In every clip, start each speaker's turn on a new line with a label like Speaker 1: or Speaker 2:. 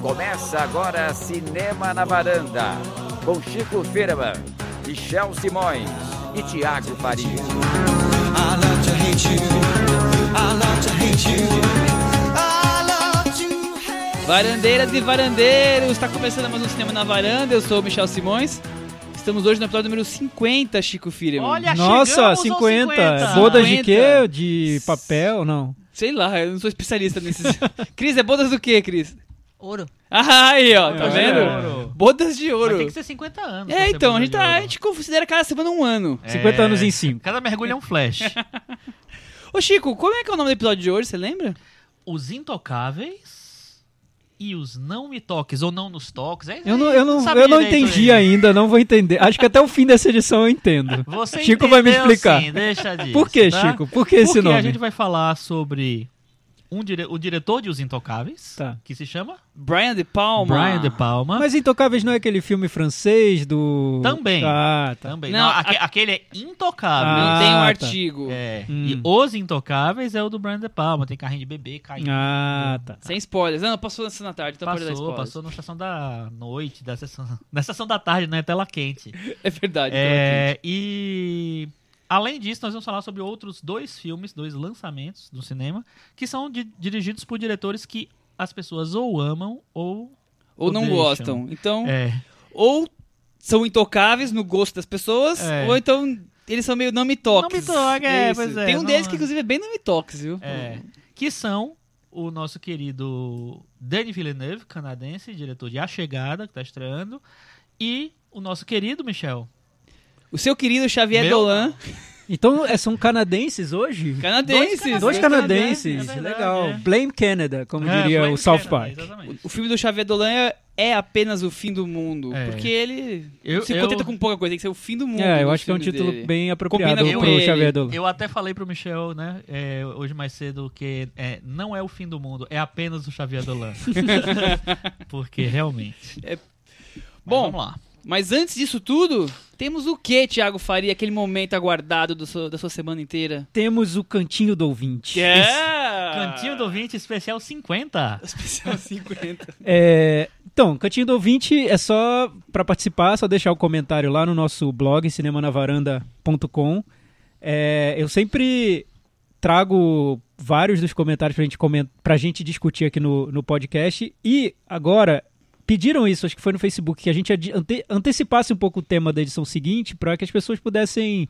Speaker 1: Começa agora Cinema na Varanda, com Chico Firman, Michel Simões e Tiago Faria.
Speaker 2: I love to hate you. I love to hate you. I love to hate
Speaker 3: Varandeiras e varandeiros, está começando mais um Cinema na Varanda, eu sou o Michel Simões. Estamos hoje no episódio número 50, Chico Firman.
Speaker 4: Olha,
Speaker 5: Nossa,
Speaker 4: chegamos aos
Speaker 5: 50.
Speaker 4: 50.
Speaker 5: Bodas de
Speaker 3: 50.
Speaker 5: quê? De papel? Não.
Speaker 3: Sei lá, eu não sou especialista nesses... Cris, é bodas do quê, Cris?
Speaker 4: Ouro.
Speaker 3: Ah, aí, ó, tá
Speaker 5: É.
Speaker 3: vendo?
Speaker 5: Ouro.
Speaker 3: Bodas de
Speaker 4: Mas
Speaker 3: ouro.
Speaker 4: tem que ser 50 anos. pra
Speaker 3: É,
Speaker 4: ser
Speaker 3: então, a
Speaker 4: boda
Speaker 3: gente,
Speaker 4: de
Speaker 3: tá- a
Speaker 4: ouro.
Speaker 3: gente considera cada semana um ano.
Speaker 5: 50
Speaker 4: É.
Speaker 5: anos em 5.
Speaker 4: Cada mergulho é um flash.
Speaker 3: Ô, Chico, como é que é o nome do episódio de hoje, você lembra?
Speaker 4: os intocáveis e os não me toques ou não nos toques. É,
Speaker 5: Eu não, eu não,
Speaker 4: sabe
Speaker 5: eu não
Speaker 4: direito
Speaker 5: entendi
Speaker 4: aí.
Speaker 5: ainda, não vou entender. Acho que até o fim dessa edição eu entendo.
Speaker 4: Você
Speaker 5: Chico vai me
Speaker 4: entendeu
Speaker 5: explicar.
Speaker 4: Sim, deixa disso,
Speaker 5: Por que,
Speaker 4: tá?
Speaker 5: Chico? Por que esse
Speaker 4: Porque
Speaker 5: nome?
Speaker 4: a gente vai falar sobre um dire- o diretor de Os Intocáveis,
Speaker 5: Tá.
Speaker 4: que se chama
Speaker 3: Brian De Palma.
Speaker 4: Brian De Palma.
Speaker 5: Mas Intocáveis não é aquele filme francês do.
Speaker 4: Também.
Speaker 5: Ah, tá.
Speaker 4: Também.
Speaker 3: Não,
Speaker 4: Não, aque- aquele é intocável.
Speaker 5: Ah,
Speaker 3: Não tem um
Speaker 5: tá.
Speaker 3: artigo.
Speaker 4: É.
Speaker 5: Hum.
Speaker 4: E Os Intocáveis é o do Brian De Palma. Tem carrinho de bebê, caindo.
Speaker 5: Ah, tá.
Speaker 3: Sem spoilers. Não, passou nessa na tarde, então pode dar
Speaker 4: Passou,
Speaker 3: spoilers.
Speaker 4: passou na sessão da noite, da sessão, na sessão da tarde, né? Tela quente.
Speaker 3: É verdade.
Speaker 4: É, e além disso, nós vamos falar sobre outros dois filmes, dois lançamentos do cinema, que são di- dirigidos por diretores que as pessoas ou amam ou.
Speaker 3: Ou não
Speaker 4: deixam.
Speaker 3: gostam. Então,
Speaker 4: É,
Speaker 3: ou são intocáveis no gosto das pessoas,
Speaker 4: É.
Speaker 3: ou então eles são meio não me toques.
Speaker 4: Não me toque, é,
Speaker 3: Isso.
Speaker 4: pois é,
Speaker 3: Tem um
Speaker 4: não-
Speaker 3: deles que, inclusive, é bem não me toques, viu?
Speaker 4: é, que são o nosso querido Denis Villeneuve, canadense, diretor de A Chegada, que tá estreando, e o nosso querido Michel.
Speaker 3: O seu querido Xavier
Speaker 4: Meu-
Speaker 3: Dolan,
Speaker 5: Então é, são canadenses hoje?
Speaker 3: canadenses.
Speaker 5: Dois
Speaker 3: né?
Speaker 5: canadenses.
Speaker 4: é verdade,
Speaker 5: Legal.
Speaker 4: é.
Speaker 5: Blame Canada, como
Speaker 4: É,
Speaker 5: diria
Speaker 4: foi
Speaker 5: o South
Speaker 4: Michel,
Speaker 5: Park.
Speaker 4: Exatamente.
Speaker 3: O filme do Xavier Dolan é, é apenas o fim do mundo.
Speaker 4: É.
Speaker 3: Porque ele
Speaker 4: Eu-
Speaker 3: se
Speaker 4: eu-
Speaker 3: contenta com pouca coisa, tem que ser o fim do mundo.
Speaker 5: É, eu
Speaker 3: dos
Speaker 5: acho que é um
Speaker 3: filmes
Speaker 5: título
Speaker 3: dele.
Speaker 5: bem
Speaker 3: Combina
Speaker 5: apropriado
Speaker 3: com
Speaker 5: pro
Speaker 3: ele.
Speaker 5: Xavier Dolan.
Speaker 4: Eu até falei pro Michel, né, é, hoje mais cedo, que é, não é o fim do mundo, é apenas o Xavier Dolan. Porque realmente.
Speaker 3: É.
Speaker 4: Mas
Speaker 3: Bom,
Speaker 4: vamos lá.
Speaker 3: Mas antes disso tudo, temos o que, Thiago Faria? Aquele momento aguardado do seu- da sua semana inteira.
Speaker 5: Temos o Cantinho do Ouvinte.
Speaker 4: é?
Speaker 3: ah,
Speaker 4: Cantinho do ouvinte especial 50.
Speaker 3: Especial 50.
Speaker 5: É, então, Cantinho do Ouvinte é só para participar, só deixar o comentário lá no nosso blog, cinemanavaranda.com. É, eu sempre trago vários dos comentários pra gente, coment... pra gente discutir aqui no, no podcast. E agora, pediram isso, acho que foi no Facebook, que a gente adi- ante- antecipasse um pouco o tema da edição seguinte para que as pessoas pudessem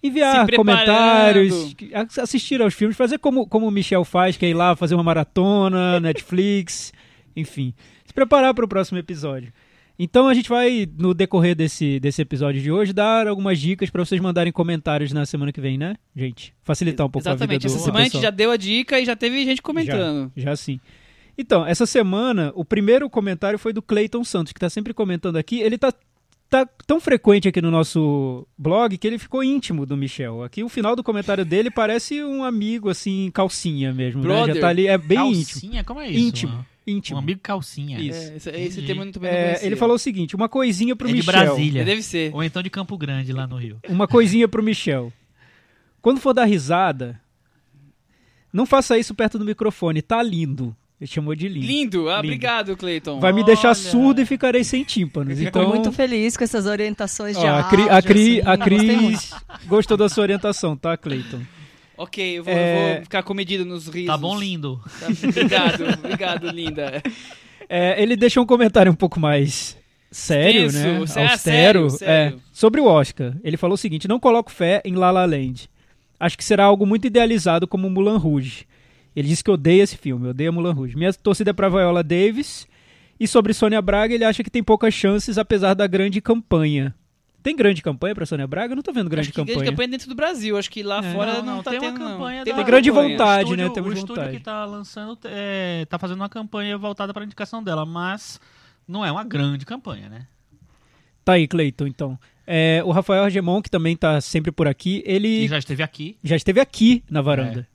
Speaker 3: Se
Speaker 5: enviar
Speaker 3: preparando.
Speaker 5: comentários, a- assistir aos filmes, fazer como, como o Michel faz, que é ir lá fazer uma maratona, Netflix, enfim, se preparar para o próximo episódio. Então a gente vai, no decorrer desse, desse episódio de hoje, dar algumas dicas para vocês mandarem comentários na semana que vem, né, gente? Facilitar um pouco
Speaker 3: Exatamente.
Speaker 5: a vida do
Speaker 3: Essa semana a
Speaker 5: do
Speaker 3: gente
Speaker 5: pessoal.
Speaker 3: já deu a dica e já teve gente comentando.
Speaker 5: Já, já sim. Então, essa semana, o primeiro comentário foi do Cleiton Santos, que tá sempre comentando aqui. Ele tá, tá tão frequente aqui no nosso blog que ele ficou íntimo do Michel. Aqui o final do comentário dele parece um amigo, assim, calcinha mesmo. né?
Speaker 3: Brother.
Speaker 5: Já tá ali, é bem íntimo.
Speaker 4: calcinha, como é isso?
Speaker 5: Íntimo.
Speaker 4: mano? Um
Speaker 5: Íntimo.
Speaker 4: amigo calcinha.
Speaker 5: Isso.
Speaker 3: É, esse, esse
Speaker 4: Entendi.
Speaker 3: tema eu não- também não
Speaker 5: É,
Speaker 3: conhecia.
Speaker 5: ele falou o seguinte: uma coisinha pro
Speaker 4: É de
Speaker 5: Michel.
Speaker 3: É,
Speaker 4: Brasília.
Speaker 3: Deve ser.
Speaker 4: Ou então de Campo Grande, lá no Rio.
Speaker 5: Uma coisinha pro Michel. Quando for dar risada, não faça isso perto do microfone, tá lindo. Ele chamou de lindo.
Speaker 3: Lindo. Ah,
Speaker 5: Lindo.
Speaker 3: obrigado, Cleiton.
Speaker 5: Vai me deixar
Speaker 4: Olha.
Speaker 5: surdo e ficarei sem tímpanos.
Speaker 6: Fico
Speaker 5: Então,
Speaker 6: muito feliz com essas orientações de
Speaker 5: Ó, a, Cri-
Speaker 6: áudio,
Speaker 5: a, Cri-
Speaker 6: assim,
Speaker 5: a
Speaker 6: gostei muito.
Speaker 5: Cris gostou da sua orientação, tá, Cleiton?
Speaker 3: Ok, eu vou,
Speaker 5: É.
Speaker 3: eu vou ficar comedido nos risos.
Speaker 4: Tá bom, lindo.
Speaker 3: Tá- Obrigado, obrigado, linda.
Speaker 5: É, ele deixou um comentário um pouco mais sério,
Speaker 3: Extenso,
Speaker 5: né?
Speaker 3: sé- ah, sério, sério.
Speaker 5: É, sobre o Oscar, ele falou o seguinte: não coloco fé em La La Land. Acho que será algo muito idealizado como Mulan Rouge. Ele disse que odeia esse filme, odeia Mulan Rouge. Minha torcida é pra Viola Davis. E sobre Sônia Braga, ele acha que tem poucas chances, apesar da grande campanha. Tem grande campanha pra Sônia Braga? Eu não tô vendo grande
Speaker 3: Acho que grande campanha dentro do Brasil. Acho que lá
Speaker 5: É.
Speaker 3: fora
Speaker 4: Não,
Speaker 3: não,
Speaker 4: não,
Speaker 3: tá
Speaker 4: tem uma
Speaker 3: tendo, não.
Speaker 4: campanha
Speaker 3: Tem
Speaker 4: da-
Speaker 3: uma
Speaker 5: grande
Speaker 3: campanha.
Speaker 5: vontade.
Speaker 4: o estúdio,
Speaker 5: né? Temos
Speaker 4: o estúdio
Speaker 5: vontade.
Speaker 4: que tá lançando é, tá fazendo uma campanha voltada pra indicação dela, mas não é uma grande campanha, né?
Speaker 5: Tá aí, Cleiton, então. É, o Rafael Argemon, que também tá sempre por aqui, ele
Speaker 4: E já esteve aqui.
Speaker 5: já esteve aqui na varanda.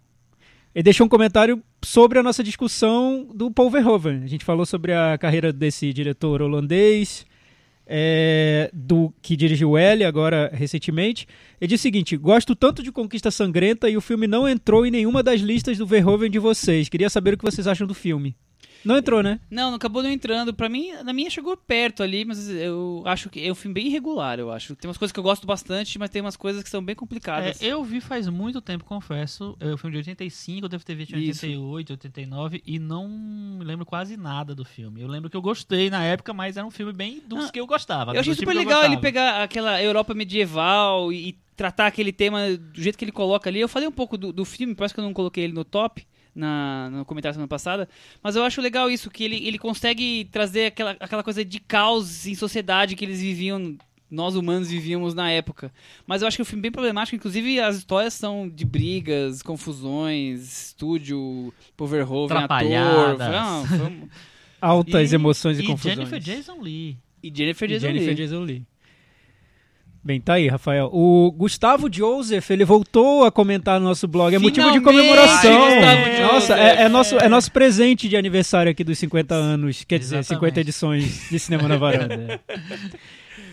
Speaker 5: Ele deixou um comentário sobre a nossa discussão do Paul Verhoeven. A gente falou sobre a carreira desse diretor holandês, é, do que dirigiu L agora recentemente. Ele disse o seguinte: gosto tanto de Conquista Sangrenta e o filme não entrou em nenhuma das listas do Verhoeven de vocês. Queria saber o que vocês acham do filme. Não entrou, né?
Speaker 3: Não, não acabou não entrando. Pra mim, na minha chegou perto ali, mas eu acho que é um filme bem irregular, eu acho. Tem umas coisas que eu gosto bastante, mas tem umas coisas que são bem complicadas.
Speaker 4: É, eu vi faz muito tempo, confesso. É o filme de 85, eu devo ter visto em
Speaker 3: Isso.
Speaker 4: 88, 89, e não me lembro quase nada do filme. Eu lembro que eu gostei na época, mas era um filme bem dos
Speaker 3: Ah,
Speaker 4: que eu gostava. né?
Speaker 3: Eu achei
Speaker 4: Do tipo
Speaker 3: super
Speaker 4: que
Speaker 3: legal ele
Speaker 4: gostava.
Speaker 3: pegar aquela Europa medieval e, e tratar aquele tema do jeito que ele coloca ali. Eu falei um pouco do, do filme, parece que eu não coloquei ele no top. Na, no comentário semana passada, mas eu acho legal isso, que ele, ele consegue trazer aquela, aquela coisa de caos em sociedade que eles viviam, nós humanos vivíamos na época. Mas eu acho que é um filme bem problemático, inclusive as histórias são de brigas, confusões, estúdio, Poverhoven, ator.
Speaker 4: Atrapalhadas.
Speaker 3: Não, foi um-
Speaker 5: Altas emoções e,
Speaker 4: e
Speaker 5: confusões.
Speaker 4: Jennifer Jason Lee.
Speaker 3: E Jennifer
Speaker 5: E
Speaker 3: Jason
Speaker 5: Jennifer
Speaker 3: Leigh.
Speaker 5: Jason Leigh. Bem, tá aí, Rafael. O Gustavo Joseph, ele voltou a comentar no nosso blog. É motivo de
Speaker 3: Finalmente,
Speaker 5: comemoração.
Speaker 3: Gustavo
Speaker 5: Nossa,
Speaker 3: Joseph.
Speaker 5: é, é nosso, é nosso presente de aniversário aqui dos 50 anos. Quer dizer,
Speaker 4: Exatamente.
Speaker 5: 50 edições de Cinema na Varanda.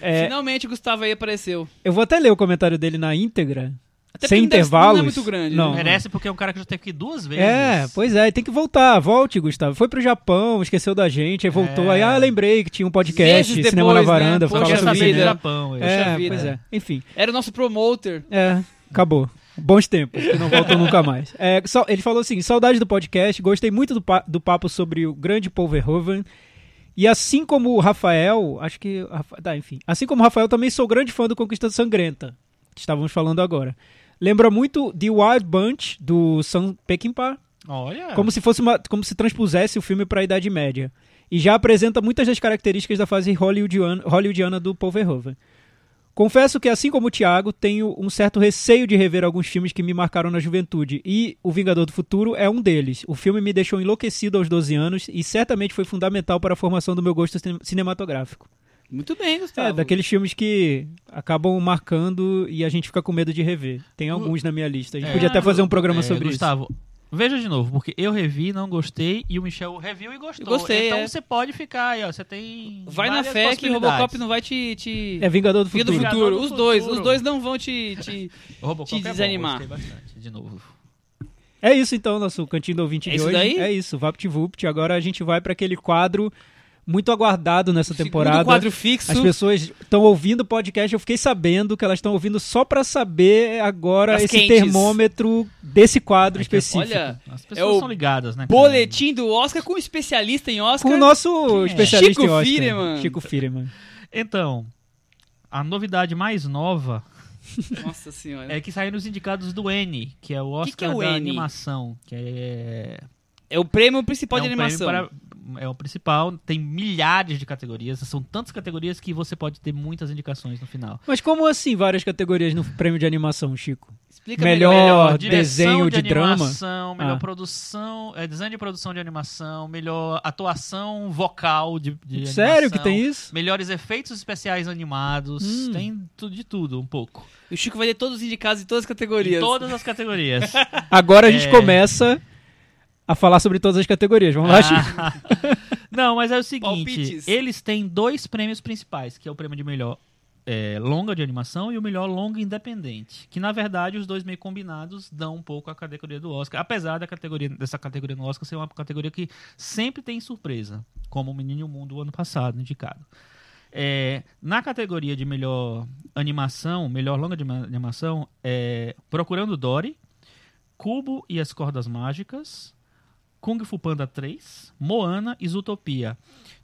Speaker 5: É,
Speaker 3: Finalmente o Gustavo aí apareceu.
Speaker 5: eu vou até ler o comentário dele na íntegra.
Speaker 3: Até porque
Speaker 5: sem
Speaker 3: não deve-
Speaker 5: intervalos.
Speaker 3: não é muito grande,
Speaker 5: Não.
Speaker 3: né?
Speaker 4: Merece porque é um cara que já teve que ir duas vezes.
Speaker 5: Então. É, pois é, tem que voltar. Volte, Gustavo. Foi pro Japão, esqueceu da gente, aí voltou.
Speaker 4: É.
Speaker 5: Aí, ah, lembrei que tinha um podcast,
Speaker 3: Meses
Speaker 5: Cinema na
Speaker 3: depois, né?
Speaker 5: Varanda,
Speaker 3: Poxa
Speaker 5: falava
Speaker 4: Quero
Speaker 5: é, sobre
Speaker 4: saber do
Speaker 5: cinema.
Speaker 4: Japão. eu-
Speaker 5: É,
Speaker 3: vida.
Speaker 5: pois é. Enfim.
Speaker 3: Era o nosso promoter.
Speaker 5: É, acabou. Bons tempos, que não voltam nunca mais. É, só- ele falou assim: saudade do podcast, gostei muito do, pa- do papo sobre o grande Paul Verhoeven. E assim como o Rafael, acho que. o Rafa- Tá, enfim. Assim como o Rafael, também sou grande fã do Conquista Sangrenta, que estávamos falando agora. Lembra muito de Wild Bunch, do Sam Peckinpah,
Speaker 4: Olha.
Speaker 5: como se fosse uma, como se transpusesse o filme para a Idade Média. E já apresenta muitas das características da fase hollywoodiana, hollywoodiana do Paul Verhoeven. Confesso que, assim como o Thiago, tenho um certo receio de rever alguns filmes que me marcaram na juventude, e O Vingador do Futuro é um deles. O filme me deixou enlouquecido aos 12 anos e certamente foi fundamental para a formação do meu gosto cine- cinematográfico.
Speaker 3: Muito bem,
Speaker 4: Tá,
Speaker 3: Gustavo.
Speaker 5: É, daqueles filmes que acabam marcando e a gente fica com medo de rever. Tem alguns na minha lista. A gente
Speaker 4: É,
Speaker 5: podia até fazer um programa
Speaker 4: É,
Speaker 5: sobre isso.
Speaker 4: Gustavo, veja de novo, porque eu revi, não gostei, e o Michel reviu e gostou.
Speaker 3: Eu gostei,
Speaker 4: então
Speaker 3: é.
Speaker 4: você pode ficar aí, ó. Você tem.
Speaker 3: Vai na
Speaker 4: várias
Speaker 3: fé que o
Speaker 4: possibilidades.
Speaker 3: Robocop não vai te. te...
Speaker 5: É Vingador do
Speaker 3: Vingador do
Speaker 5: Futuro.
Speaker 4: Vingador
Speaker 3: futuro.
Speaker 4: do
Speaker 3: Os dois.
Speaker 4: Futuro.
Speaker 3: Os dois não vão te. te-
Speaker 4: O Robocop
Speaker 3: te
Speaker 4: é bom,
Speaker 3: desanimar.
Speaker 4: gostei bastante, de novo.
Speaker 5: É isso então, nosso cantinho do ouvinte
Speaker 3: É
Speaker 5: de
Speaker 3: isso
Speaker 5: hoje.
Speaker 3: daí?
Speaker 5: É isso, VaptVupt. Agora a gente vai para aquele quadro muito aguardado nessa
Speaker 3: Segundo
Speaker 5: temporada.
Speaker 3: quadro fixo.
Speaker 5: As pessoas estão ouvindo o podcast, eu fiquei sabendo que elas estão ouvindo só para saber agora
Speaker 3: As
Speaker 5: esse
Speaker 3: quentes.
Speaker 5: termômetro desse quadro
Speaker 4: É que-
Speaker 5: específico.
Speaker 3: Olha,
Speaker 4: As pessoas
Speaker 3: É o
Speaker 4: são ligadas, né? cara?
Speaker 3: boletim do Oscar com um especialista em Oscar.
Speaker 5: Com o nosso
Speaker 4: é?
Speaker 5: especialista
Speaker 3: Chico
Speaker 5: em Oscar,
Speaker 3: Firman.
Speaker 5: Chico Firman.
Speaker 4: Então, a novidade mais nova
Speaker 3: Nossa senhora. É,
Speaker 4: é que saíram os indicados do N, que é o Oscar
Speaker 3: Que que é o
Speaker 4: da
Speaker 3: N?
Speaker 4: animação, que é
Speaker 3: o prêmio principal
Speaker 4: é
Speaker 3: de
Speaker 4: um
Speaker 3: animação.
Speaker 4: prêmio para- é o principal, tem milhares de categorias, são tantas categorias que você pode ter muitas indicações no final.
Speaker 5: Mas como assim várias categorias no prêmio de animação, Chico?
Speaker 3: Explica
Speaker 5: Melhor
Speaker 4: Melhor
Speaker 5: desenho
Speaker 4: de,
Speaker 5: de drama?
Speaker 4: animação, melhor
Speaker 5: Ah.
Speaker 4: produção, é, design de produção de animação, melhor atuação vocal de, de
Speaker 5: Sério
Speaker 4: animação,
Speaker 5: que tem isso?
Speaker 4: Melhores efeitos especiais animados,
Speaker 5: Hum.
Speaker 4: tem tudo de tudo um pouco.
Speaker 3: O Chico vai ler todos os indicados de todas as
Speaker 4: Em
Speaker 3: categorias.
Speaker 4: todas as categorias.
Speaker 5: Agora a gente
Speaker 4: É.
Speaker 5: começa a falar sobre todas as categorias. Vamos lá, Chico?
Speaker 4: Ah. Não, mas é o seguinte:
Speaker 3: Palpites.
Speaker 4: eles têm dois prêmios principais, que é o prêmio de melhor é, longa de animação e o melhor longa independente. Que na verdade os dois meio combinados dão um pouco a categoria do Oscar, apesar da categoria dessa categoria no Oscar ser uma categoria que sempre tem surpresa, como o Menino e o Mundo o ano passado indicado. É, na categoria de melhor animação, melhor longa de ma- animação, é Procurando Dory, Cubo e as Cordas Mágicas, Kung Fu Panda 3, Moana e Zootopia.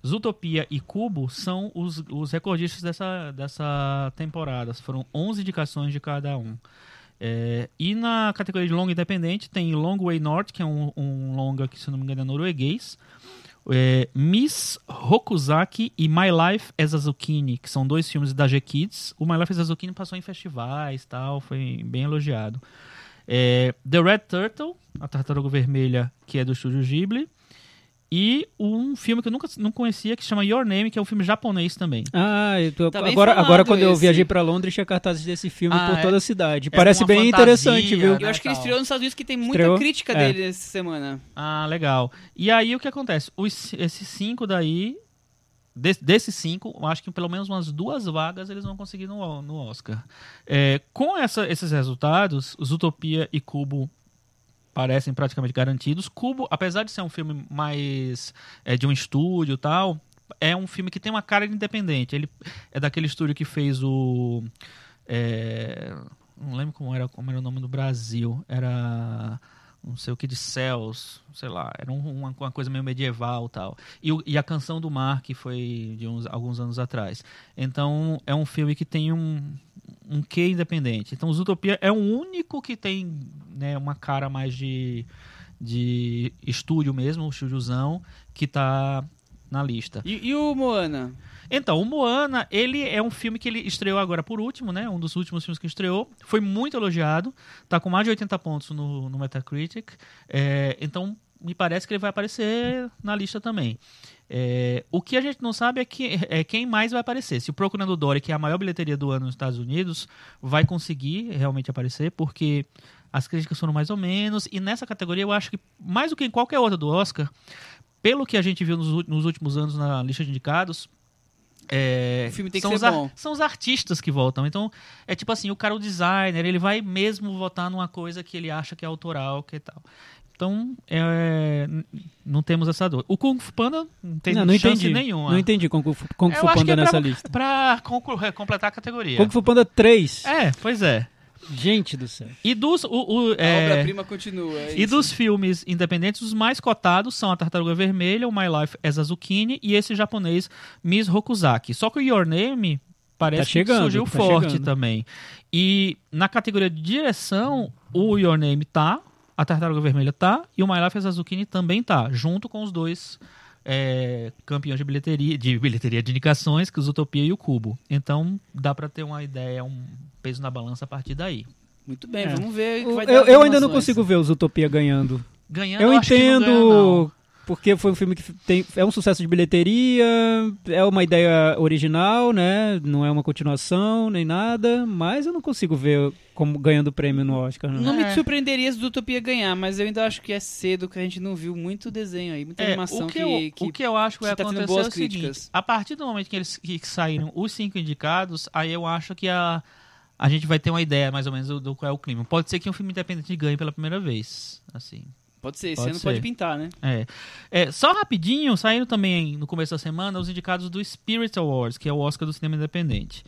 Speaker 4: Zootopia e Cubo são os, os recordistas dessa, dessa temporada. Foram 11 indicações de cada um. É, e na categoria de longa independente tem Long Way North, que é um, um longa que, se eu não me engano, é norueguês. É, Miss Hokusaki e My Life as a Zucchini, que são dois filmes da G-Kids. O My Life as a Zucchini passou em festivais tal, foi bem elogiado. É, The Red Turtle, a Tartaruga Vermelha, que é do estúdio Ghibli. E um filme que eu nunca não conhecia, que chama Your Name, que é um filme japonês também.
Speaker 5: Ah, eu tô-
Speaker 3: Tá bem
Speaker 5: agora,
Speaker 3: falado
Speaker 5: agora quando eu
Speaker 3: esse.
Speaker 5: viajei pra Londres, tinha cartazes desse filme
Speaker 4: Ah,
Speaker 5: por
Speaker 4: é.
Speaker 5: toda a cidade.
Speaker 4: É
Speaker 5: Parece
Speaker 4: uma
Speaker 5: bem
Speaker 4: fantasia,
Speaker 5: interessante, viu?
Speaker 4: né?
Speaker 3: Eu acho que ele
Speaker 4: Natal.
Speaker 3: estreou nos Estados Unidos que tem muita
Speaker 5: Estreou?
Speaker 3: crítica
Speaker 5: É.
Speaker 3: dele essa semana.
Speaker 4: Ah, legal. E aí o que acontece? Os, esses cinco daí, des- desses cinco, eu acho que pelo menos umas duas vagas eles vão conseguir no, no Oscar. É, com essa- esses resultados, Zootopia e Cubo parecem praticamente garantidos. Cubo, apesar de ser um filme mais é, de um estúdio e tal, é um filme que tem uma cara de independente. Ele é daquele estúdio que fez o. é, não lembro como era, como era o nome do Brasil. Era. Não sei o que de céus, sei lá, era um- uma, uma coisa meio medieval e tal. E, o- e a canção do mar, que foi de uns, alguns anos atrás. Então, é um filme que tem um, um quê independente. Então, Zootopia é o único que tem né, uma cara mais de, de estúdio mesmo, um estúdiozão, que tá na lista.
Speaker 3: E, e o Moana?
Speaker 4: Então, o Moana, ele é um filme que ele estreou agora por último, né? Um dos últimos filmes que estreou. Foi muito elogiado. Tá com mais de 80 pontos no, no Metacritic. É, então, me parece que ele vai aparecer na lista também. É, o que a gente não sabe é, que, é quem mais vai aparecer. Se o Procurando Dory, que é a maior bilheteria do ano nos Estados Unidos, vai conseguir realmente aparecer, porque as críticas foram mais ou menos. E nessa categoria, eu acho que, mais do que em qualquer outra do Oscar, pelo que a gente viu nos, ú- nos últimos anos na lista de indicados, é,
Speaker 3: O filme tem que
Speaker 4: são,
Speaker 3: ser
Speaker 4: os ar-
Speaker 3: bom.
Speaker 4: são os artistas que votam. Então, é tipo assim, o cara, o designer, ele vai mesmo votar numa coisa que ele acha que é autoral, que tal. Então, é, n- não temos essa dor. O Kung Fu Panda não tem
Speaker 5: não, não
Speaker 4: chance
Speaker 5: entendi.
Speaker 4: nenhuma.
Speaker 5: Não entendi Kung Fu, Kung
Speaker 4: Eu
Speaker 5: Fu
Speaker 4: acho que
Speaker 5: Panda
Speaker 4: é pra-
Speaker 5: nessa lista.
Speaker 4: Pra conclu- é, completar a categoria.
Speaker 5: Kung Fu Panda 3.
Speaker 4: É, pois é.
Speaker 5: Gente do céu.
Speaker 4: E dos, o, o,
Speaker 3: A
Speaker 4: é,
Speaker 3: obra-prima continua. é
Speaker 4: e
Speaker 3: isso.
Speaker 4: dos filmes independentes, os mais cotados são A Tartaruga Vermelha, O My Life as a Zucchini e esse japonês Miss Hokusaki. Só que o Your Name parece
Speaker 5: Tá chegando,
Speaker 4: que surgiu
Speaker 5: tá
Speaker 4: forte
Speaker 5: chegando.
Speaker 4: também. E na categoria de direção, o Your Name tá, A Tartaruga Vermelha tá e o My Life as a Zucchini também tá, junto com os dois é, campeões de bilheteria, de bilheteria de indicações, que os Utopia e o Cubo. Então dá pra ter uma ideia, um peso na balança a partir daí.
Speaker 3: Muito bem,
Speaker 5: É.
Speaker 3: vamos ver. o que
Speaker 5: Eu,
Speaker 3: vai dar as
Speaker 5: eu ainda não
Speaker 3: animações.
Speaker 5: consigo ver os Utopia ganhando.
Speaker 4: Ganhando,
Speaker 5: Eu,
Speaker 4: acho que não
Speaker 5: entendo.
Speaker 4: ganha, não.
Speaker 5: Porque foi um filme que tem, é um sucesso de bilheteria, é uma ideia original, né? Não é uma continuação nem nada, mas eu não consigo ver como ganhando prêmio no Oscar. Não.
Speaker 3: Não me
Speaker 4: É.
Speaker 3: surpreenderia se o Utopia ganhar, mas eu ainda acho que é cedo, que a gente não viu muito desenho aí, muita
Speaker 4: É,
Speaker 3: animação
Speaker 4: o que,
Speaker 3: que,
Speaker 4: eu,
Speaker 3: que-
Speaker 4: o que eu acho que vai
Speaker 3: que tá tendo
Speaker 4: acontecer é
Speaker 3: boas
Speaker 4: o seguinte,
Speaker 3: críticas.
Speaker 4: a partir do momento que eles que saíram os cinco indicados, aí eu acho que a, a gente vai ter uma ideia mais ou menos do, do qual é o clima. Pode ser que um filme independente ganhe pela primeira vez, assim.
Speaker 3: Pode ser, esse
Speaker 4: Pode
Speaker 3: ano
Speaker 4: ser.
Speaker 3: pode pintar, né?
Speaker 4: É. É, só rapidinho, saíram também no começo da semana os indicados do Spirit Awards, que é o Oscar do cinema independente.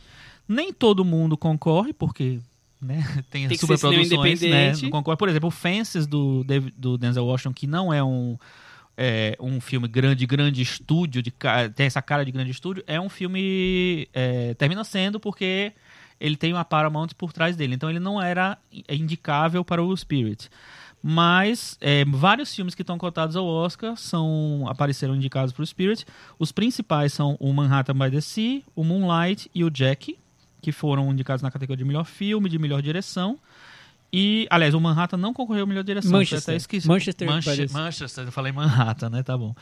Speaker 4: Nem todo mundo concorre, porque né,
Speaker 3: Tem
Speaker 4: tem,
Speaker 3: que ser
Speaker 4: superproduções,
Speaker 3: cinema
Speaker 4: né?
Speaker 3: independente.
Speaker 4: Não concorre. Por exemplo, o Fences do, Dav- do Denzel Washington, que não é um, é, um filme grande, grande estúdio, de, ca- tem essa cara de grande estúdio, é um filme. é, termina sendo porque ele tem uma Paramount por trás dele. Então ele não era indicável para o Spirit. Mas é, vários filmes que estão cotados ao Oscar são apareceram indicados para o Spirit. Os principais são o Manhattan by the Sea, o Moonlight e o Jack, que foram indicados na categoria de melhor filme, de melhor direção. E, aliás, o Manhattan não concorreu à melhor direção. foi
Speaker 5: Manchester.
Speaker 4: Até esqueci.
Speaker 5: Manchester by
Speaker 4: Manche-
Speaker 5: the Sea.
Speaker 4: Manchester, eu falei Manhattan, né? Tá bom.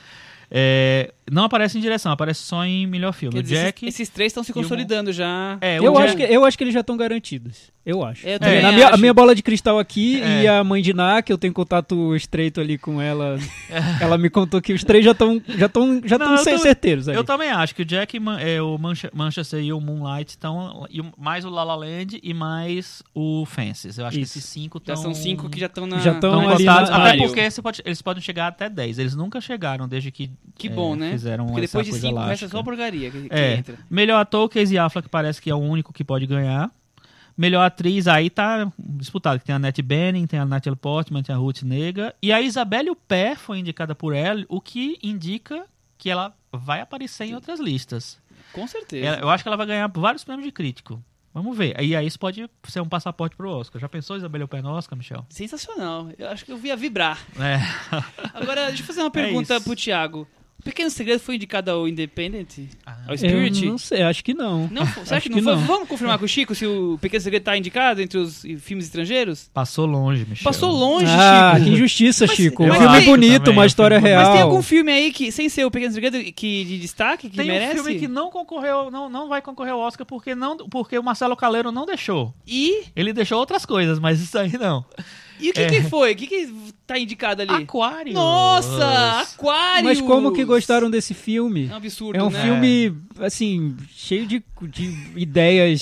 Speaker 4: É, não aparece em direção, aparece só em melhor filme.
Speaker 3: Quer
Speaker 4: O
Speaker 3: dizer,
Speaker 4: Jack.
Speaker 3: esses, esses três estão se
Speaker 4: e o Mon-
Speaker 3: consolidando já.
Speaker 4: É,
Speaker 5: Eu
Speaker 4: o
Speaker 5: acho,
Speaker 4: Jack-
Speaker 5: que, eu acho que eles já estão garantidos. Eu acho.
Speaker 3: Eu também
Speaker 5: a, minha, a
Speaker 3: acho.
Speaker 5: minha bola de cristal aqui
Speaker 4: É.
Speaker 5: e a mãe de Ná, que eu tenho contato estreito ali com ela, ela me contou que os três já estão já tão, já
Speaker 4: Não,
Speaker 5: tão
Speaker 4: eu
Speaker 5: sem
Speaker 4: tô-
Speaker 5: certeiros. ali.
Speaker 4: Eu também acho que o Jack, Man- é, o Manche- Manchester e o Moonlight estão. e o- Mais o La La Land e mais o Fences. Eu acho
Speaker 5: Isso.
Speaker 4: que esses cinco
Speaker 3: Já
Speaker 4: tão-
Speaker 3: são cinco que já estão na.
Speaker 5: Já tão
Speaker 4: então tão
Speaker 5: estão ali
Speaker 4: cotados.
Speaker 5: na-
Speaker 4: Até
Speaker 3: páreo.
Speaker 4: porque você pode- eles podem chegar até 10. Eles nunca chegaram desde que.
Speaker 3: Que
Speaker 4: é,
Speaker 3: bom, né?
Speaker 4: Fizeram
Speaker 3: Porque
Speaker 4: essa
Speaker 3: depois de
Speaker 4: coisa
Speaker 3: cinco começa
Speaker 4: elástica.
Speaker 3: só a porcaria que, que
Speaker 4: É.
Speaker 3: entra.
Speaker 4: Melhor ator, Casey Affleck parece que é o único que pode ganhar. Melhor atriz, aí tá disputado. que Tem a Annette Bening, tem a Natalie Portman, tem a Ruth Nega. E a Isabelle Pé foi indicada por ela, o que indica que ela vai aparecer em outras listas.
Speaker 3: Com certeza.
Speaker 4: Ela- eu acho que ela vai ganhar vários prêmios de crítico. Vamos ver. E aí isso pode ser um passaporte pro Oscar. Já pensou Isabelle Pé no Oscar, Michel?
Speaker 3: Sensacional. Eu acho que eu via vibrar.
Speaker 4: É.
Speaker 3: Agora, deixa eu fazer uma pergunta
Speaker 4: isso.
Speaker 3: pro Thiago. O Pequeno Segredo foi indicado ao Independent?
Speaker 4: Ah.
Speaker 3: Ao
Speaker 5: Eu
Speaker 3: Spirit?
Speaker 5: não sei, acho que não.
Speaker 3: Não, foi- será que
Speaker 5: Acho
Speaker 3: não
Speaker 5: que
Speaker 3: foi?
Speaker 5: não.
Speaker 3: Vamos confirmar com o Chico se o Pequeno Segredo tá indicado entre os filmes estrangeiros?
Speaker 4: Passou longe, Michel.
Speaker 3: Passou longe,
Speaker 5: ah,
Speaker 3: Chico.
Speaker 5: que injustiça,
Speaker 3: Mas-
Speaker 5: Chico. Um
Speaker 3: mas
Speaker 5: filme
Speaker 3: tem-
Speaker 5: bonito,
Speaker 4: também,
Speaker 5: uma história
Speaker 4: mas
Speaker 5: real.
Speaker 3: Mas tem algum filme aí que, sem ser o Pequeno Segredo, que de destaque, que
Speaker 4: Tem
Speaker 3: merece?
Speaker 4: um filme que não concorreu, não, não vai concorrer ao Oscar porque, não, porque o Marcelo Caleiro não deixou.
Speaker 3: E
Speaker 4: Ele deixou outras coisas, mas isso aí não.
Speaker 3: E o
Speaker 5: É.
Speaker 3: que, que foi? O que, que tá indicado ali?
Speaker 4: Aquário.
Speaker 3: Nossa, Aquários!
Speaker 5: Mas como que gostaram desse filme?
Speaker 3: É um absurdo,
Speaker 5: É um
Speaker 3: né?
Speaker 5: filme, assim, cheio de, de ideias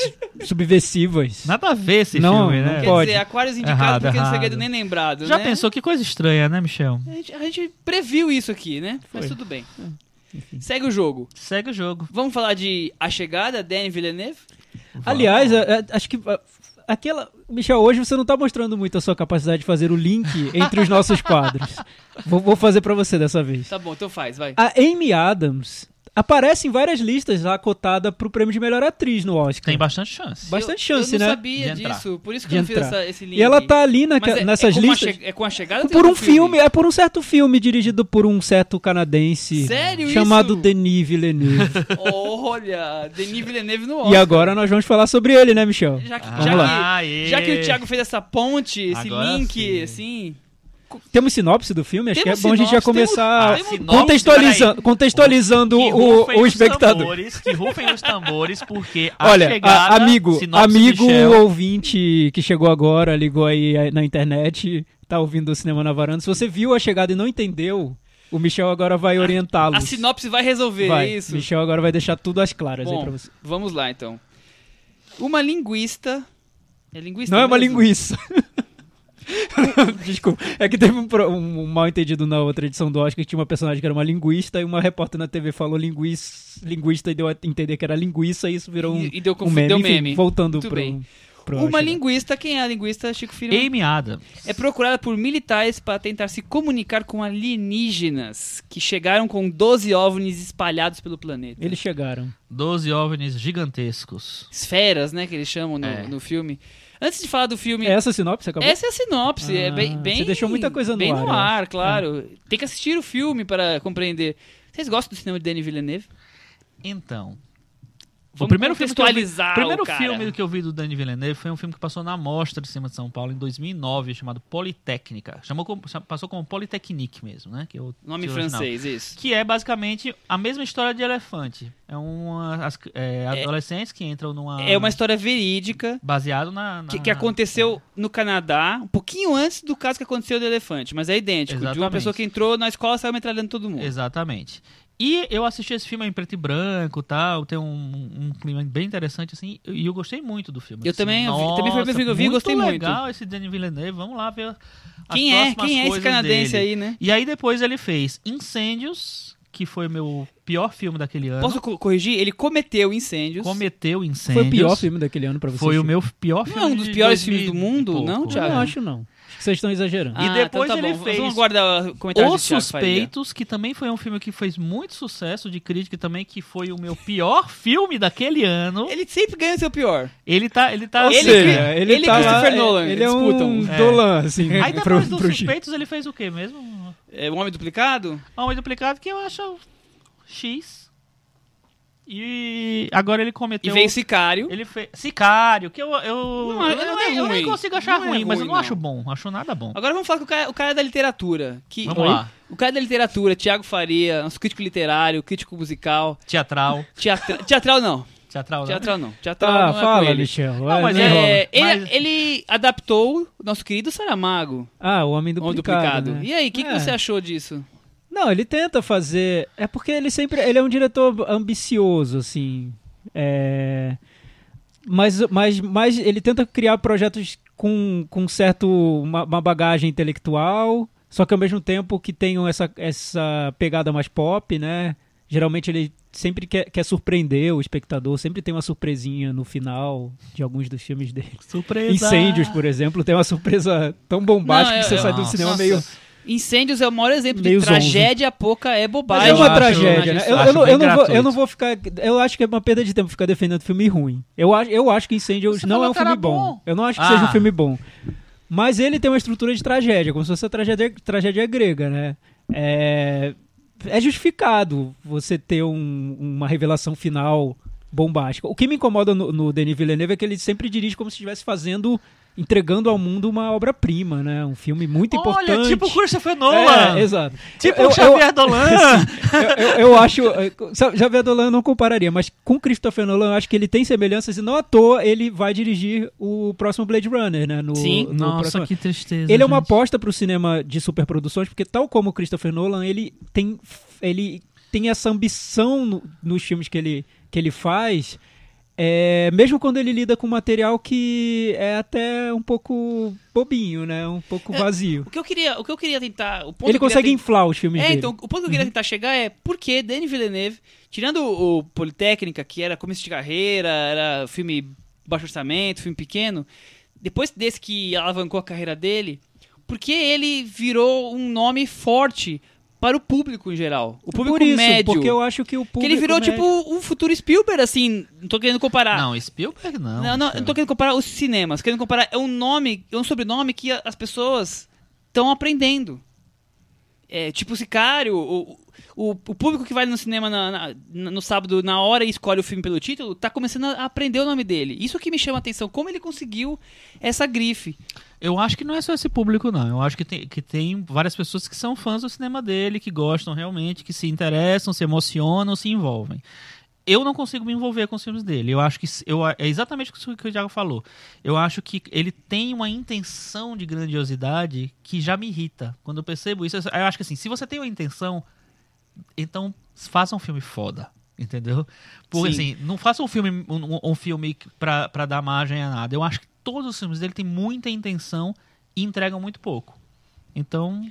Speaker 5: subversivas.
Speaker 4: Nada a ver esse
Speaker 5: Não,
Speaker 4: filme,
Speaker 5: não
Speaker 4: né?
Speaker 3: Quer
Speaker 5: pode.
Speaker 3: dizer, Aquários indicado
Speaker 4: Errado,
Speaker 3: porque não
Speaker 4: errado.
Speaker 3: segredo nem lembrado,
Speaker 4: Já
Speaker 3: né?
Speaker 4: pensou que coisa estranha, né, Michel?
Speaker 3: A gente, a gente previu isso aqui, né? Mas
Speaker 4: Foi.
Speaker 3: tudo bem.
Speaker 5: É,
Speaker 3: Segue o jogo.
Speaker 4: Segue o jogo.
Speaker 3: Vamos falar de A Chegada, Danny Villeneuve?
Speaker 5: Aliás, a- a- acho que a- aquela. Michel, hoje você não tá mostrando muito a sua capacidade de fazer o link entre os nossos quadros. Vou, vou fazer pra você dessa vez.
Speaker 3: Tá bom, então faz, vai.
Speaker 5: A Amy Adams aparece em várias listas lá cotada pro prêmio de melhor atriz no Oscar.
Speaker 4: Tem bastante chance.
Speaker 5: bastante
Speaker 3: eu,
Speaker 5: chance,
Speaker 3: eu não
Speaker 5: né?
Speaker 3: sabia
Speaker 4: De entrar.
Speaker 3: disso, por isso que
Speaker 5: De
Speaker 3: eu não fiz
Speaker 5: entrar.
Speaker 3: essa, esse link.
Speaker 5: E ela tá ali naque-
Speaker 3: Mas é- é
Speaker 5: nessas
Speaker 3: com a
Speaker 5: listas.
Speaker 3: che- É com a chegada ou tem
Speaker 5: Por um
Speaker 3: outro
Speaker 5: filme, é por um certo filme dirigido por um certo canadense
Speaker 3: Sério
Speaker 5: chamado
Speaker 3: isso?
Speaker 5: Denis Villeneuve.
Speaker 3: Olha, Denis Villeneuve no Oscar.
Speaker 5: e agora nós vamos falar sobre ele, né, Michel?
Speaker 3: Já que,
Speaker 4: Ah,
Speaker 3: já,
Speaker 4: lá.
Speaker 3: que,
Speaker 4: Aê.
Speaker 3: já que o Thiago fez essa ponte, esse
Speaker 4: Agora
Speaker 3: link,
Speaker 4: sim.
Speaker 3: assim.
Speaker 5: Temos sinopse do filme? Acho
Speaker 3: Temos
Speaker 5: que é bom a gente já
Speaker 3: sinopse, temos-
Speaker 5: começar
Speaker 3: temos-
Speaker 4: Sinopse,
Speaker 5: contextualizando, contextualizando
Speaker 4: um Que
Speaker 5: o,
Speaker 4: rufem
Speaker 5: o
Speaker 4: os
Speaker 5: espectador.
Speaker 4: tambores, que rufem os tambores, porque a
Speaker 5: Olha, a-
Speaker 4: chegada...
Speaker 5: amigo,
Speaker 4: sinopse
Speaker 5: amigo
Speaker 4: Michel,
Speaker 5: ouvinte que chegou agora, ligou aí eh, na internet, tá ouvindo o Cinema na Varanda. Se você viu a chegada e não entendeu, o Michel agora vai orientá-lo.
Speaker 3: A sinopse vai resolver é
Speaker 5: vai.
Speaker 3: isso.
Speaker 5: Michel agora vai deixar tudo às claras aí
Speaker 3: Bom,
Speaker 5: pra você.
Speaker 3: vamos lá então. Uma linguista. É linguista?
Speaker 5: Não é uma
Speaker 3: mesmo?
Speaker 5: linguiça. Desculpa. É que teve um, pro- um- um mal entendido na outra edição do Oscar que tinha uma personagem que era uma linguista e uma repórter na TV falou linguis, linguista e deu a entender que era linguiça e isso virou um,
Speaker 3: E- e deu
Speaker 5: um
Speaker 3: confu-
Speaker 5: meme.
Speaker 3: deu
Speaker 5: Enfim,
Speaker 3: meme.
Speaker 5: voltando
Speaker 3: Muito
Speaker 5: pro,
Speaker 3: bem.
Speaker 5: pro
Speaker 3: Uma
Speaker 5: Oscar.
Speaker 3: linguista, quem é a linguista? Chico Filho.
Speaker 4: Amy Adams.
Speaker 3: É procurada por militares para tentar se comunicar com alienígenas que chegaram com 12 ovnis espalhados pelo planeta.
Speaker 5: Eles chegaram.
Speaker 4: 12 OVNIs gigantescos.
Speaker 3: Esferas, né, que eles chamam no,
Speaker 4: É.
Speaker 3: no filme. Antes de falar do filme,
Speaker 5: É essa a sinopse? Acabou?
Speaker 3: essa é a sinopse. é
Speaker 5: Ah,
Speaker 3: bem, bem,
Speaker 5: você deixou muita coisa no
Speaker 3: bem
Speaker 5: ar,
Speaker 3: no
Speaker 5: eu
Speaker 3: ar,
Speaker 5: acho. É.
Speaker 3: claro. Tem que assistir o filme para compreender. Vocês gostam do cinema de Denis Villeneuve?
Speaker 4: Então...
Speaker 3: Vamos
Speaker 4: filme,
Speaker 3: contextualizar
Speaker 4: que eu vi,
Speaker 3: o
Speaker 4: primeiro
Speaker 3: cara.
Speaker 4: filme que eu vi do Dani Villeneuve foi um filme que passou na Mostra de Cinema de São Paulo em 2009, chamado Politécnica. Chamou como- cham- passou como Polytechnique mesmo, né? Que é o
Speaker 3: Nome
Speaker 4: título original.
Speaker 3: francês, isso.
Speaker 4: Que é basicamente a mesma história de Elefante. É uma as- é, adolescentes que entram
Speaker 5: Ah.
Speaker 4: numa
Speaker 3: É uma história verídica
Speaker 4: baseado na, na-
Speaker 3: que, que aconteceu
Speaker 4: tá.
Speaker 3: no Canadá, um pouquinho antes do caso que aconteceu do elefante, mas é idêntico. De uma
Speaker 4: Exatamente.
Speaker 3: pessoa que entrou na escola e saiu metralhando todo mundo.
Speaker 4: Exatamente. E eu assisti esse filme em preto e branco, tal, tem um, um clima bem interessante assim, e eu gostei muito do filme.
Speaker 3: Eu
Speaker 4: Assim,
Speaker 3: também- também foi o primeiro filme que eu vi e
Speaker 4: muito
Speaker 3: gostei muito.
Speaker 4: legal esse Denis Villeneuve, vamos lá ver as
Speaker 3: Quem é?
Speaker 4: próximas
Speaker 3: Quem é esse
Speaker 4: coisas
Speaker 3: canadense
Speaker 4: dele.
Speaker 3: aí, né?
Speaker 4: E aí depois ele fez Incêndios, que foi meu pior filme daquele ano.
Speaker 3: Posso co- corrigir? Ele cometeu incêndios.
Speaker 4: Cometeu
Speaker 5: Foi
Speaker 4: Incêndios.
Speaker 5: o pior filme daquele ano pra você?
Speaker 4: Foi o
Speaker 5: Chico?
Speaker 4: meu pior
Speaker 3: Não
Speaker 4: filme.
Speaker 3: é um dos
Speaker 4: de
Speaker 3: piores
Speaker 4: 2000
Speaker 3: filmes do mundo,
Speaker 4: e pouco.
Speaker 3: não,
Speaker 5: Eu
Speaker 3: Thiago?
Speaker 5: não acho, não. Acho que vocês estão exagerando.
Speaker 3: Ah,
Speaker 4: E depois
Speaker 3: então tá
Speaker 4: ele
Speaker 3: bom.
Speaker 4: fez
Speaker 3: Vamos aguardar o comentário
Speaker 4: Os
Speaker 3: do Thiago Faria.
Speaker 4: Suspeitos, que também foi um filme que fez muito sucesso de crítica e também, que foi o meu pior filme daquele ano.
Speaker 3: Ele sempre ganha o seu pior.
Speaker 4: Ele tá. Ele tá
Speaker 5: Ou
Speaker 3: Ele-
Speaker 5: seja,
Speaker 3: ele e Christopher Nolan
Speaker 5: ele é um
Speaker 3: disputam.
Speaker 4: É.
Speaker 5: Dolan, assim.
Speaker 4: Aí um
Speaker 5: pro-
Speaker 4: depois dos
Speaker 5: pro Chico.
Speaker 4: Suspeitos ele fez o quê mesmo?
Speaker 3: É o Homem Duplicado?
Speaker 4: Homem duplicado que eu acho X. E agora ele
Speaker 3: E
Speaker 4: cometeu.
Speaker 3: veio o Sicário.
Speaker 4: Então, Ele fez. Sicário, que eu. Eu,
Speaker 3: Não é-
Speaker 4: eu,
Speaker 3: não
Speaker 4: nem-
Speaker 3: é
Speaker 4: eu nem
Speaker 3: ruim.
Speaker 4: consigo achar
Speaker 3: Não é
Speaker 4: ruim, mas eu
Speaker 3: ruim,
Speaker 4: não,
Speaker 3: não.
Speaker 4: acho bom. Acho nada bom.
Speaker 3: Agora vamos falar com o cara, o cara da literatura. Que,
Speaker 4: Vamos
Speaker 3: Oi?
Speaker 4: lá.
Speaker 3: O cara da literatura, Thiago Faria, nosso crítico literário, crítico musical,
Speaker 4: Teatral.
Speaker 3: teatra- teatral não.
Speaker 4: Teatral, né?
Speaker 3: Teatral não. Teatral
Speaker 5: Tá,
Speaker 3: não é com
Speaker 5: fala,
Speaker 3: ele.
Speaker 5: Michel.
Speaker 4: Não, mas
Speaker 5: não
Speaker 3: É,
Speaker 5: enrola.
Speaker 3: ele,
Speaker 4: Mas-
Speaker 3: ele adaptou o nosso querido Saramago,
Speaker 5: Ah, o Homem
Speaker 3: o
Speaker 5: Duplicado.
Speaker 3: Homem Duplicado.
Speaker 5: né?
Speaker 3: E aí, o que, que
Speaker 5: É.
Speaker 3: você achou disso?
Speaker 5: Não, ele tenta fazer. É porque ele sempre. Ele é um diretor ambicioso, assim. É. Mas, mas, mas ele tenta criar projetos com, com certo. Uma, uma bagagem intelectual, só que ao mesmo tempo que tenham essa, essa pegada mais pop, né? Geralmente ele sempre quer, quer surpreender o espectador, sempre tem uma surpresinha no final de alguns dos filmes dele.
Speaker 4: Surpresa.
Speaker 5: Incêndios, por exemplo, tem uma surpresa tão bombástica
Speaker 3: Não,
Speaker 5: que você
Speaker 3: eu-
Speaker 5: sai do
Speaker 4: Nossa.
Speaker 5: cinema meio.
Speaker 3: Incêndios é o maior exemplo
Speaker 5: Meio
Speaker 3: de
Speaker 5: zonzo.
Speaker 3: tragédia, pouca é
Speaker 5: Mas
Speaker 3: bobagem.
Speaker 5: é
Speaker 4: Eu
Speaker 5: uma
Speaker 4: acho-
Speaker 5: tragédia, né? Eu, eu
Speaker 4: acho
Speaker 5: não,
Speaker 4: bem
Speaker 5: eu, não vou, eu
Speaker 4: gratuito.
Speaker 5: não vou ficar. Eu acho que é uma perda de tempo ficar defendendo filme ruim. Eu acho, eu acho que Incêndios
Speaker 4: Você
Speaker 5: não
Speaker 4: falou
Speaker 5: é um
Speaker 4: que era
Speaker 5: filme bom.
Speaker 4: bom.
Speaker 5: Eu não acho que
Speaker 4: Ah.
Speaker 5: seja um filme bom. Mas ele tem uma estrutura de tragédia, como se fosse a tragédia, tragédia grega, né? É, é justificado você ter um- uma revelação final bombástica. O que me incomoda no, no Denis Villeneuve é que ele sempre dirige como se estivesse fazendo entregando ao mundo uma obra-prima, né? Um filme muito
Speaker 4: Olha,
Speaker 5: importante.
Speaker 4: tipo o Christopher Nolan.
Speaker 5: é, exato.
Speaker 4: Tipo
Speaker 5: Eu-
Speaker 4: o
Speaker 5: eu-
Speaker 4: Xavier Dolan.
Speaker 5: eu, eu- eu acho. eh, sabe, Xavier Dolan eu não compararia, mas com Christopher Nolan eu acho que ele tem semelhanças e não à toa ele vai dirigir o próximo Blade Runner, né? No,
Speaker 3: Sim.
Speaker 5: no próximo...
Speaker 4: Nossa, que tristeza.
Speaker 5: Ele é uma
Speaker 4: gente.
Speaker 5: aposta pro cinema de superproduções, porque tal como o Christopher Nolan, ele tem, ele tem essa ambição no- nos filmes que ele, que ele faz, é, mesmo quando ele lida com material que é até um pouco bobinho, né? Um pouco
Speaker 3: É,
Speaker 5: vazio.
Speaker 3: O que eu queria, o que eu queria tentar. O ponto
Speaker 5: Ele
Speaker 3: que eu queria
Speaker 5: consegue
Speaker 3: ten-
Speaker 5: inflar os filmes
Speaker 3: É,
Speaker 5: dele. Uhum.
Speaker 3: então, o ponto que eu queria tentar chegar é por que Denis Villeneuve, tirando o, o Politécnica, que era começo de carreira, era filme baixo orçamento, filme pequeno, depois desse que alavancou a carreira dele, por que ele virou um nome forte para o público em geral? O público
Speaker 5: Por isso,
Speaker 3: médio.
Speaker 5: porque eu acho que o público
Speaker 3: que ele virou,
Speaker 5: médio-
Speaker 3: tipo, um futuro Spielberg, assim, não tô querendo
Speaker 5: Ah.
Speaker 3: comparar.
Speaker 4: Não, Spielberg não.
Speaker 3: Não, não, eu
Speaker 4: cara.
Speaker 3: tô querendo comparar os cinemas. Querendo comparar é um nome, é um sobrenome que a- as pessoas estão aprendendo. É, tipo o Sicário, o, o, o público que vai no cinema na- na- na- no sábado na hora e escolhe o filme pelo título, tá começando a aprender o nome dele. Isso que me chama a atenção, como ele conseguiu essa grife.
Speaker 4: Eu acho que não é só esse público, não. Eu acho que tem, que tem várias pessoas que são fãs do cinema dele, que gostam realmente, que se interessam, se emocionam, se envolvem. Eu não consigo me envolver com os filmes dele. Eu acho que se- eu, é exatamente o que o Thiago falou. Eu acho que ele tem uma intenção de grandiosidade que já me irrita. Quando eu percebo isso, eu eu acho que assim, se você tem uma intenção, então faça um filme foda. Entendeu? Porque
Speaker 3: Sim.
Speaker 4: assim, não faça um filme, um, um filme pra, pra dar margem a nada. Eu acho que todos os filmes dele têm muita intenção e entregam muito pouco. Então.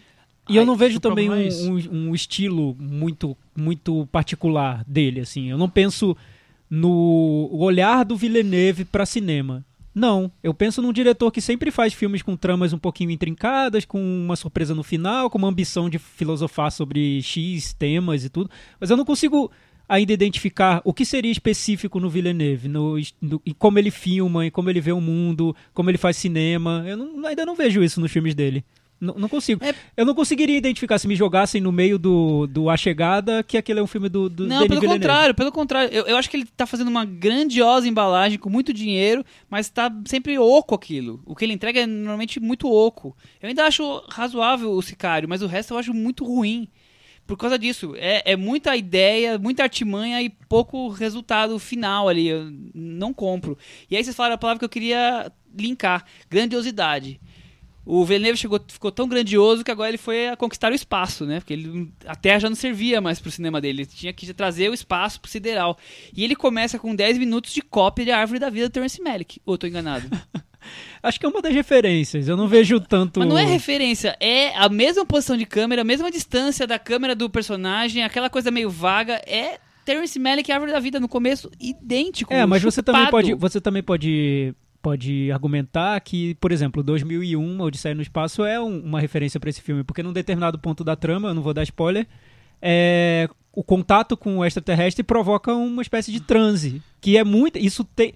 Speaker 5: E eu
Speaker 4: ai,
Speaker 5: não vejo
Speaker 4: o
Speaker 5: também um,
Speaker 4: problema é isso.
Speaker 5: um- um estilo muito, muito particular dele, assim. Eu não penso no olhar do Villeneuve para cinema. Não, eu penso num diretor que sempre faz filmes com tramas um pouquinho intrincadas, com uma surpresa no final, com uma ambição de filosofar sobre X temas e tudo. Mas eu não consigo ainda identificar o que seria específico no Villeneuve, no, es- no, em como ele filma, em como ele vê o mundo, como ele faz cinema. Eu não- ainda não vejo isso nos filmes dele. N- não consigo.
Speaker 3: É-
Speaker 5: Eu não conseguiria identificar se me jogassem no meio do, do A Chegada que aquele é um filme do, do
Speaker 3: Não,
Speaker 5: Denis
Speaker 3: pelo
Speaker 5: Villeneuve.
Speaker 3: contrário, pelo contrário. Eu, eu acho que ele tá fazendo uma grandiosa embalagem com muito dinheiro, mas tá sempre oco aquilo. O que ele entrega é normalmente muito oco. Eu ainda acho razoável o Sicário, mas o resto eu acho muito ruim. Por causa disso, é, é muita ideia, muita artimanha e pouco resultado final ali. Eu não compro. E aí vocês falaram a palavra que eu queria linkar: grandiosidade. O Villeneuve chegou, ficou tão grandioso que agora ele foi a conquistar o espaço, né? Porque ele, a Terra já não servia mais pro cinema dele. Ele tinha que trazer o espaço pro sideral. E ele começa com 10 minutos de cópia de A Árvore da Vida do Terence Malick. Ou eu tô enganado?
Speaker 5: Acho que é uma das referências. Eu não vejo tanto.
Speaker 3: Mas não é referência. É a mesma posição de câmera, a mesma distância da câmera do personagem, aquela coisa meio vaga. É Terence Malick e A Árvore da Vida no começo, idêntico.
Speaker 5: É, mas você também
Speaker 3: chupado.
Speaker 5: pode, você também pode, pode argumentar que, por exemplo, 2001, Odisseia no Espaço é um- uma referência para esse filme, porque num determinado ponto da trama, eu não vou dar spoiler, é, o contato com o extraterrestre provoca uma espécie de transe, que é muito, isso tem,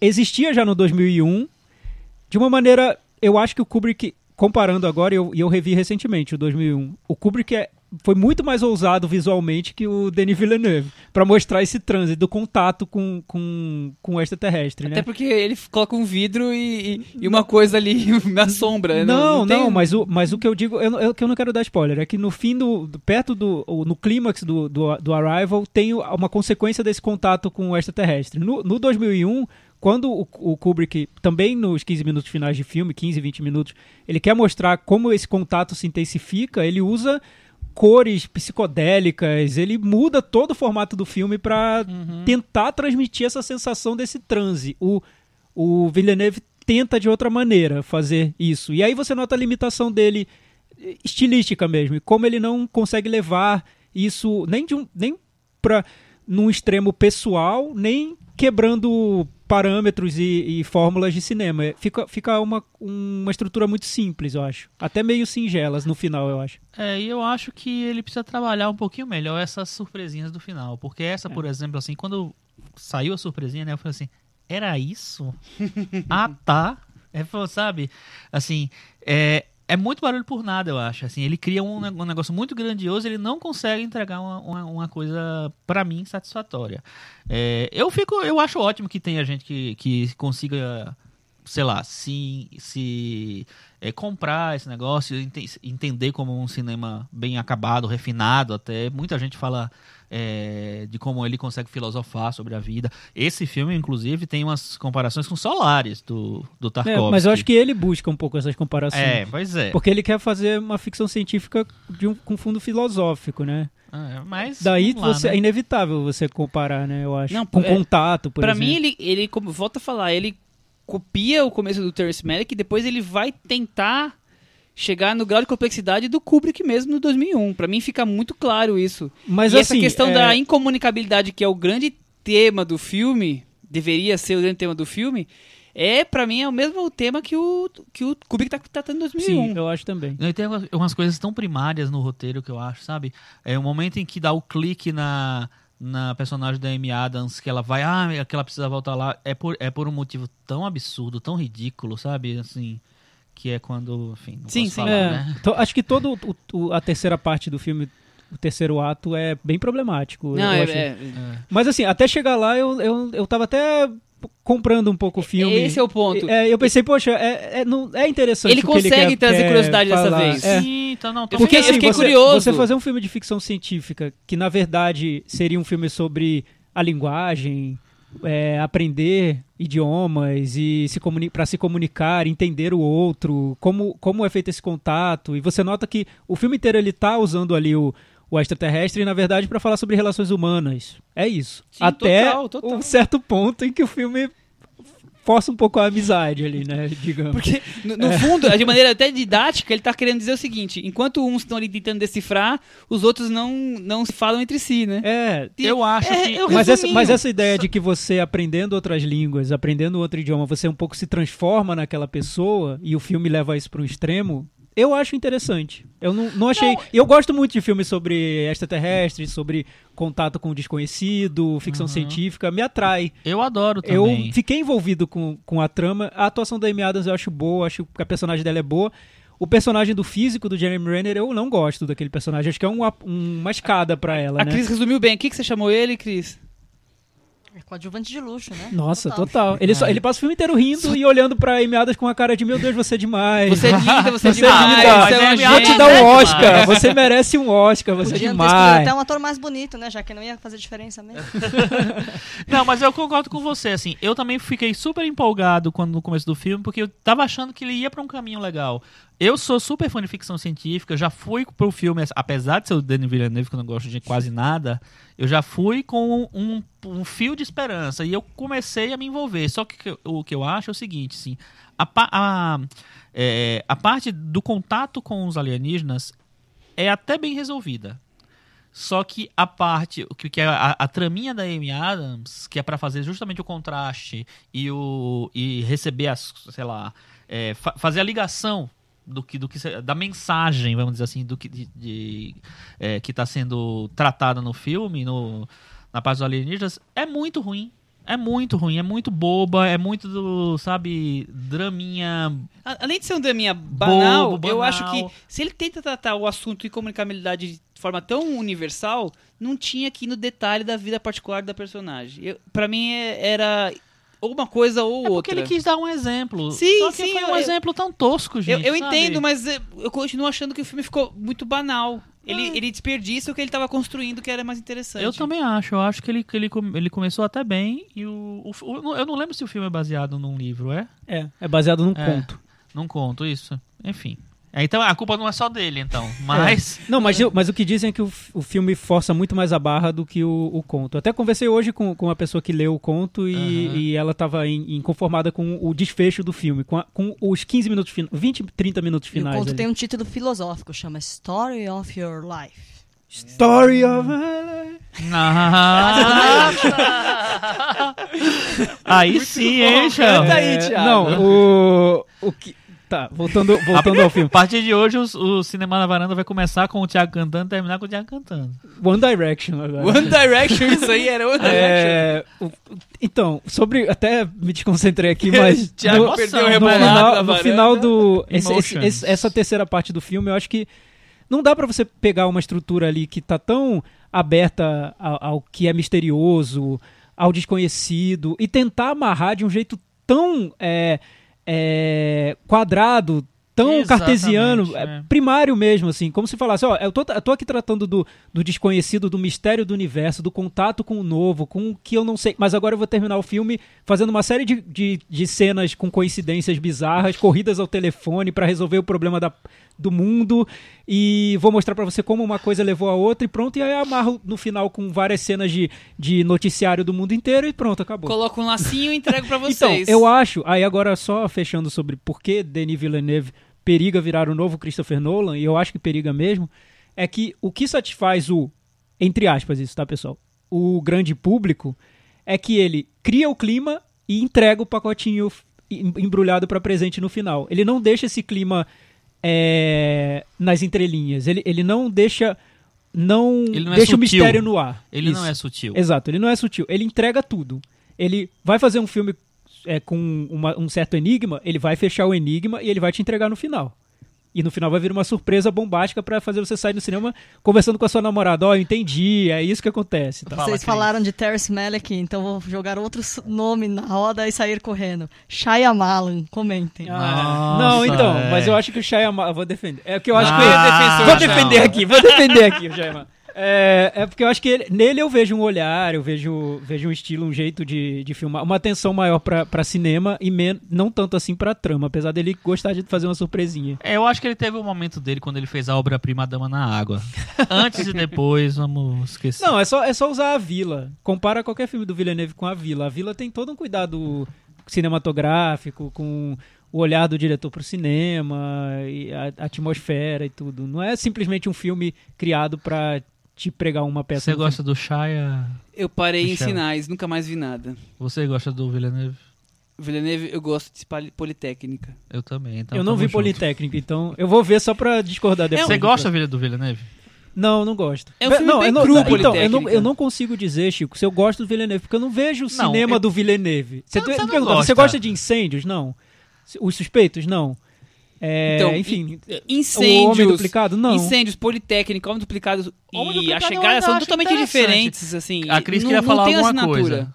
Speaker 5: existia já no 2001, de uma maneira, eu acho que o Kubrick, comparando agora, e eu, e eu revi recentemente o 2001, o Kubrick é- foi muito mais ousado visualmente que o Denis Villeneuve, para mostrar esse trânsito do contato com, com, com o extraterrestre,
Speaker 3: Até
Speaker 5: né?
Speaker 3: porque ele coloca um vidro e, e- e uma coisa ali na sombra. né?
Speaker 5: Não, não,
Speaker 3: tem-
Speaker 5: mas, o, mas o que eu digo, eu, não- eu- que eu não quero dar spoiler, é que no fim do. do- perto do. o- no clímax do, do, do Arrival, tem o- uma consequência desse contato com o extraterrestre. No, no 2001, quando o, o Kubrick, também nos 15 minutos finais de filme, 15, 20 minutos, ele quer mostrar como esse contato se intensifica, ele usa cores psicodélicas, ele muda todo o formato do filme para tentar transmitir essa sensação desse transe. O, o Villeneuve tenta de outra maneira fazer isso. E aí você nota a limitação dele eh, estilística mesmo, e como ele não consegue levar isso nem de um nem para num extremo pessoal, nem quebrando parâmetros e, e fórmulas de cinema. Eh, Fica, fica uma, uma estrutura muito simples, eu acho. Até meio singelas no final, eu acho.
Speaker 4: É, e eu acho que ele precisa trabalhar um pouquinho melhor essas surpresinhas do final. Porque essa, por exemplo, assim, quando saiu a surpresinha, né? Eu falei assim, era isso? ah, tá. É, foi, sabe? Assim, é, é muito barulho por nada, eu acho. Assim, ele cria um, ne- um negócio muito grandioso, ele não consegue entregar uma, uma, uma coisa, pra mim, satisfatória. É, eu fico, eu acho ótimo que tenha gente que, que consiga sei lá, se, se é, comprar esse negócio, ente- entender como um cinema bem acabado, refinado até. Muita gente fala é, de como ele consegue filosofar sobre a vida. Esse filme, inclusive, tem umas comparações com Solares, do, do
Speaker 5: É,
Speaker 4: Tarkovsky.
Speaker 5: mas eu acho que ele busca um pouco essas comparações.
Speaker 4: É, pois é.
Speaker 5: Porque ele quer fazer uma ficção científica de um, com fundo filosófico, né?
Speaker 4: Ah, mas,
Speaker 5: Daí
Speaker 4: vamos lá,
Speaker 5: você,
Speaker 4: né?
Speaker 5: é inevitável você comparar, né? Eu acho.
Speaker 3: Não,
Speaker 5: com
Speaker 3: é,
Speaker 5: contato, por
Speaker 3: Pra
Speaker 5: exemplo.
Speaker 3: mim, ele, ele, como volta a falar, ele copia o começo do Terence Malick e depois ele vai tentar chegar no grau de complexidade do Kubrick mesmo no 2001. Pra mim fica muito claro isso.
Speaker 5: Mas
Speaker 3: e essa
Speaker 5: assim,
Speaker 3: questão
Speaker 5: é,
Speaker 3: da incomunicabilidade, que é o grande tema do filme, deveria ser o grande tema do filme, é, pra mim, é o mesmo tema que o, que o Kubrick tá tratando em 2001.
Speaker 5: Sim, eu acho também.
Speaker 4: Não, E tem umas- umas coisas tão primárias no roteiro que eu acho, sabe? É o momento em que dá o clique na, na personagem da Amy Adams, que ela vai, ah, que ela precisa voltar lá. É por, é por um motivo tão absurdo, tão ridículo, sabe? Assim, que é quando, enfim, não
Speaker 3: Sim,
Speaker 4: posso
Speaker 3: sim.
Speaker 4: falar,
Speaker 5: É,
Speaker 4: né?
Speaker 5: to- acho que toda a terceira parte do filme, o terceiro ato, é bem problemático.
Speaker 3: Não,
Speaker 5: eu
Speaker 3: é,
Speaker 5: achei.
Speaker 3: é-
Speaker 5: Mas assim, até chegar lá, eu, eu, eu tava até comprando um pouco o filme.
Speaker 3: esse é o ponto.
Speaker 5: É, eu pensei, poxa, é, é, não- é interessante.
Speaker 3: Ele
Speaker 5: o que ele
Speaker 3: consegue
Speaker 5: quer-
Speaker 3: trazer
Speaker 5: quer
Speaker 3: curiosidade dessa
Speaker 5: falar.
Speaker 3: vez.
Speaker 5: É.
Speaker 4: Sim, então não, tá
Speaker 3: Porque,
Speaker 5: Porque
Speaker 3: eu
Speaker 5: assim,
Speaker 3: fiquei
Speaker 5: você,
Speaker 3: curioso.
Speaker 5: você fazer um filme de ficção científica que na verdade seria um filme sobre a linguagem, é, aprender idiomas e se para se comunicar, entender o outro, como, como é feito esse contato. E você nota que o filme inteiro ele tá usando ali o, o extraterrestre, na verdade, para falar sobre relações humanas. É isso.
Speaker 3: Sim,
Speaker 5: Até
Speaker 3: total, total.
Speaker 5: um certo ponto em que o filme força um pouco a amizade ali, né? Digamos.
Speaker 3: Porque, no, no fundo, de maneira até didática, ele tá querendo dizer o seguinte: enquanto uns estão ali tentando decifrar, os outros não, não se falam entre si, né?
Speaker 5: É,
Speaker 4: Eu acho
Speaker 3: É,
Speaker 4: que.
Speaker 3: eu-
Speaker 5: Mas essa,
Speaker 3: resuminho.
Speaker 5: mas essa ideia de que você aprendendo outras línguas, aprendendo outro idioma, você um pouco se transforma naquela pessoa e o filme leva isso para um extremo, eu acho interessante. Eu não, não achei. Eu gosto muito de filmes sobre extraterrestres, sobre contato com o desconhecido, ficção científica, me atrai.
Speaker 4: Eu adoro
Speaker 5: Eu
Speaker 4: também.
Speaker 5: fiquei envolvido com, com a trama. A atuação da Amy Adams eu acho boa, acho que a personagem dela é boa. O personagem do físico do Jeremy Renner, eu não gosto daquele personagem. Acho que é um, ap- um- uma escada para ela,
Speaker 3: A
Speaker 5: né?
Speaker 3: Cris resumiu bem. O que, que você chamou ele, Cris?
Speaker 6: É coadjuvante de luxo, né?
Speaker 5: Nossa, total. Ele, só, ele passa o filme inteiro rindo e olhando pra Amy Adams com a cara de meu Deus, você é demais.
Speaker 3: Você é linda, você é
Speaker 5: Você é
Speaker 3: demais,
Speaker 5: linda.
Speaker 3: você é uma
Speaker 4: Mas é
Speaker 5: Vou te
Speaker 3: gênia.
Speaker 5: dar um
Speaker 4: demais.
Speaker 5: Oscar, você merece um Oscar, você é
Speaker 6: Podia ter escolhido
Speaker 5: demais. É,
Speaker 6: até um ator mais bonito, né? Já que não ia fazer diferença mesmo.
Speaker 4: Não, mas eu concordo com você, assim. Eu também fiquei super empolgado quando no começo do filme, porque eu tava achando que ele ia pra um caminho legal. Eu sou super fã de ficção científica, já fui pro filme, apesar de ser o Denis Villeneuve, que eu não gosto de quase nada, eu já fui com um, um fio de esperança e eu comecei a me envolver. Só que que eu- o que eu acho é o seguinte, assim, a, pa- a, é, a parte do contato com os alienígenas é até bem resolvida. Só que a parte, o que que é a, a traminha da Amy Adams, que é pra fazer justamente o contraste e o e receber as, sei lá, é, fa- fazer a ligação do que, do que se- da mensagem, vamos dizer assim, do que de, de, é, que está sendo tratada no filme, no na parte dos alienígenas, é muito ruim. É muito ruim, é muito boba, é muito do, sabe, draminha
Speaker 3: A- Além de ser um draminha banal,
Speaker 4: Bobo,
Speaker 3: eu
Speaker 4: banal.
Speaker 3: acho que se ele tenta tratar o assunto e comunicabilidade de forma tão universal, não tinha que ir no detalhe da vida particular da personagem. Eu, pra mim é- era ou uma coisa ou
Speaker 4: É porque
Speaker 3: outra.
Speaker 4: ele quis dar um exemplo.
Speaker 3: Sim,
Speaker 4: Só que
Speaker 3: sim,
Speaker 4: foi um
Speaker 3: eu-
Speaker 4: exemplo tão tosco,
Speaker 3: Eu,
Speaker 4: gente.
Speaker 3: eu
Speaker 4: sabe?
Speaker 3: entendo, mas é, eu continuo achando que o filme ficou muito banal. Ele, ele desperdiça o que ele estava construindo, que era mais interessante.
Speaker 4: Ah. Eu também acho. Eu acho que ele, que ele, come- ele começou até bem. E o, o fi- o- eu não lembro se o filme é baseado num livro, é?
Speaker 6: um
Speaker 5: É, é baseado num
Speaker 4: É.
Speaker 5: conto.
Speaker 4: Não conto isso. Enfim. É, então a culpa não é só dele, então. Mas.
Speaker 5: Não, mas, eu- mas o que dizem é que o, f- o filme força muito mais a barra do que o, o conto. Até conversei hoje com, com uma pessoa que leu o conto e,
Speaker 4: Aham.
Speaker 5: e ela estava inconformada com o desfecho do filme, com, a- com os 15 minutos finais, 20, 30 minutos
Speaker 6: E o
Speaker 5: finais.
Speaker 6: conto
Speaker 5: ali.
Speaker 6: tem um título filosófico, chama Story of Your Life.
Speaker 5: Story of my life.
Speaker 4: Nossa! Aí sim, hein, É,
Speaker 6: Tá
Speaker 4: Chão?
Speaker 3: Canta aí, Thiago.
Speaker 5: É, Não, o, o que. Tá, voltando, voltando ao filme.
Speaker 4: A partir de hoje, os- o Cinema na Varanda vai começar com o Thiago cantando e terminar com o Thiago cantando.
Speaker 5: One Direction agora.
Speaker 3: One Direction, isso aí era One Direction.
Speaker 5: É, o- então, sobre. Até me desconcentrei aqui, mas.
Speaker 3: Thiago
Speaker 5: no,
Speaker 3: perdeu o
Speaker 4: né?
Speaker 5: no
Speaker 3: rebolado na
Speaker 5: final, no
Speaker 3: varanda.
Speaker 5: final do. esse- esse-
Speaker 4: Emotions.
Speaker 5: esse- essa terceira parte do filme, eu acho que. Não dá pra você pegar uma estrutura ali que tá tão aberta ao, ao que é misterioso, ao desconhecido, e tentar amarrar de um jeito tão. é, é, quadrado, tão
Speaker 4: Exatamente,
Speaker 5: cartesiano, é,
Speaker 4: é.
Speaker 5: primário mesmo, assim, como se falasse, ó, eu tô, eu tô aqui tratando do, do desconhecido, do mistério do universo, do contato com o novo, com o que eu não sei, mas agora eu vou terminar o filme fazendo uma série de, de, de cenas com coincidências bizarras, corridas ao telefone pra resolver o problema da, do mundo e vou mostrar pra você como uma coisa levou a outra e pronto, e aí eu amarro no final com várias cenas de, de noticiário do mundo inteiro e pronto, acabou.
Speaker 3: Coloco um lacinho e entrego pra
Speaker 5: Então,
Speaker 3: vocês.
Speaker 5: eu acho. Aí agora só fechando sobre por que Denis Villeneuve periga virar o novo Christopher Nolan, e eu acho que periga mesmo, é que o que satisfaz o, entre aspas isso, tá, pessoal? O grande público é que ele cria o clima e entrega o pacotinho f- em- embrulhado pra presente no final. Ele não deixa esse clima é, nas entrelinhas. Ele, ele não deixa não,
Speaker 4: Ele não é
Speaker 5: deixa o
Speaker 4: sutil.
Speaker 5: mistério no ar.
Speaker 4: Ele não
Speaker 5: Isso.
Speaker 4: é sutil.
Speaker 5: Exato, ele não é sutil. Ele entrega tudo. Ele vai fazer um filme é, com uma- um certo enigma, ele vai fechar o enigma e ele vai te entregar no final. E no final vai vir uma surpresa bombástica pra fazer você sair do cinema conversando com a sua namorada. Ó, eu entendi, é isso que acontece. Tá?
Speaker 4: Fala,
Speaker 6: Vocês
Speaker 4: Cris.
Speaker 6: falaram de Terrence Malick, então vou jogar outro s- nome na roda e sair correndo. Shyamalan, comentem.
Speaker 5: Ah.
Speaker 4: Nossa,
Speaker 5: não, então,
Speaker 4: é.
Speaker 5: mas eu acho que o Shyamalan... eu Vou defender. É que eu acho
Speaker 4: Ah,
Speaker 5: que ele Vou
Speaker 4: Vou
Speaker 5: defender aqui, vou defender aqui o Jaima. É, é porque eu acho que ele- nele eu vejo um olhar, eu vejo, vejo um estilo, um jeito de, de filmar, uma atenção maior pra, pra cinema e men- não tanto assim pra trama, apesar dele gostar de fazer uma surpresinha.
Speaker 4: É, eu acho que ele teve um momento dele quando ele fez a obra-prima Dama na Água. Antes e depois, vamos esquecer.
Speaker 5: Não, é só, é só usar a vila. Compara qualquer filme do Villeneuve com a vila. A vila tem todo um cuidado cinematográfico, com o olhar do diretor pro cinema, e a, a atmosfera e tudo. Não é simplesmente um filme criado pra te pregar uma peça.
Speaker 4: Você
Speaker 5: no
Speaker 4: gosta do Shia?
Speaker 3: Eu parei
Speaker 4: Michel.
Speaker 3: em sinais, nunca mais vi nada.
Speaker 4: Você gosta do Villeneuve?
Speaker 3: Villeneuve, eu gosto de pali- politécnica.
Speaker 4: Eu também. Então
Speaker 5: eu não
Speaker 4: tamo
Speaker 5: vi
Speaker 4: junto.
Speaker 5: Politécnico, então eu vou ver só pra discordar depois.
Speaker 4: Você gosta do Villeneuve?
Speaker 5: Não, não gosto.
Speaker 3: É um
Speaker 5: Be-
Speaker 3: filme
Speaker 5: não,
Speaker 3: bem
Speaker 5: eu não,
Speaker 3: cru,
Speaker 5: então, eu não,
Speaker 3: Politécnica.
Speaker 5: eu não consigo dizer, Chico, se eu gosto do Villeneuve, porque eu não vejo o
Speaker 4: Não,
Speaker 5: cinema
Speaker 4: eu-
Speaker 5: do Villeneuve. Você,
Speaker 4: Não,
Speaker 5: tu-
Speaker 4: você
Speaker 5: me
Speaker 4: não
Speaker 5: pergunta, você
Speaker 4: gosta.
Speaker 5: gosta de incêndios? Não. Os suspeitos? Não. É,
Speaker 3: Então,
Speaker 5: enfim. O Homem
Speaker 3: Incêndios.
Speaker 5: Duplicado? Não.
Speaker 3: Incêndios, Politécnica, Homem Duplicado
Speaker 4: Homem
Speaker 3: e A
Speaker 4: Duplicado eu
Speaker 3: Chegada
Speaker 4: ainda
Speaker 3: são
Speaker 4: acho
Speaker 3: totalmente
Speaker 4: interessante.
Speaker 3: diferentes, assim.
Speaker 4: A Cris
Speaker 3: Não-
Speaker 4: queria
Speaker 3: não
Speaker 4: falar
Speaker 3: tem
Speaker 4: alguma
Speaker 3: assinatura.
Speaker 4: coisa.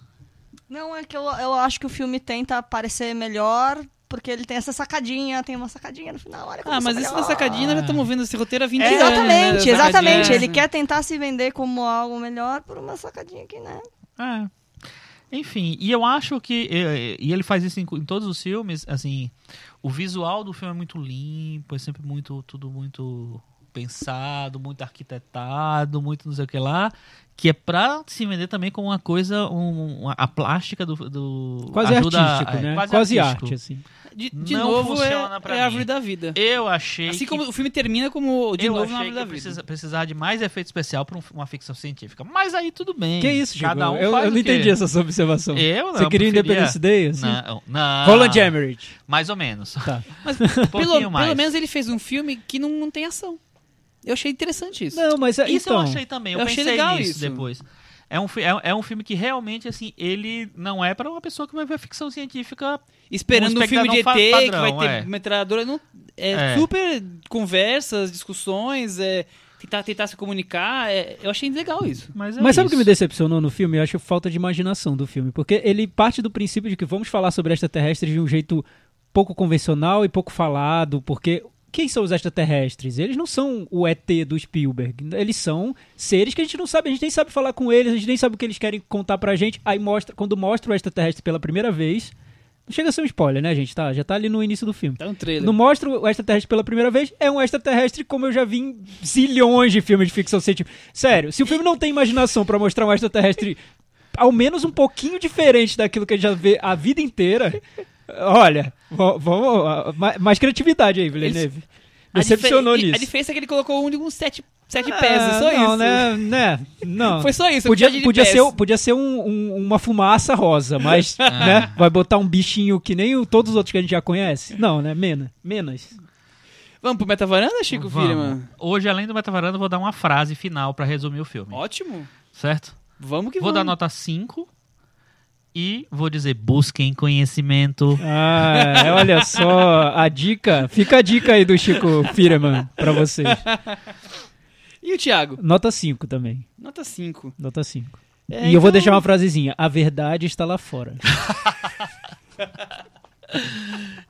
Speaker 6: Não, é que eu, eu acho que o filme tenta parecer melhor, porque ele tem essa sacadinha, tem uma sacadinha no final. Olha como
Speaker 3: Ah, mas
Speaker 6: isso é
Speaker 3: isso da
Speaker 6: melhor.
Speaker 3: sacadinha, nós já estamos vendo esse roteiro há
Speaker 4: É.
Speaker 3: 20 anos.
Speaker 6: Exatamente,
Speaker 3: né, da sacadinha.
Speaker 6: exatamente. Ele
Speaker 3: É.
Speaker 6: quer tentar se vender como algo melhor por uma sacadinha aqui, né?
Speaker 4: É. Enfim, e eu acho que. E, e ele faz isso em, em todos os filmes, assim. O visual do filme é muito limpo, é sempre muito. Tudo muito pensado, muito arquitetado, muito não sei o que lá. Que é pra se vender também como uma coisa. Um, uma- a plástica do. do
Speaker 5: Quase
Speaker 4: ajuda-
Speaker 5: artístico,
Speaker 4: é,
Speaker 5: né? Quase,
Speaker 4: artístico.
Speaker 5: arte, assim.
Speaker 3: De, de
Speaker 4: Não
Speaker 3: novo, é,
Speaker 4: funciona pra
Speaker 3: é
Speaker 4: mim.
Speaker 3: a árvore da vida.
Speaker 4: Eu achei.
Speaker 3: Assim
Speaker 4: que-
Speaker 3: como o filme termina como de
Speaker 4: eu
Speaker 3: novo
Speaker 4: achei
Speaker 3: na árvore
Speaker 4: que
Speaker 3: da vida.
Speaker 4: precisa, precisar de mais efeito especial pra um- uma ficção científica. Mas aí tudo bem.
Speaker 5: Que isso, Chico?
Speaker 4: Cada um
Speaker 5: eu,
Speaker 4: faz
Speaker 5: eu
Speaker 4: o
Speaker 5: não
Speaker 4: que-
Speaker 5: entendi essa sua observação.
Speaker 4: Eu não.
Speaker 5: você
Speaker 4: eu
Speaker 5: queria
Speaker 4: preferia-
Speaker 5: Independence Day? Assim?
Speaker 4: Não, não.
Speaker 5: Roland Emmerich.
Speaker 4: Mais ou menos.
Speaker 3: Mas
Speaker 4: Um
Speaker 3: pelo,
Speaker 4: pouquinho mais.
Speaker 3: pelo menos ele fez um filme que não, não tem ação. Eu achei interessante isso.
Speaker 5: Não, mas é-
Speaker 4: Isso
Speaker 5: então,
Speaker 4: eu achei também. Eu,
Speaker 3: eu achei
Speaker 4: pensei
Speaker 3: legal
Speaker 4: nisso
Speaker 3: isso.
Speaker 4: depois. É um, fi- é, é um filme que realmente, assim, ele não é pra uma pessoa que vai ver ficção científica.
Speaker 3: Esperando
Speaker 4: Um
Speaker 3: um filme de ET
Speaker 4: espectador
Speaker 3: que
Speaker 4: padrão,
Speaker 3: vai ter
Speaker 4: é.
Speaker 3: metralhadora. Não, é,
Speaker 4: É.
Speaker 3: Super conversas, discussões, é, tentar, tentar se comunicar. é, eu achei legal isso.
Speaker 4: Mas, é
Speaker 5: Mas sabe o que me
Speaker 4: isso.
Speaker 5: decepcionou no filme? Eu acho falta de imaginação do filme. Porque ele parte do princípio de que vamos falar sobre extraterrestres de um jeito pouco convencional e pouco falado, porque quem são os extraterrestres? Eles não são o ET do Spielberg. Eles são seres que a gente não sabe, a gente nem sabe falar com eles, a gente nem sabe o que eles querem contar pra gente. Aí mostra, quando mostra o extraterrestre pela primeira vez, não chega a ser um spoiler, né, gente? Tá, já tá ali no início do filme.
Speaker 3: Tá no trailer.
Speaker 5: Não mostra o extraterrestre pela primeira vez, é um extraterrestre como eu já vi em zilhões de filmes de ficção científica. Sério, se o filme não tem imaginação pra mostrar um extraterrestre ao menos um pouquinho diferente daquilo que a gente já vê a vida inteira, olha, vo- vamos ah, ma- mais criatividade aí, Villeneuve.
Speaker 3: A dife-
Speaker 5: Decepcionou
Speaker 3: e- A
Speaker 5: nisso.
Speaker 3: diferença é que ele colocou um de uns sete, sete pés, é só
Speaker 5: Ah, não,
Speaker 3: isso.
Speaker 5: Né, né, não.
Speaker 3: Foi só isso.
Speaker 5: Podia,
Speaker 3: quantidade de
Speaker 5: podia,
Speaker 3: pés.
Speaker 5: ser, podia ser um- um- uma fumaça rosa, mas, né? Vai botar um bichinho que nem o- todos os outros que a gente já conhece? Não, né? Mena, menos.
Speaker 3: Vamos pro Metavaranda, Chico
Speaker 4: Vamos.
Speaker 3: Firman?
Speaker 4: Hoje, além do Metavaranda, eu vou dar uma frase final pra resumir o filme.
Speaker 3: Ótimo.
Speaker 4: Certo?
Speaker 3: Vamos que
Speaker 4: Vou dar
Speaker 3: vamos.
Speaker 4: nota 5 e vou dizer: busquem conhecimento.
Speaker 5: Ah, olha só, a dica, fica a dica aí do Chico Firman pra vocês.
Speaker 3: E o Thiago?
Speaker 5: Nota 5 também,
Speaker 3: Nota 5.
Speaker 5: nota 5.
Speaker 3: É,
Speaker 5: e eu vou
Speaker 3: então-
Speaker 5: deixar uma frasezinha, a verdade está lá fora.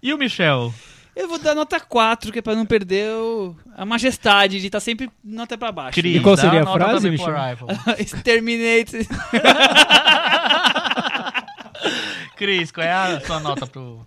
Speaker 4: E o Michel?
Speaker 3: Eu vou dar nota 4, que é pra não perder o- a majestade de estar sempre nota pra baixo.
Speaker 4: Cris,
Speaker 5: E qual
Speaker 4: dá
Speaker 5: seria a
Speaker 4: nota
Speaker 5: frase,
Speaker 4: pra
Speaker 5: Michel?
Speaker 4: Maple Rifle.
Speaker 3: Exterminate.
Speaker 4: Cris, qual é a sua nota pro...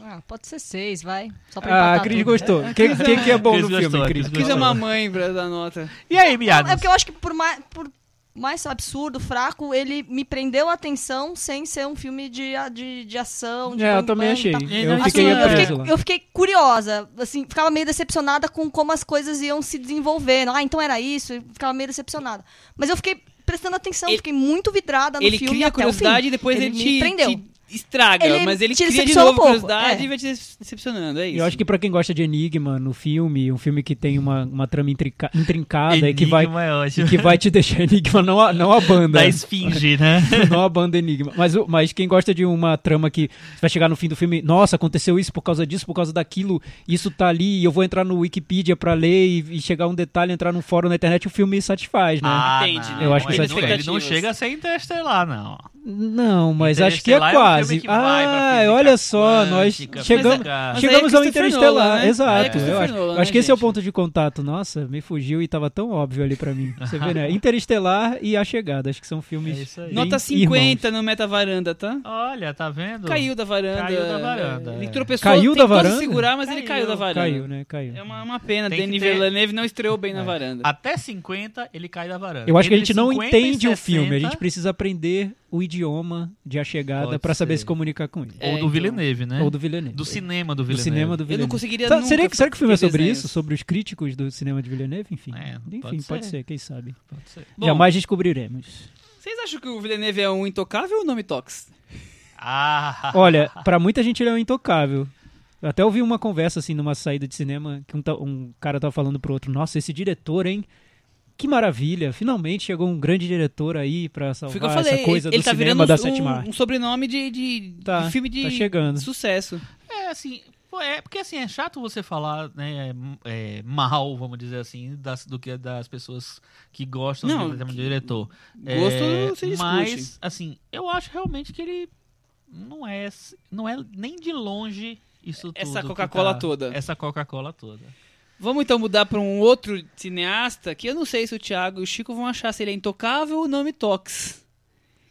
Speaker 6: Ah, pode ser seis, vai. Só pra
Speaker 5: Ah,
Speaker 6: empatar
Speaker 5: a Cris
Speaker 6: tudo. né?
Speaker 5: gostou. O que, que, que é bom
Speaker 4: Cris
Speaker 5: no
Speaker 4: gostou,
Speaker 5: filme,
Speaker 4: Cris
Speaker 5: Cris?
Speaker 3: Cris é uma mãe pra dar nota.
Speaker 4: E aí,
Speaker 6: É
Speaker 4: miados?
Speaker 6: porque eu acho que por mais, por mais absurdo, fraco, ele me prendeu a atenção sem ser um filme de, a- de, de ação. De
Speaker 5: É, eu
Speaker 6: bang
Speaker 5: também
Speaker 6: bang
Speaker 5: achei.
Speaker 6: e tal.
Speaker 5: Eu
Speaker 6: Assim,
Speaker 5: fiquei
Speaker 6: eu,
Speaker 5: preso lá.
Speaker 6: fiquei, eu fiquei curiosa, assim, ficava meio decepcionada com como as coisas iam se desenvolvendo. Ah, então era isso, eu ficava meio decepcionada. Mas eu fiquei prestando atenção,
Speaker 3: Ele-
Speaker 6: fiquei muito vidrada Tá no
Speaker 3: ele
Speaker 6: filme
Speaker 3: cria
Speaker 6: até o fim.
Speaker 3: curiosidade e depois ele,
Speaker 6: me
Speaker 3: te,
Speaker 6: prendeu.
Speaker 3: te estraga.
Speaker 6: Ele
Speaker 3: mas ele
Speaker 6: te
Speaker 3: cria de
Speaker 6: decepciona
Speaker 3: novo
Speaker 6: um pouco,
Speaker 3: curiosidade
Speaker 6: é.
Speaker 3: e vai te decepcionando. É isso.
Speaker 5: Eu acho que pra quem gosta de enigma no filme, um filme que tem uma, uma trama intrinca- intrincada e que vai
Speaker 4: é
Speaker 5: e
Speaker 4: ótimo.
Speaker 5: que vai te deixar enigma, não a, não a banda.
Speaker 4: Da esfinge, né?
Speaker 5: Não a banda enigma. Mas, o- mas quem gosta de uma trama que você vai chegar no fim do filme, nossa, aconteceu isso por causa disso, por causa daquilo, isso tá ali, e eu vou entrar no Wikipedia pra ler e, e chegar um detalhe, entrar num fórum na internet, o filme satisfaz, né?
Speaker 4: Ah,
Speaker 3: Entende, né?
Speaker 5: Eu acho que
Speaker 4: ele,
Speaker 5: isso
Speaker 4: não,
Speaker 5: é
Speaker 4: ele não
Speaker 3: expectativas.
Speaker 4: chega a ser interestelar, não.
Speaker 5: Não, mas acho que é
Speaker 4: Interestelar é um
Speaker 5: quase.
Speaker 4: filme que vai pra
Speaker 5: ah,
Speaker 4: física
Speaker 5: olha só,
Speaker 4: quântica,
Speaker 5: nós chegamos,
Speaker 4: física- Mas
Speaker 3: aí é
Speaker 5: chegamos ao
Speaker 3: Christopher
Speaker 5: Interestelar.
Speaker 3: Nolan, né?
Speaker 4: Aí é
Speaker 5: Exato. eu
Speaker 3: Christopher
Speaker 5: acho,
Speaker 3: Nolan,
Speaker 5: eu acho que
Speaker 3: né,
Speaker 5: esse é o
Speaker 3: gente?
Speaker 5: ponto de contato. Nossa, me fugiu e tava tão óbvio ali pra mim. Você vê, né? Interestelar e A Chegada. Acho que são filmes.
Speaker 4: É isso aí.
Speaker 5: bem
Speaker 3: Nota
Speaker 5: irmãos.
Speaker 3: 50 no Meta Varanda, tá?
Speaker 4: Olha, tá vendo?
Speaker 3: Caiu da varanda.
Speaker 4: Caiu da varanda,
Speaker 3: Ele
Speaker 4: é.
Speaker 3: tropeçou,
Speaker 5: Caiu
Speaker 3: tentou
Speaker 5: da varanda?
Speaker 3: se segurar, mas ele
Speaker 4: Caiu,
Speaker 3: caiu da varanda.
Speaker 5: Caiu, né? É. Caiu.
Speaker 3: É uma, uma pena.
Speaker 4: Tem que
Speaker 3: Denis
Speaker 4: ter-
Speaker 3: Villeneuve não estreou bem na varanda.
Speaker 4: Até 50 ele cai da
Speaker 3: Tá.
Speaker 4: varanda.
Speaker 5: Eu acho que a
Speaker 4: Entre
Speaker 5: gente não
Speaker 4: 50 e
Speaker 5: entende o filme. A
Speaker 4: 60,
Speaker 5: gente precisa aprender o idioma de A Chegada
Speaker 4: Pode
Speaker 5: pra saber
Speaker 4: ser.
Speaker 5: se comunicar com ele.
Speaker 3: É,
Speaker 4: Ou do
Speaker 3: então.
Speaker 4: Villeneuve, né?
Speaker 5: Ou do Villeneuve.
Speaker 4: Do cinema do
Speaker 5: Do
Speaker 4: Villeneuve.
Speaker 5: cinema do
Speaker 3: Eu
Speaker 5: Villeneuve.
Speaker 3: não conseguiria
Speaker 5: Será,
Speaker 3: nunca
Speaker 5: seria que- será que o filme é
Speaker 3: ver
Speaker 5: sobre
Speaker 3: desenhos.
Speaker 5: isso? Sobre os críticos do cinema de Villeneuve? Enfim,
Speaker 4: É,
Speaker 5: enfim
Speaker 4: pode
Speaker 5: pode,
Speaker 4: ser.
Speaker 5: ser. quem sabe.
Speaker 4: Pode ser.
Speaker 3: Bom,
Speaker 5: Jamais descobriremos.
Speaker 3: Vocês acham que o Villeneuve é um intocável ou um nome tox?
Speaker 4: Ah,
Speaker 5: Olha, pra muita gente ele é um intocável. Eu até ouvi uma conversa assim numa saída de cinema que um, ta- um cara tava falando pro outro: Nossa, esse diretor, hein? Que maravilha! Finalmente chegou um grande diretor aí pra salvar
Speaker 3: Foi o que eu falei.
Speaker 5: Então essa coisa
Speaker 3: ele
Speaker 5: do
Speaker 3: tá
Speaker 5: cinema
Speaker 3: virando
Speaker 5: da
Speaker 3: um-
Speaker 5: sétima
Speaker 3: um,
Speaker 5: arte.
Speaker 3: um sobrenome de, de-
Speaker 5: Tá,
Speaker 3: de filme de
Speaker 5: tá chegando.
Speaker 3: sucesso.
Speaker 4: é assim. pô, É porque assim, é chato você falar né, é, é, mal, vamos dizer assim, das, do que das pessoas que gostam
Speaker 3: Não,
Speaker 4: do cinema de diretor.
Speaker 3: Gosto não se discute.
Speaker 4: É, Mas, assim, eu acho realmente que ele não é, não é nem de longe isso tudo.
Speaker 3: Essa
Speaker 4: que
Speaker 3: Coca-Cola
Speaker 4: tá-
Speaker 3: toda.
Speaker 4: Essa Coca-Cola toda.
Speaker 3: Vamos então mudar pra um outro cineasta que eu não sei se o Thiago e o Chico vão achar se ele é intocável ou nome tox.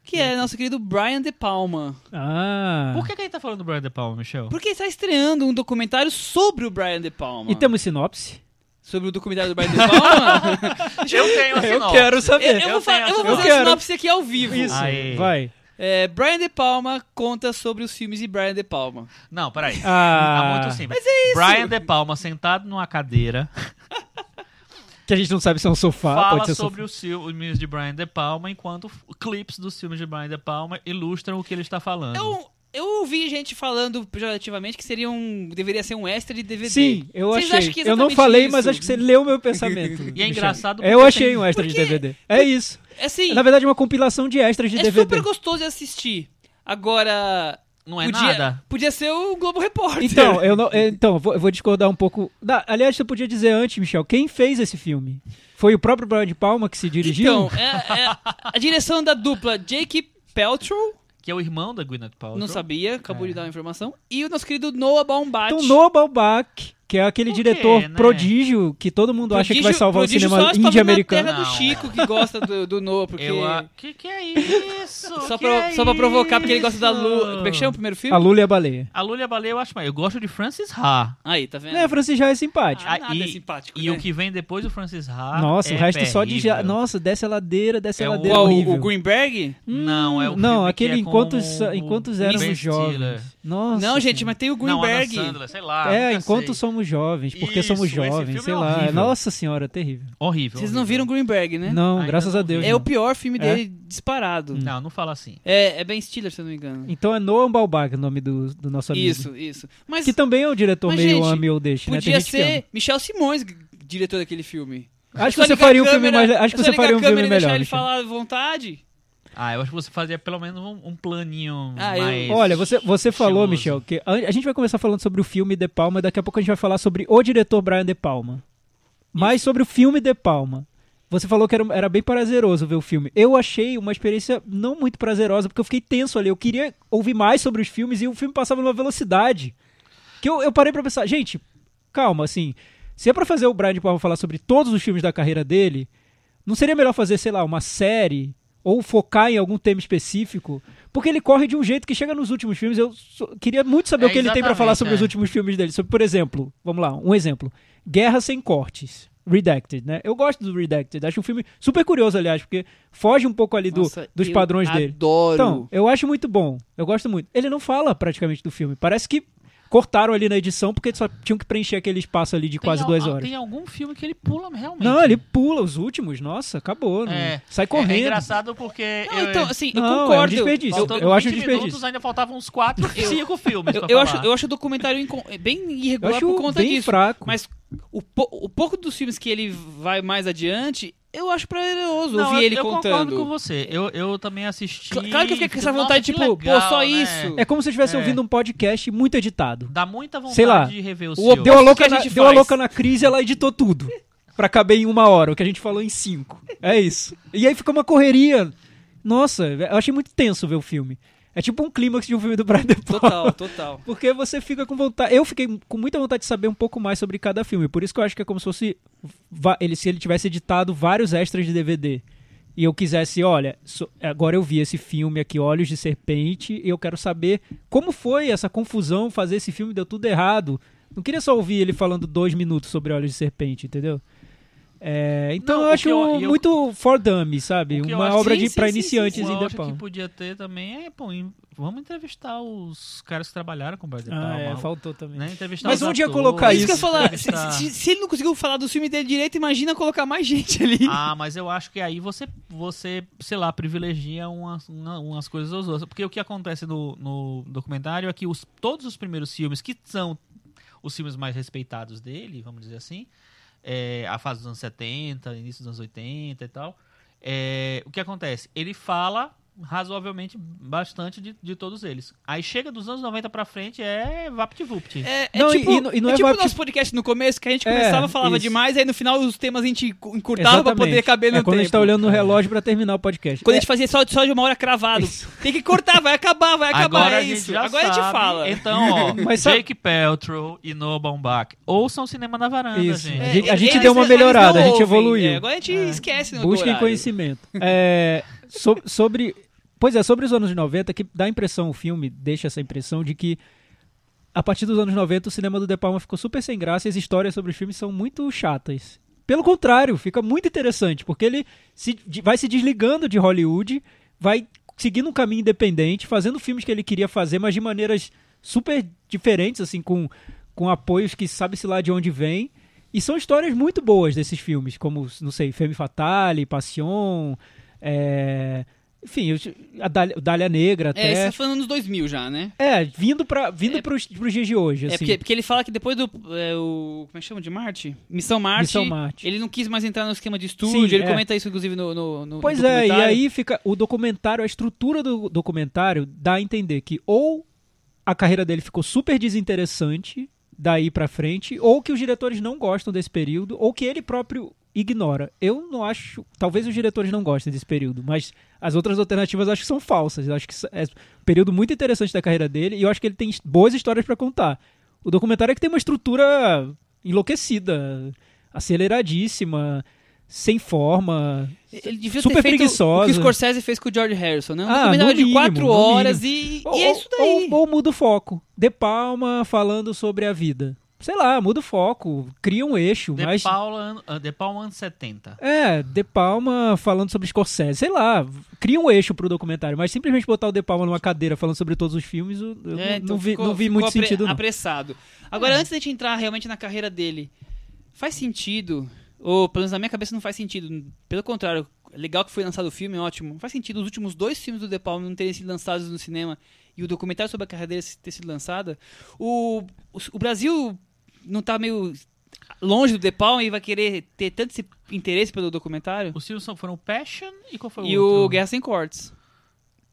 Speaker 3: Que
Speaker 5: Hum.
Speaker 3: é nosso querido Brian De Palma.
Speaker 5: Ah.
Speaker 4: Por que, que a gente tá falando do Brian De Palma, Michel?
Speaker 3: Porque está estreando um documentário sobre o Brian De Palma.
Speaker 5: E um- temos sinopse?
Speaker 3: Sobre o documentário do Brian De Palma?
Speaker 4: Eu tenho assim,
Speaker 5: Eu quero
Speaker 3: eu, eu
Speaker 5: saber.
Speaker 3: vou fa-
Speaker 4: tenho
Speaker 3: eu vou
Speaker 4: essa
Speaker 3: fazer a
Speaker 5: opinião.
Speaker 3: sinopse aqui ao vivo.
Speaker 5: Isso,
Speaker 4: Aê.
Speaker 5: vai.
Speaker 3: É, Brian De Palma conta sobre os filmes de Brian De Palma.
Speaker 4: Não, peraí.
Speaker 5: Ah,
Speaker 4: Tá muito simples. Mas é isso. Brian De Palma sentado numa cadeira
Speaker 5: que a gente não sabe se é um sofá,
Speaker 4: fala
Speaker 5: pode ser
Speaker 4: sobre os filmes de Brian De Palma, enquanto f- clipes dos filmes de Brian De Palma ilustram o que ele está falando.
Speaker 3: Eu, eu ouvi gente falando pejorativamente que seria um, deveria ser um extra de DVD.
Speaker 5: Sim, eu
Speaker 3: Vocês
Speaker 5: achei.
Speaker 3: acham que é
Speaker 5: eu não
Speaker 3: exatamente
Speaker 5: falei,
Speaker 3: isso?
Speaker 5: mas acho que você leu meu pensamento.
Speaker 4: E é
Speaker 5: Michel.
Speaker 4: engraçado porque
Speaker 5: Eu achei
Speaker 4: tem-
Speaker 5: um extra
Speaker 3: porque-
Speaker 5: de DVD. É isso.
Speaker 3: Assim,
Speaker 5: Na verdade, é uma compilação de extras de
Speaker 3: é
Speaker 5: DVD.
Speaker 3: super gostoso de assistir. Agora,
Speaker 4: Não é
Speaker 3: podia,
Speaker 4: nada.
Speaker 3: podia ser o Globo Repórter.
Speaker 5: Então, eu não, eu- então, eu vou, eu vou discordar um pouco. Da- aliás, você podia dizer antes, Michel, quem fez esse filme? Foi o próprio Brian de Palma que se dirigiu?
Speaker 3: Então, é- é a direção da dupla Jake Peltrow,
Speaker 4: Que é o irmão da Gwyneth Paltrow.
Speaker 3: não sabia,
Speaker 4: É.
Speaker 3: acabou de dar uma informação, e o nosso querido Noah Baumbach.
Speaker 5: Então, Noah Baumbach, que é aquele
Speaker 4: Por quê,
Speaker 5: diretor
Speaker 4: né?
Speaker 5: pródigio que todo mundo acha que vai salvar o
Speaker 3: prodígio
Speaker 5: cinema
Speaker 3: só estava
Speaker 5: indie-americano.
Speaker 3: na terra do
Speaker 4: Não. é.
Speaker 3: Chico, que gosta do, do Noah, porque...
Speaker 4: Eu, a- que que é isso?
Speaker 3: Só,
Speaker 4: Que
Speaker 3: pra,
Speaker 4: é
Speaker 3: só pra provocar, porque ele gosta da
Speaker 4: isso?
Speaker 3: Lua. Como é que chama o primeiro filme?
Speaker 5: A Lula e a Baleia.
Speaker 4: A Lula e a Baleia eu acho mais. Eu gosto de Francis Ha.
Speaker 3: Aí, tá
Speaker 4: Né,
Speaker 3: vendo?
Speaker 5: É, Francis já é simpático.
Speaker 3: Ah, nada
Speaker 4: e,
Speaker 3: é simpático,
Speaker 4: E
Speaker 3: né?
Speaker 4: o que vem depois do Francis Ha.
Speaker 5: Nossa,
Speaker 4: é
Speaker 5: o resto só de.
Speaker 4: terrível.
Speaker 5: já- Nossa, desce a ladeira, desce a
Speaker 4: É um-
Speaker 5: ladeira.
Speaker 3: Qual,
Speaker 5: horrível.
Speaker 3: o Greenberg?
Speaker 4: Não, é o
Speaker 5: Hum, Não,
Speaker 4: filme
Speaker 5: aquele
Speaker 4: que é
Speaker 5: enquanto,
Speaker 4: com
Speaker 5: so-
Speaker 4: o
Speaker 5: enquanto
Speaker 4: Ben
Speaker 5: éramos
Speaker 4: Stiller.
Speaker 5: jovens. Nossa.
Speaker 3: Não, gente, mas tem o
Speaker 4: Não, Adam
Speaker 3: Greenberg.
Speaker 4: Sandler, sei lá.
Speaker 5: É,
Speaker 4: nunca
Speaker 5: enquanto
Speaker 4: sei.
Speaker 5: somos jovens, porque
Speaker 4: Isso,
Speaker 5: somos
Speaker 4: esse filme
Speaker 5: jovens,
Speaker 4: é
Speaker 5: sei lá.
Speaker 4: horrível.
Speaker 5: Nossa senhora, terrível.
Speaker 4: Horrível.
Speaker 3: Vocês não viram
Speaker 4: horrível.
Speaker 3: Greenberg, né?
Speaker 5: Não,
Speaker 4: Ainda
Speaker 5: graças
Speaker 4: não
Speaker 5: a Deus.
Speaker 4: vi.
Speaker 3: É
Speaker 5: não.
Speaker 3: o pior filme
Speaker 5: É?
Speaker 3: dele disparado.
Speaker 4: Não, não fala assim.
Speaker 3: É, é Ben Stiller, se eu não me engano.
Speaker 5: Então é Noam Baumbach o nome do, do nosso amigo.
Speaker 3: Isso, isso. Mas
Speaker 5: Que também é um diretor
Speaker 3: Mas,
Speaker 5: meio
Speaker 3: gente,
Speaker 5: ame ou deixe, né? Tem
Speaker 3: podia
Speaker 5: gente que ama.
Speaker 3: ser Michel Simões, g- diretor daquele filme.
Speaker 5: Acho
Speaker 3: Só
Speaker 5: que você
Speaker 3: ligar
Speaker 5: faria
Speaker 3: a
Speaker 5: um filme
Speaker 3: câmera-
Speaker 5: mais. Acho que
Speaker 3: só
Speaker 5: você
Speaker 3: ligar
Speaker 5: faria
Speaker 3: a
Speaker 5: um filme
Speaker 3: câmera e
Speaker 5: melhor.
Speaker 3: deixar ele
Speaker 5: Michel.
Speaker 3: falar à vontade.
Speaker 4: Ah, eu acho que você fazia pelo menos um, um planinho
Speaker 3: Ah, eu-
Speaker 4: mais...
Speaker 5: Olha, você, você falou,
Speaker 4: estiloso.
Speaker 5: Michel, que a, a gente vai começar falando sobre o filme De Palma, e daqui a pouco a gente vai falar sobre o diretor Brian De Palma. Mas sobre o filme De Palma. Você falou que era, era bem prazeroso ver o filme. Eu achei uma experiência não muito prazerosa, porque eu fiquei tenso ali. Eu queria ouvir mais sobre os filmes e o filme passava numa velocidade. Que eu, eu parei pra pensar, gente, calma, assim. Se é pra fazer o Brian de Palma falar sobre todos os filmes da carreira dele, não seria melhor fazer, sei lá, uma série ou focar em algum tema específico? Porque ele corre de um jeito que chega nos últimos filmes. Eu só- queria muito saber
Speaker 4: É,
Speaker 5: o que ele tem pra falar
Speaker 4: exatamente,
Speaker 5: sobre os
Speaker 4: é.
Speaker 5: últimos filmes dele. Sobre, por exemplo, vamos lá, um exemplo. Guerra sem cortes. Redacted, né? Eu gosto do Redacted. Acho um filme super curioso, aliás, porque foge um pouco ali do,
Speaker 3: Nossa,
Speaker 5: dos
Speaker 3: eu
Speaker 5: padrões dele.
Speaker 3: Adoro.
Speaker 5: Então, eu acho muito bom. Eu gosto muito. Ele não fala praticamente do filme. Parece que cortaram ali na edição porque só tinham que preencher aquele espaço ali de
Speaker 4: Tem
Speaker 5: quase
Speaker 4: al-
Speaker 5: duas
Speaker 4: al-
Speaker 5: horas.
Speaker 4: Tem um algum filme que ele pula realmente.
Speaker 5: Não, ele pula os últimos. Nossa, acabou. não-
Speaker 4: É. É,
Speaker 5: Sai
Speaker 4: é
Speaker 5: correndo.
Speaker 4: engraçado porque.
Speaker 3: Não,
Speaker 4: eu-
Speaker 3: então, assim, eu
Speaker 5: Não, é um
Speaker 3: concordo. eu-
Speaker 5: desperdício.
Speaker 4: faltando
Speaker 5: eu acho um
Speaker 4: 20
Speaker 5: desperdício.
Speaker 4: minutos, ainda faltavam uns 4, 5 filmes.
Speaker 3: Eu,
Speaker 4: pra
Speaker 3: eu
Speaker 4: falar.
Speaker 3: acho, eu acho o documentário inco- bem
Speaker 5: eu
Speaker 3: irregular por
Speaker 5: acho
Speaker 3: conta
Speaker 5: bem
Speaker 3: disso.
Speaker 5: fraco.
Speaker 3: Mas o, po- o pouco dos filmes que ele vai mais adiante, eu acho prazeroso
Speaker 4: Não,
Speaker 3: ouvir
Speaker 4: eu-
Speaker 3: ele
Speaker 4: eu concordo com
Speaker 3: contando.
Speaker 4: você. Eu, eu também assisti.
Speaker 3: Cla- claro que eu fiquei com essa
Speaker 4: Nossa,
Speaker 3: vontade,
Speaker 4: que
Speaker 3: tipo, pô,
Speaker 4: legal,
Speaker 3: só
Speaker 4: né?
Speaker 3: isso.
Speaker 5: É como se eu estivesse
Speaker 4: É.
Speaker 5: ouvindo um podcast muito editado.
Speaker 4: Dá muita vontade
Speaker 5: Sei lá,
Speaker 4: de rever o,
Speaker 5: O-
Speaker 4: seu.
Speaker 5: deu, a
Speaker 3: que
Speaker 5: louca
Speaker 3: a
Speaker 5: na,
Speaker 3: gente
Speaker 5: deu a
Speaker 3: faz?
Speaker 5: louca na crise, ela editou tudo. Pra caber em uma hora, o que a gente falou em cinco. É isso. E aí ficou uma correria. Nossa, eu achei muito tenso ver o filme. É tipo um clímax de um filme do Brian De Palma.
Speaker 3: Total, total.
Speaker 5: Porque você fica com vontade. Eu fiquei com muita vontade de saber um pouco mais sobre cada filme. Por isso que eu acho que é como se fosse. va- Ele, se ele tivesse editado vários extras de DVD. E eu quisesse, olha, so- agora eu vi esse filme aqui, Olhos de Serpente, e eu quero saber como foi essa confusão, fazer esse filme deu tudo errado. Não queria só ouvir ele falando dois minutos sobre Olhos de Serpente, entendeu? É, então
Speaker 4: Não,
Speaker 5: eu
Speaker 4: o
Speaker 5: acho
Speaker 4: que eu- e eu-
Speaker 5: muito for dummy, sabe?
Speaker 4: O que eu
Speaker 5: Uma
Speaker 4: acho-
Speaker 5: obra
Speaker 4: sim,
Speaker 5: de
Speaker 4: sim,
Speaker 5: para
Speaker 4: sim, sim,
Speaker 5: iniciantes
Speaker 4: sim.
Speaker 5: em
Speaker 4: Eu
Speaker 5: The
Speaker 4: acho
Speaker 5: Palm.
Speaker 4: que podia ter também é, pô, em- vamos entrevistar os caras que trabalharam com o Brad De Palma.
Speaker 5: Ah, é, faltou também.
Speaker 4: né? Entrevistar
Speaker 5: Mas
Speaker 4: os
Speaker 5: onde ia
Speaker 4: atores,
Speaker 5: colocar
Speaker 3: É isso que eu ia
Speaker 5: Isso.
Speaker 3: falar. Se,
Speaker 4: entrevistar-
Speaker 3: se- se ele não conseguiu falar dos filmes dele direito, imagina colocar mais gente ali.
Speaker 4: Ah, mas eu acho que aí você, você sei lá, privilegia umas, uma- umas coisas ou outras. Porque o que acontece no, no documentário é que os, todos os primeiros filmes, que são os filmes mais respeitados dele, vamos dizer assim, é, a fase dos anos 70, início dos anos 80 e tal, é, o que acontece? Ele fala razoavelmente bastante de, de todos eles. Aí chega dos anos 90 pra frente, é vapt-vupt.
Speaker 3: É, é
Speaker 5: Não, e-
Speaker 3: tipo,
Speaker 5: e não- e não
Speaker 3: é
Speaker 5: é
Speaker 3: tipo o
Speaker 5: vapt-
Speaker 3: nosso podcast no começo, que a gente
Speaker 5: É,
Speaker 3: começava, falava
Speaker 5: isso.
Speaker 3: demais, aí no final os temas a gente encurtava pra poder caber no
Speaker 5: é quando
Speaker 3: tempo.
Speaker 5: a gente tá olhando no relógio pra terminar o podcast.
Speaker 3: Quando a
Speaker 5: É,
Speaker 3: gente fazia só, só de uma hora cravado. Tem que cortar, vai acabar, vai acabar,
Speaker 4: Agora
Speaker 3: é
Speaker 4: a gente
Speaker 3: isso.
Speaker 4: já
Speaker 3: Agora a gente
Speaker 4: sabe.
Speaker 3: fala.
Speaker 4: Então, ó,
Speaker 5: Mas sabe-
Speaker 4: Jake Peltrow e Noah Baumbach. Ouçam Cinema na Varanda,
Speaker 5: Isso.
Speaker 4: gente.
Speaker 5: A gente- a
Speaker 3: eles-
Speaker 5: gente deu uma
Speaker 3: eles não
Speaker 5: melhorada, a gente
Speaker 3: é ouvem,
Speaker 5: evoluiu.
Speaker 3: é, agora a gente esquece no
Speaker 5: Busquem
Speaker 3: horário.
Speaker 5: conhecimento. É, so- sobre. Pois é, sobre os anos 90, que dá a impressão, o filme deixa essa impressão de que a partir dos anos 90 o cinema do De Palma ficou super sem graça e as histórias sobre os filmes são muito chatas. Pelo contrário, fica muito interessante, porque ele se- de- vai se desligando de Hollywood, vai seguindo um caminho independente, fazendo filmes que ele queria fazer, mas de maneiras super diferentes, assim, com, com apoios que sabe-se lá de onde vem. E são histórias muito boas desses filmes, como, não sei, Femme Fatale, Passion, é, enfim, eu- a Dália, Dália Negra
Speaker 3: É,
Speaker 5: até.
Speaker 3: isso
Speaker 5: É,
Speaker 3: tá falando nos 2000 já, né?
Speaker 5: vindo para vindo
Speaker 3: É-
Speaker 5: pros, pros dias de hoje, assim.
Speaker 3: É porque, porque ele fala que depois do. é, o, como é que chama de Marte? Missão Marte.
Speaker 5: Missão Marte.
Speaker 3: Ele não quis mais entrar no esquema de estúdio.
Speaker 5: Sim,
Speaker 3: ele
Speaker 5: é.
Speaker 3: comenta isso, inclusive, no. no, no
Speaker 5: Pois
Speaker 3: no
Speaker 5: é, e
Speaker 3: documentário.
Speaker 5: aí fica o documentário, a estrutura do documentário dá a entender que ou a carreira dele ficou super desinteressante daí pra frente, ou que os diretores não gostam desse período, ou que ele próprio ignora. Eu não acho, talvez os diretores não gostem desse período, mas as outras alternativas acho que são falsas. Eu acho que é um período muito interessante da carreira dele e eu acho que ele tem boas histórias pra contar. O documentário é que tem uma estrutura enlouquecida, aceleradíssima, sem forma,
Speaker 3: Ele devia
Speaker 5: super
Speaker 3: ter feito
Speaker 5: preguiçosa.
Speaker 3: O que o Scorsese fez com o George Harrison, né? Um
Speaker 5: Ah,
Speaker 3: documentário
Speaker 5: no
Speaker 3: de
Speaker 5: mínimo,
Speaker 3: 4
Speaker 5: no
Speaker 3: horas e, e é isso daí.
Speaker 5: Ou, ou muda o foco. De Palma falando sobre a vida. Sei lá, muda o foco, cria um eixo,
Speaker 4: De,
Speaker 5: mas.
Speaker 4: Paula, ano- ah, De Palma anos 70.
Speaker 5: É, De Palma falando sobre Scorsese, sei lá, cria um eixo pro documentário, mas simplesmente botar o De Palma numa cadeira falando sobre todos os filmes, eu eu
Speaker 3: É,
Speaker 5: não-
Speaker 3: então
Speaker 5: não, vi,
Speaker 3: ficou-
Speaker 5: não vi
Speaker 3: ficou
Speaker 5: muito
Speaker 3: apre-
Speaker 5: sentido não. É.
Speaker 3: apressado. Agora, antes da gente entrar realmente na carreira dele, faz sentido, ou pelo menos na minha cabeça não faz sentido, pelo contrário, legal que foi lançado o filme, ótimo, faz sentido os últimos dois filmes do De Palma não terem sido lançados no cinema e o documentário sobre a carreira dele ter sido lançado, o, o, o Brasil não tá meio longe do De Palma e vai querer ter tanto esse interesse pelo documentário?
Speaker 4: Os filmes são- foram Passion e qual foi
Speaker 3: E
Speaker 4: o outro?
Speaker 3: o Guerra Sem Cortes.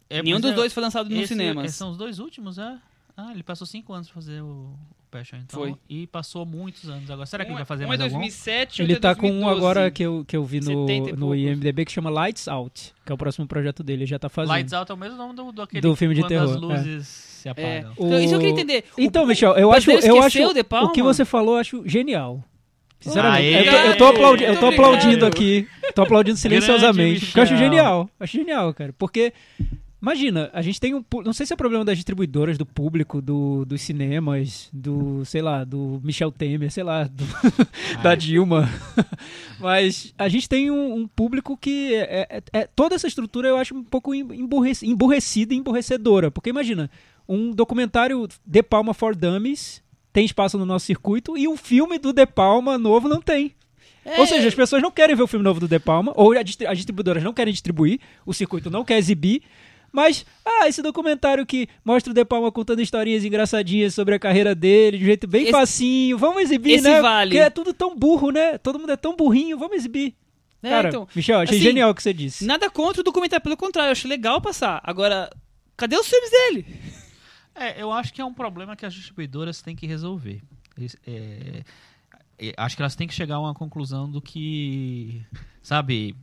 Speaker 4: É,
Speaker 3: Nenhum
Speaker 4: mas
Speaker 3: dos
Speaker 4: é-
Speaker 3: dois foi lançado nos
Speaker 4: esse- é um-
Speaker 3: cinemas.
Speaker 4: São os dois últimos, é? Ah, ele passou cinco anos pra fazer o Passion, então.
Speaker 3: Foi.
Speaker 4: E passou muitos anos agora. Será que
Speaker 3: um,
Speaker 4: ele vai fazer
Speaker 3: um
Speaker 4: mais
Speaker 3: é
Speaker 4: algum?
Speaker 3: 2007,
Speaker 5: Ele
Speaker 3: outro é
Speaker 5: tá com um
Speaker 3: 2012.
Speaker 5: agora que eu, que eu vi no,
Speaker 3: 70 e
Speaker 5: no
Speaker 3: poucos.
Speaker 5: IMDB que chama Lights Out, que é o próximo projeto dele, ele já tá fazendo.
Speaker 4: Lights Out é o mesmo nome do, do aquele
Speaker 5: Do filme de
Speaker 4: quando
Speaker 5: terror,
Speaker 4: as luzes se
Speaker 3: É.
Speaker 4: apagam.
Speaker 5: O-
Speaker 3: Então, Isso eu queria entender. O-
Speaker 5: Então,
Speaker 3: o-
Speaker 5: Michel, eu
Speaker 3: o
Speaker 5: acho,
Speaker 3: brasileiro
Speaker 5: eu acho
Speaker 3: esqueceu de
Speaker 5: o que
Speaker 3: Palma?
Speaker 5: você falou, eu acho genial.
Speaker 4: Aê!
Speaker 5: Sinceramente, eu tô, eu tô aplaudi- eu
Speaker 3: Muito
Speaker 5: tô aplaudindo
Speaker 3: obrigado.
Speaker 5: aqui, tô aplaudindo silenciosamente,
Speaker 4: Grande
Speaker 5: porque eu acho
Speaker 4: Michel.
Speaker 5: genial, acho genial, cara, porque imagina, a gente tem um, pu- não sei se é problema das distribuidoras, do público, do, dos cinemas, do, sei lá, do Michel Temer, sei lá, do- da Dilma, mas a gente tem um, um público que é, é- é- toda essa estrutura eu acho um pouco em- emburrec- emburrecida e emburrecedora. Porque imagina, um documentário De Palma for Dummies tem espaço no nosso circuito e um filme do De Palma novo não tem.
Speaker 3: É.
Speaker 5: Ou seja, as pessoas não querem ver o filme novo do De Palma, ou a distri- as distribuidoras não querem distribuir, o circuito não quer exibir. Mas, ah, esse documentário que mostra o De Palma contando historinhas engraçadinhas sobre a carreira dele, de um jeito bem
Speaker 3: Esse-
Speaker 5: facinho, vamos exibir,
Speaker 3: esse
Speaker 5: né?
Speaker 3: vale.
Speaker 5: Porque é tudo tão burro, né? Todo mundo é tão burrinho, vamos exibir.
Speaker 3: É,
Speaker 5: Cara,
Speaker 3: então,
Speaker 5: Michel, achei
Speaker 3: assim,
Speaker 5: genial o que você disse.
Speaker 3: Nada contra o documentário, pelo contrário, eu acho legal passar. Agora, cadê os filmes dele?
Speaker 4: É, eu acho que é um problema que as distribuidoras têm que resolver. Eles, é, é, acho que elas têm que chegar a uma conclusão do que, sabe,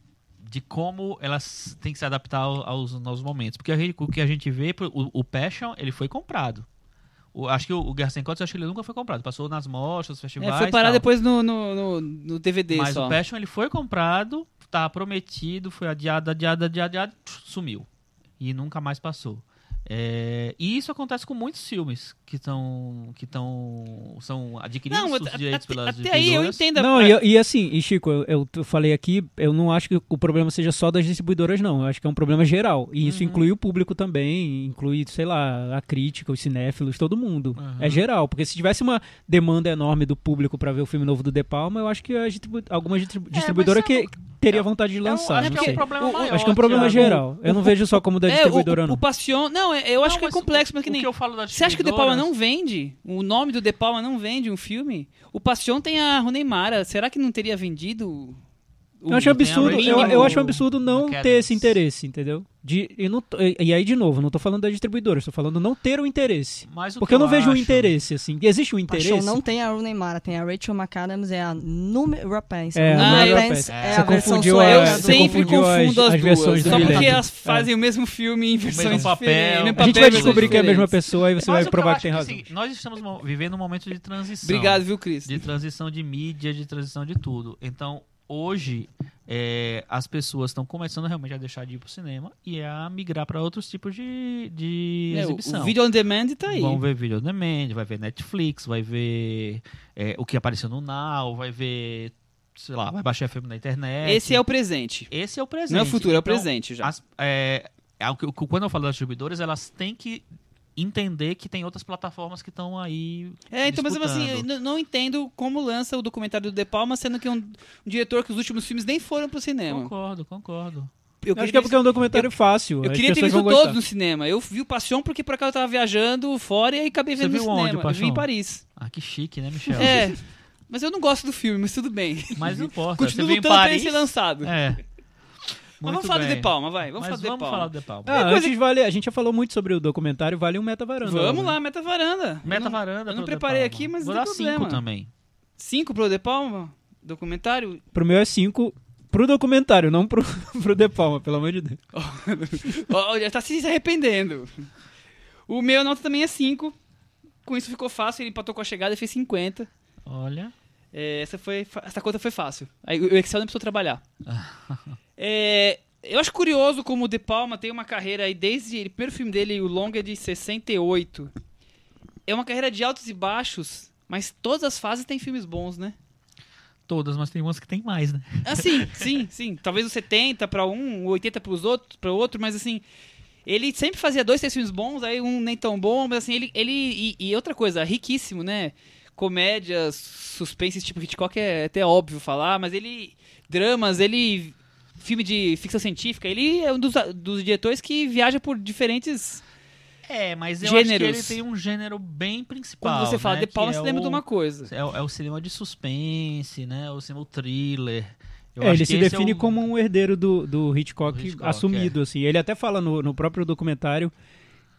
Speaker 4: de como elas têm que se adaptar ao- aos novos momentos. Porque a gente- o que a gente vê, o, o Passion, ele foi comprado. O- acho que o, o Gersenkotes, acho que ele nunca foi comprado. Passou nas mostras, festivais.
Speaker 3: É, foi parar
Speaker 4: tal.
Speaker 3: depois no, no, no- no DVD
Speaker 4: Mas
Speaker 3: só.
Speaker 4: o Passion ele foi comprado, tava prometido, foi adiado, adiado, adiado, adiado, sumiu. E nunca mais passou. É, e isso acontece com muitos filmes que estão que tão, são adquiridos
Speaker 3: Não,
Speaker 4: os
Speaker 3: até,
Speaker 4: direitos
Speaker 3: até-
Speaker 4: pelas
Speaker 3: até aí eu
Speaker 4: distribuidoras.
Speaker 3: entendo. a-
Speaker 5: Não,
Speaker 3: a-
Speaker 5: e, e assim, e Chico, eu, eu t- falei aqui, eu não acho que o problema seja só das distribuidoras, não. Eu acho que é um problema geral. E
Speaker 4: Uhum.
Speaker 5: isso inclui o público também, inclui, sei lá, a crítica, os cinéfilos, todo mundo.
Speaker 4: Uhum.
Speaker 5: É geral. Porque se tivesse uma demanda enorme do público pra ver o filme novo do De Palma, eu acho que as distribu algumas distribu distribuidoras
Speaker 4: é um-
Speaker 5: que teria vontade de
Speaker 4: É um-
Speaker 5: lançar.
Speaker 4: acho
Speaker 5: não
Speaker 4: que é
Speaker 5: sei.
Speaker 4: um problema
Speaker 3: O- o-
Speaker 4: maior.
Speaker 5: acho que é um problema
Speaker 4: Thiago.
Speaker 5: geral. Eu não vejo só como da
Speaker 3: é,
Speaker 5: distribuidora,
Speaker 3: o, o,
Speaker 5: não.
Speaker 3: o Passion. Não, é- eu acho
Speaker 4: Não,
Speaker 3: que é
Speaker 4: mas
Speaker 3: complexo, mas que
Speaker 4: o
Speaker 3: nem.
Speaker 4: que eu falo das
Speaker 3: Você acha que o De Palma
Speaker 4: distribuidoras-
Speaker 3: não vende? O nome do De Palma não vende um filme? O Passion tem a Rooney Mara. Será que não teria vendido? o-
Speaker 5: Eu acho um absurdo,
Speaker 4: tem
Speaker 5: eu,
Speaker 4: a
Speaker 5: eu acho um
Speaker 4: é mínimo
Speaker 5: absurdo não
Speaker 4: Academy.
Speaker 5: ter esse interesse, entendeu? De, e, não tô- e- e aí, de novo, não tô falando da distribuidora, estou falando não ter o interesse.
Speaker 4: Mas o
Speaker 5: Porque
Speaker 4: que
Speaker 5: eu não vejo o
Speaker 4: acho-
Speaker 5: interesse, assim. Existe o interesse.
Speaker 6: Paixão não tem a Rooney Mara, tem a Rachel McAdams, é a Número Pence.
Speaker 5: É,
Speaker 3: a Número
Speaker 5: Pence.
Speaker 6: é,
Speaker 5: Você
Speaker 6: a versão
Speaker 5: confundiu
Speaker 3: Eu
Speaker 5: É,
Speaker 6: sueca.
Speaker 5: você
Speaker 3: sempre
Speaker 5: confundiu
Speaker 3: confundo
Speaker 5: as-
Speaker 3: as, É.
Speaker 5: as
Speaker 3: duas.
Speaker 5: versões
Speaker 3: só
Speaker 5: do
Speaker 3: porque
Speaker 5: Guilherme.
Speaker 3: elas fazem o mesmo filme em versões
Speaker 4: mesmo papel.
Speaker 3: diferentes.
Speaker 4: A
Speaker 5: a gente
Speaker 4: papel
Speaker 5: vai
Speaker 4: mesmo
Speaker 5: descobrir que é a mesma
Speaker 3: diferentes.
Speaker 5: pessoa e você
Speaker 4: Mas o
Speaker 5: vai
Speaker 4: que eu
Speaker 5: provar
Speaker 4: acho
Speaker 5: que tem
Speaker 4: é o
Speaker 5: razão.
Speaker 4: seguinte, nós estamos mo- vivendo um momento de transição.
Speaker 3: Obrigado, viu, Cris?
Speaker 4: de transição de mídia, de transição de tudo. Então, hoje, é, as pessoas estão começando realmente a deixar de ir pro cinema e a migrar para outros tipos de, de
Speaker 3: É, o-
Speaker 4: exibição.
Speaker 3: O video on demand tá aí.
Speaker 4: Vão ver vídeo on demand, vai ver Netflix, vai ver é, o que apareceu no Now, vai ver, sei lá, vai baixar filme na internet.
Speaker 3: Esse é o presente.
Speaker 4: Esse é o presente.
Speaker 3: Não é o futuro, é o
Speaker 4: Então,
Speaker 3: presente já.
Speaker 4: as- é, é o que- o que- quando eu falo das distribuidoras, elas têm que entender que tem outras plataformas que estão aí.
Speaker 3: É, então, mas mesmo assim, eu
Speaker 4: disputando.
Speaker 3: n- não entendo como lança o documentário do De Palma, sendo que é um, um diretor que os últimos filmes nem foram pro cinema.
Speaker 4: Concordo, concordo.
Speaker 3: Eu
Speaker 5: Eu acho
Speaker 3: queria,
Speaker 5: que é porque é um documentário fácil.
Speaker 3: eu
Speaker 5: as
Speaker 3: queria ter
Speaker 5: pessoas
Speaker 3: visto
Speaker 5: vão gostar.
Speaker 3: todos no cinema. Eu vi o Passion porque por acaso eu tava viajando fora e aí acabei
Speaker 4: Você
Speaker 3: vendo no
Speaker 4: viu onde o
Speaker 3: cinema. eu vi
Speaker 4: Passion?
Speaker 3: em Paris.
Speaker 4: Ah, que chique, né, Michel?
Speaker 3: É. Mas eu não gosto do filme, mas tudo bem.
Speaker 4: Mas não importa.
Speaker 3: Continuo
Speaker 4: você vem em
Speaker 3: lutando pra ele
Speaker 4: Paris.
Speaker 3: ser lançado.
Speaker 4: É.
Speaker 3: mas
Speaker 4: Muito
Speaker 3: vamos falar do
Speaker 4: bem.
Speaker 3: De Palma, vai. Vamos
Speaker 4: Mas
Speaker 3: falar do De
Speaker 4: vamos
Speaker 3: Palma.
Speaker 4: falar do De Palma.
Speaker 5: Ah,
Speaker 3: coisa
Speaker 5: antes vale, a gente já falou muito sobre o documentário, vale um meta varanda.
Speaker 3: Vamos lá, Meta Varanda. Eu
Speaker 4: Meta
Speaker 3: não-
Speaker 4: varanda.
Speaker 3: Eu não
Speaker 4: pro De
Speaker 3: preparei
Speaker 4: Palma.
Speaker 3: aqui, mas
Speaker 4: Vou
Speaker 3: não
Speaker 4: dar
Speaker 3: tem
Speaker 4: cinco
Speaker 3: problema.
Speaker 4: também.
Speaker 3: Cinco pro De Palma? Documentário?
Speaker 5: Pro meu é 5 pro documentário, não pro, pro De Palma, pelo amor de Deus.
Speaker 3: Ó, já tá se arrependendo. O meu nota também é 5. Com isso ficou fácil, ele empatou com a chegada e fez 50.
Speaker 4: Olha.
Speaker 3: É, essa, foi, fa- essa conta foi fácil. Aí o Excel não precisou trabalhar. É, eu acho curioso como o De Palma tem uma carreira aí desde o primeiro filme dele, o Longa de 68. É uma carreira de altos e baixos, mas todas as fases tem filmes bons, né?
Speaker 4: Todas, mas tem umas que tem mais, né?
Speaker 3: Assim, sim, sim. Talvez o 70 pra um, o 80 pros outros, para outro, mas assim, ele sempre fazia dois, três filmes bons, aí um nem tão bom, mas assim, ele ele e, e outra coisa, riquíssimo, né? Comédias, suspenses tipo Hitchcock é até óbvio falar, mas ele dramas, ele filme de ficção científica, ele é um dos, dos diretores que viaja por diferentes
Speaker 4: É, mas eu acho que
Speaker 3: Gêneros.
Speaker 4: ele tem um gênero bem principal.
Speaker 3: quando você fala
Speaker 4: né?
Speaker 3: de Palma,
Speaker 4: que
Speaker 3: você
Speaker 4: é
Speaker 3: lembra
Speaker 4: o-
Speaker 3: de uma coisa.
Speaker 4: É, o- é o cinema de suspense, né? O cinema thriller. Eu
Speaker 5: É,
Speaker 4: acho
Speaker 5: ele
Speaker 4: que
Speaker 5: se
Speaker 4: esse é
Speaker 5: define
Speaker 4: o-
Speaker 5: como um herdeiro do, do Hitchcock,
Speaker 4: Do Hitchcock, é.
Speaker 5: assumido, assim. Ele até fala no, no próprio documentário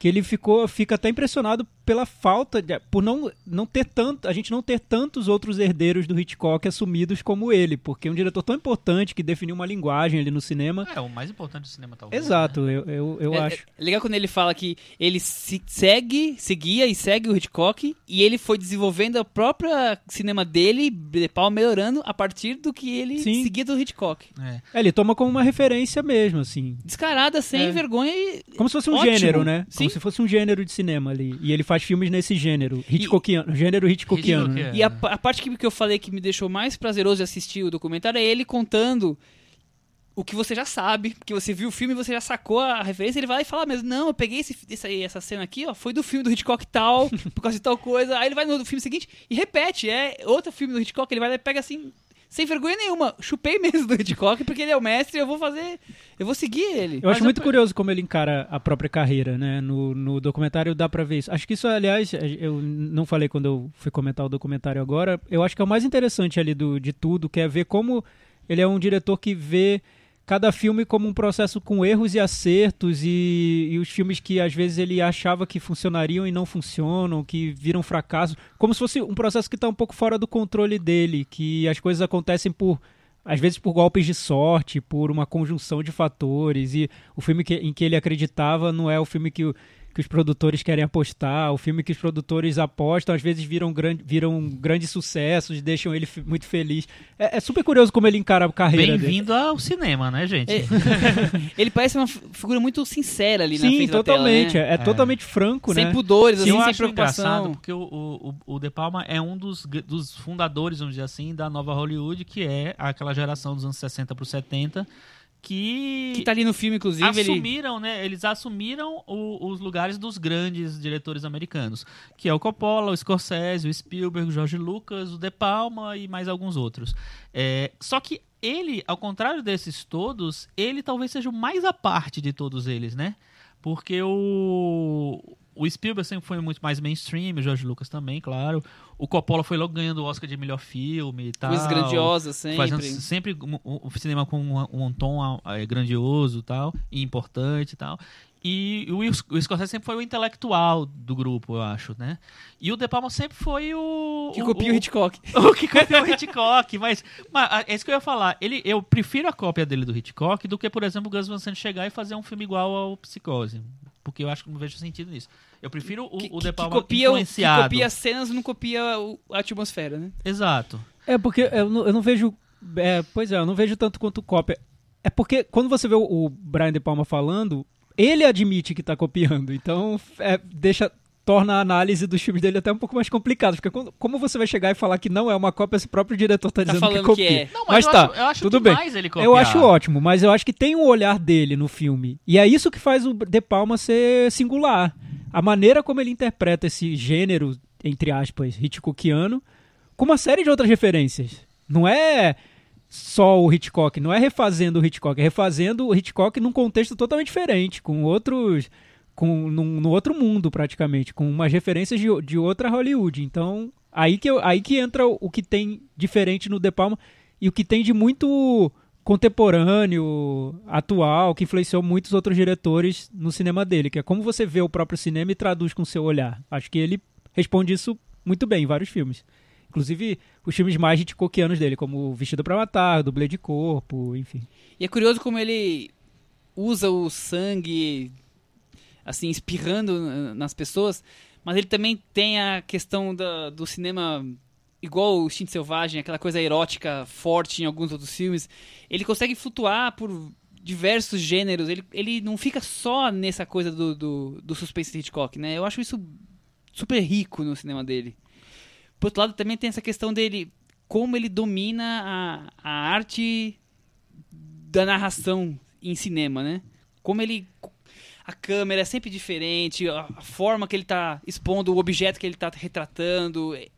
Speaker 5: que ele ficou, fica até impressionado pela falta de, por não, não ter tanto, a gente não ter tantos outros herdeiros do Hitchcock assumidos como ele, porque é um diretor tão importante que definiu uma linguagem ali no
Speaker 3: um
Speaker 5: cinema.
Speaker 4: É, o mais importante do cinema, talvez. né?
Speaker 5: Exato, eu, eu, eu
Speaker 3: é,
Speaker 5: acho.
Speaker 3: é legal quando ele fala que ele se segue, seguia e segue o Hitchcock e ele foi desenvolvendo a própria cinema dele, de pau melhorando a partir do que ele
Speaker 5: Sim.
Speaker 3: seguia do Hitchcock.
Speaker 4: Né?
Speaker 5: É, ele toma como uma referência mesmo, assim.
Speaker 3: Descarada, sem
Speaker 5: É.
Speaker 3: vergonha e
Speaker 5: Como se fosse um
Speaker 3: Ótimo.
Speaker 5: gênero, né?
Speaker 3: Sim.
Speaker 5: Como se fosse um gênero de cinema ali. E ele faz filmes nesse gênero, Hitchcockiano, gênero Hitchcockiano. né?
Speaker 4: Hitchcockiano. é.
Speaker 3: E a, pa- a parte que, que eu falei que me deixou mais prazeroso de assistir o documentário é ele contando o que você já sabe, porque você viu o filme e você já sacou a referência, ele vai lá e fala, "Ah, mas não, eu peguei esse, esse aí- essa cena aqui, ó, foi do filme do Hitchcock tal, por causa de tal coisa. Aí ele vai no filme seguinte e repete, é outro filme do Hitchcock, ele vai lá e pega assim, sem vergonha nenhuma, chupei mesmo do Hitchcock, porque ele é o mestre, eu vou fazer, eu vou seguir ele. é um
Speaker 5: Eu acho muito curioso como ele encara a própria carreira, né? No, no documentário dá pra ver isso. Acho que isso, aliás, eu não falei quando eu fui comentar o documentário agora. Eu acho que é o mais interessante ali do, de tudo, que é ver como ele é um diretor que vê cada filme como um processo com erros e acertos e, e os filmes que às vezes ele achava que funcionariam e não funcionam, que viram fracasso, como se fosse um processo que está um pouco fora do controle dele, que as coisas acontecem por às vezes por golpes de sorte, por uma conjunção de fatores e o filme que- em que ele acreditava não é o filme que, o- que os produtores querem apostar, o filme que os produtores apostam às vezes viram, gran, viram grandes sucessos, deixam ele fi- muito feliz. É, é super curioso como ele encara a carreira dele.
Speaker 4: Bem-vindo ao cinema, né, gente?
Speaker 3: É. Ele parece uma fi- figura muito sincera ali na
Speaker 5: Sim,
Speaker 3: frente
Speaker 5: totalmente.
Speaker 3: da tela, né?
Speaker 5: É, é totalmente franco,
Speaker 3: Sem
Speaker 5: né?
Speaker 3: pudores, assim,
Speaker 4: eu
Speaker 3: sem
Speaker 4: acho engraçado
Speaker 3: preocupação.
Speaker 4: porque o, o, o- o De Palma é um dos, gr- dos fundadores, vamos dizer assim, da nova Hollywood, que é aquela geração dos anos 60 para os 70, que,
Speaker 3: Que tá ali no filme, inclusive, ele...
Speaker 4: assumiram, né? Eles assumiram o- os lugares dos grandes diretores americanos, que é o Coppola, o Scorsese, o Spielberg, o George Lucas, o De Palma e mais alguns outros. É, só que ele, ao contrário desses todos, ele talvez seja o mais à parte de todos eles, né? Porque o, o Spielberg sempre foi muito mais mainstream, o George Lucas também, claro. O Coppola foi logo ganhando o Oscar de melhor filme e tal.
Speaker 3: Coisas grandiosas sempre.
Speaker 4: Fazendo sempre um- um- o cinema com um, um tom ah, eh, grandioso tal, e importante e tal. E o, Will- o Scorsese sempre foi o intelectual do grupo, eu acho, né? E o De Palma sempre foi o...
Speaker 3: Que
Speaker 4: o-
Speaker 3: copia o,
Speaker 4: o-
Speaker 3: Hitchcock.
Speaker 4: o que copia o Hitchcock, mas, mas ah, é isso que eu ia falar. Ele, eu prefiro a cópia dele do Hitchcock do que, por exemplo, o Gus Van Sant chegar e fazer um filme igual ao Psicose. Porque eu acho que não vejo sentido nisso. Eu prefiro o,
Speaker 3: Que,
Speaker 4: o
Speaker 3: que
Speaker 4: De Palma
Speaker 3: copia, o- que
Speaker 4: influenciado. Tá
Speaker 3: copia as cenas, não copia o- a atmosfera, né?
Speaker 4: Exato.
Speaker 5: É porque eu não, eu não vejo. é, pois é, eu não vejo tanto quanto cópia. É porque quando você vê o, o Brian De Palma falando, ele admite que tá copiando. Então, é, deixa. Torna a análise dos filmes dele até um pouco mais complicada. Porque quando- como você vai chegar e falar que não é uma cópia, esse próprio diretor tá,
Speaker 3: Tá
Speaker 5: dizendo que
Speaker 3: falando que
Speaker 5: copia.
Speaker 3: é.
Speaker 4: Não,
Speaker 5: mas
Speaker 4: eu
Speaker 5: tá,
Speaker 4: acho- eu acho
Speaker 5: tudo bem.
Speaker 4: demais ele copiar.
Speaker 5: Eu acho ótimo, mas eu acho que tem um olhar dele no filme. E é isso que faz o De Palma ser singular. A maneira como ele interpreta esse gênero, entre aspas, Hitchcockiano, com uma série de outras referências. Não é só o Hitchcock, não é refazendo o Hitchcock, é refazendo o Hitchcock num contexto totalmente diferente, com outros. Com, num, num outro mundo, praticamente, com umas referências de, o- de outra Hollywood. Então, aí que, eu- aí que entra o, o que tem diferente no De Palma e o que tem de muito contemporâneo, atual, que influenciou muitos outros diretores no cinema dele, que é como você vê o próprio cinema e traduz com o seu olhar. Acho que ele responde isso muito bem em vários filmes. Inclusive os filmes mais hitchcockianos dele, como Vestido pra Matar, Dublê de Corpo, enfim.
Speaker 3: E é curioso como ele usa o sangue, assim, espirrando na- nas pessoas, mas ele também tem a questão da- do cinema igual o Instinto Selvagem, aquela coisa erótica forte em alguns outros filmes. Ele consegue flutuar por diversos gêneros, ele, ele não fica só nessa coisa do, do, do suspense de Hitchcock, né? Eu acho isso super rico no cinema dele. Por outro lado, também tem essa questão dele, como ele domina a, a arte da narração em cinema, né? Como ele. A câmera é sempre diferente, a a forma que ele tá expondo, o objeto que ele tá retratando. é-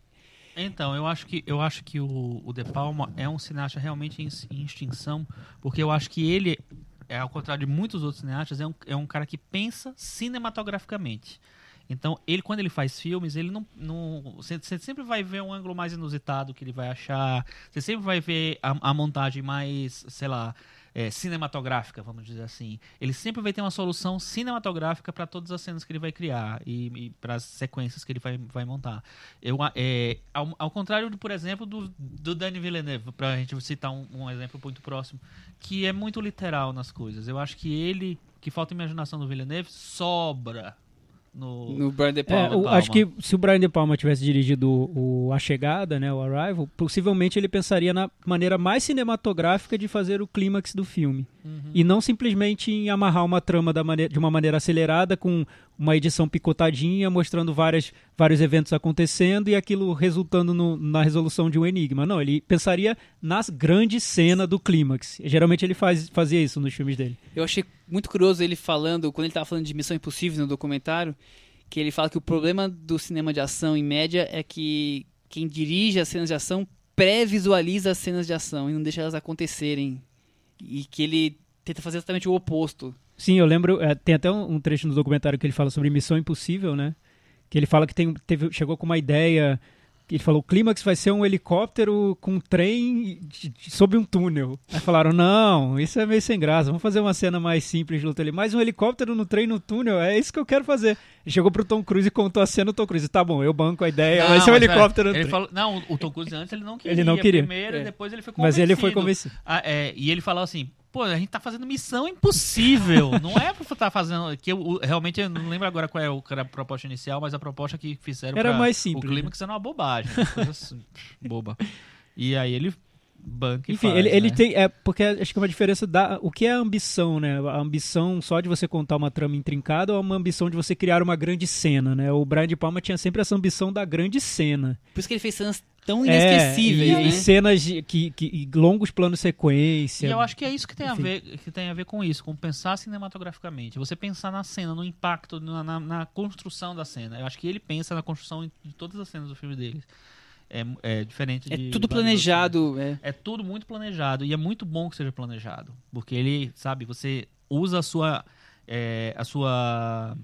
Speaker 4: Então, eu acho que, eu acho que o, o De Palma é um cineasta realmente em, em extinção, porque eu acho que ele, é, ao contrário de muitos outros cineastas, é um, é um cara que pensa cinematograficamente. Então, ele quando ele faz filmes, ele não. não você, você sempre vai ver um ângulo mais inusitado que ele vai achar. Você sempre vai ver a, a montagem mais, sei lá, é, cinematográfica, vamos dizer assim. Ele sempre vai ter uma solução cinematográfica para todas as cenas que ele vai criar e, para as sequências que ele vai, vai montar. Eu, a- é, ao, ao contrário, do, por exemplo, do, do Danny Villeneuve, para a gente citar um, um exemplo muito próximo, que é muito literal nas coisas. Eu acho que ele, que falta imaginação do Villeneuve, sobra no,
Speaker 3: No Brian De
Speaker 5: É,
Speaker 3: Palma.
Speaker 5: o-
Speaker 4: Palma.
Speaker 5: acho que se o Brian De Palma tivesse dirigido o, o A Chegada, né, o Arrival, possivelmente ele pensaria na maneira mais cinematográfica de fazer o clímax do filme.
Speaker 3: Uhum.
Speaker 5: E não simplesmente em amarrar uma trama da mane- de uma maneira acelerada, com uma edição picotadinha, mostrando várias, vários eventos acontecendo e aquilo resultando no- na resolução de um enigma. Não, ele pensaria na grande cena do clímax. Geralmente ele faz, fazia isso nos filmes dele.
Speaker 3: Eu achei muito curioso ele falando, quando ele tava falando de Missão Impossível no documentário, que ele fala que o problema do cinema de ação, em média, é que quem dirige as cenas de ação pré-visualiza as cenas de ação e não deixa elas acontecerem. E que ele tenta fazer exatamente o oposto.
Speaker 5: Sim, eu lembro. é, tem até um, um trecho no documentário que ele fala sobre Missão Impossível, né? Que ele fala que tem, um, teve, chegou com uma ideia. que Ele falou: o clímax vai ser um helicóptero com um trem de- de- sob um túnel. Aí falaram: não, isso é meio sem graça, vamos fazer uma cena mais simples de luta ali. Mais um helicóptero no trem no túnel, é isso que eu quero fazer. Ele chegou pro Tom Cruise e contou a cena. O Tom Cruise, tá bom, eu banco a ideia, vai ser um
Speaker 4: mas, é,
Speaker 5: helicóptero no
Speaker 4: ele
Speaker 5: trem.
Speaker 4: falou- Não, o Tom Cruise antes ele não queria.
Speaker 5: Ele não queria.
Speaker 4: Primeiro,
Speaker 3: É.
Speaker 4: e depois ele foi
Speaker 5: Mas
Speaker 4: convencido.
Speaker 5: ele foi convencido.
Speaker 4: Ah, é, e ele falou assim, pô, a gente tá fazendo missão impossível. não é pra tá fazendo... Que eu, o- realmente, eu não lembro agora qual é o- qual era a proposta inicial, mas a proposta que fizeram
Speaker 5: Era
Speaker 4: pra
Speaker 5: mais simples, né?
Speaker 4: o clímax era uma bobagem. coisa assim, boba. E aí ele banca e
Speaker 5: Enfim,
Speaker 4: faz,
Speaker 5: ele, ele
Speaker 4: né?
Speaker 5: tem. É, porque acho que é uma diferença da. O que é a ambição, né? A ambição só de você contar uma trama intrincada ou uma ambição de você criar uma grande cena, né? O Brian De Palma tinha sempre essa ambição da grande cena.
Speaker 3: Por isso que ele fez cenas tão
Speaker 5: é,
Speaker 3: inesquecíveis,
Speaker 5: e,
Speaker 3: né?
Speaker 5: e cenas de, que, que e longos planos sequência.
Speaker 4: E eu acho que é isso que tem, a
Speaker 5: Enfim.
Speaker 4: ver, que tem a ver com isso, com pensar cinematograficamente. Você pensar na cena, no impacto, na, na- na construção da cena. Eu acho que ele pensa na construção de todas as cenas do filme dele. É, é diferente de.
Speaker 3: É tudo
Speaker 4: Bandeira,
Speaker 3: planejado. É.
Speaker 4: né? É tudo muito planejado. E é muito bom que seja planejado. Porque ele, sabe, você usa a sua. é, a sua.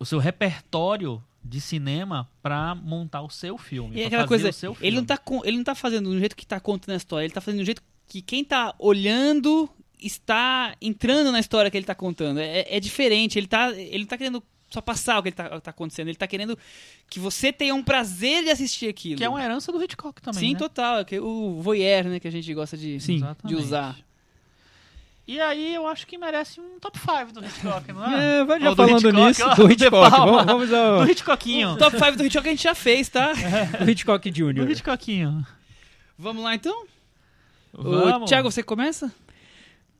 Speaker 4: O seu repertório de cinema pra montar o seu filme.
Speaker 3: E é
Speaker 4: pra
Speaker 3: aquela
Speaker 4: fazer
Speaker 3: coisa,
Speaker 4: o seu filme.
Speaker 3: ele não, tá com- ele não tá fazendo do jeito que tá contando a história, ele tá fazendo do jeito que quem tá olhando está entrando na história que ele tá contando. É, é diferente, ele tá, ele não tá querendo só passar o que ele tá, tá acontecendo, ele tá querendo que você tenha um prazer de assistir aquilo.
Speaker 4: Que é uma herança do Hitchcock também.
Speaker 3: Sim,
Speaker 4: né?
Speaker 3: total, é que o voyeur, né, que a gente gosta de,
Speaker 5: Sim.
Speaker 3: de usar.
Speaker 4: E aí eu acho que merece um top 5 do Hitchcock, não é?
Speaker 5: É, vai já
Speaker 4: Ou do
Speaker 5: falando
Speaker 4: Hitchcock,
Speaker 5: nisso,
Speaker 4: ó,
Speaker 5: do
Speaker 4: De
Speaker 5: Hitchcock.
Speaker 4: Palma.
Speaker 5: Vamos, vamos ao
Speaker 4: Do Hitchcockinho.
Speaker 3: Um Top 5 do Hitchcock a gente já fez, tá?
Speaker 5: do Hitchcock
Speaker 4: Do
Speaker 5: Jr.
Speaker 4: Hitchcockinho.
Speaker 3: Vamos lá então? O
Speaker 4: Vamos.
Speaker 3: Thiago, você começa?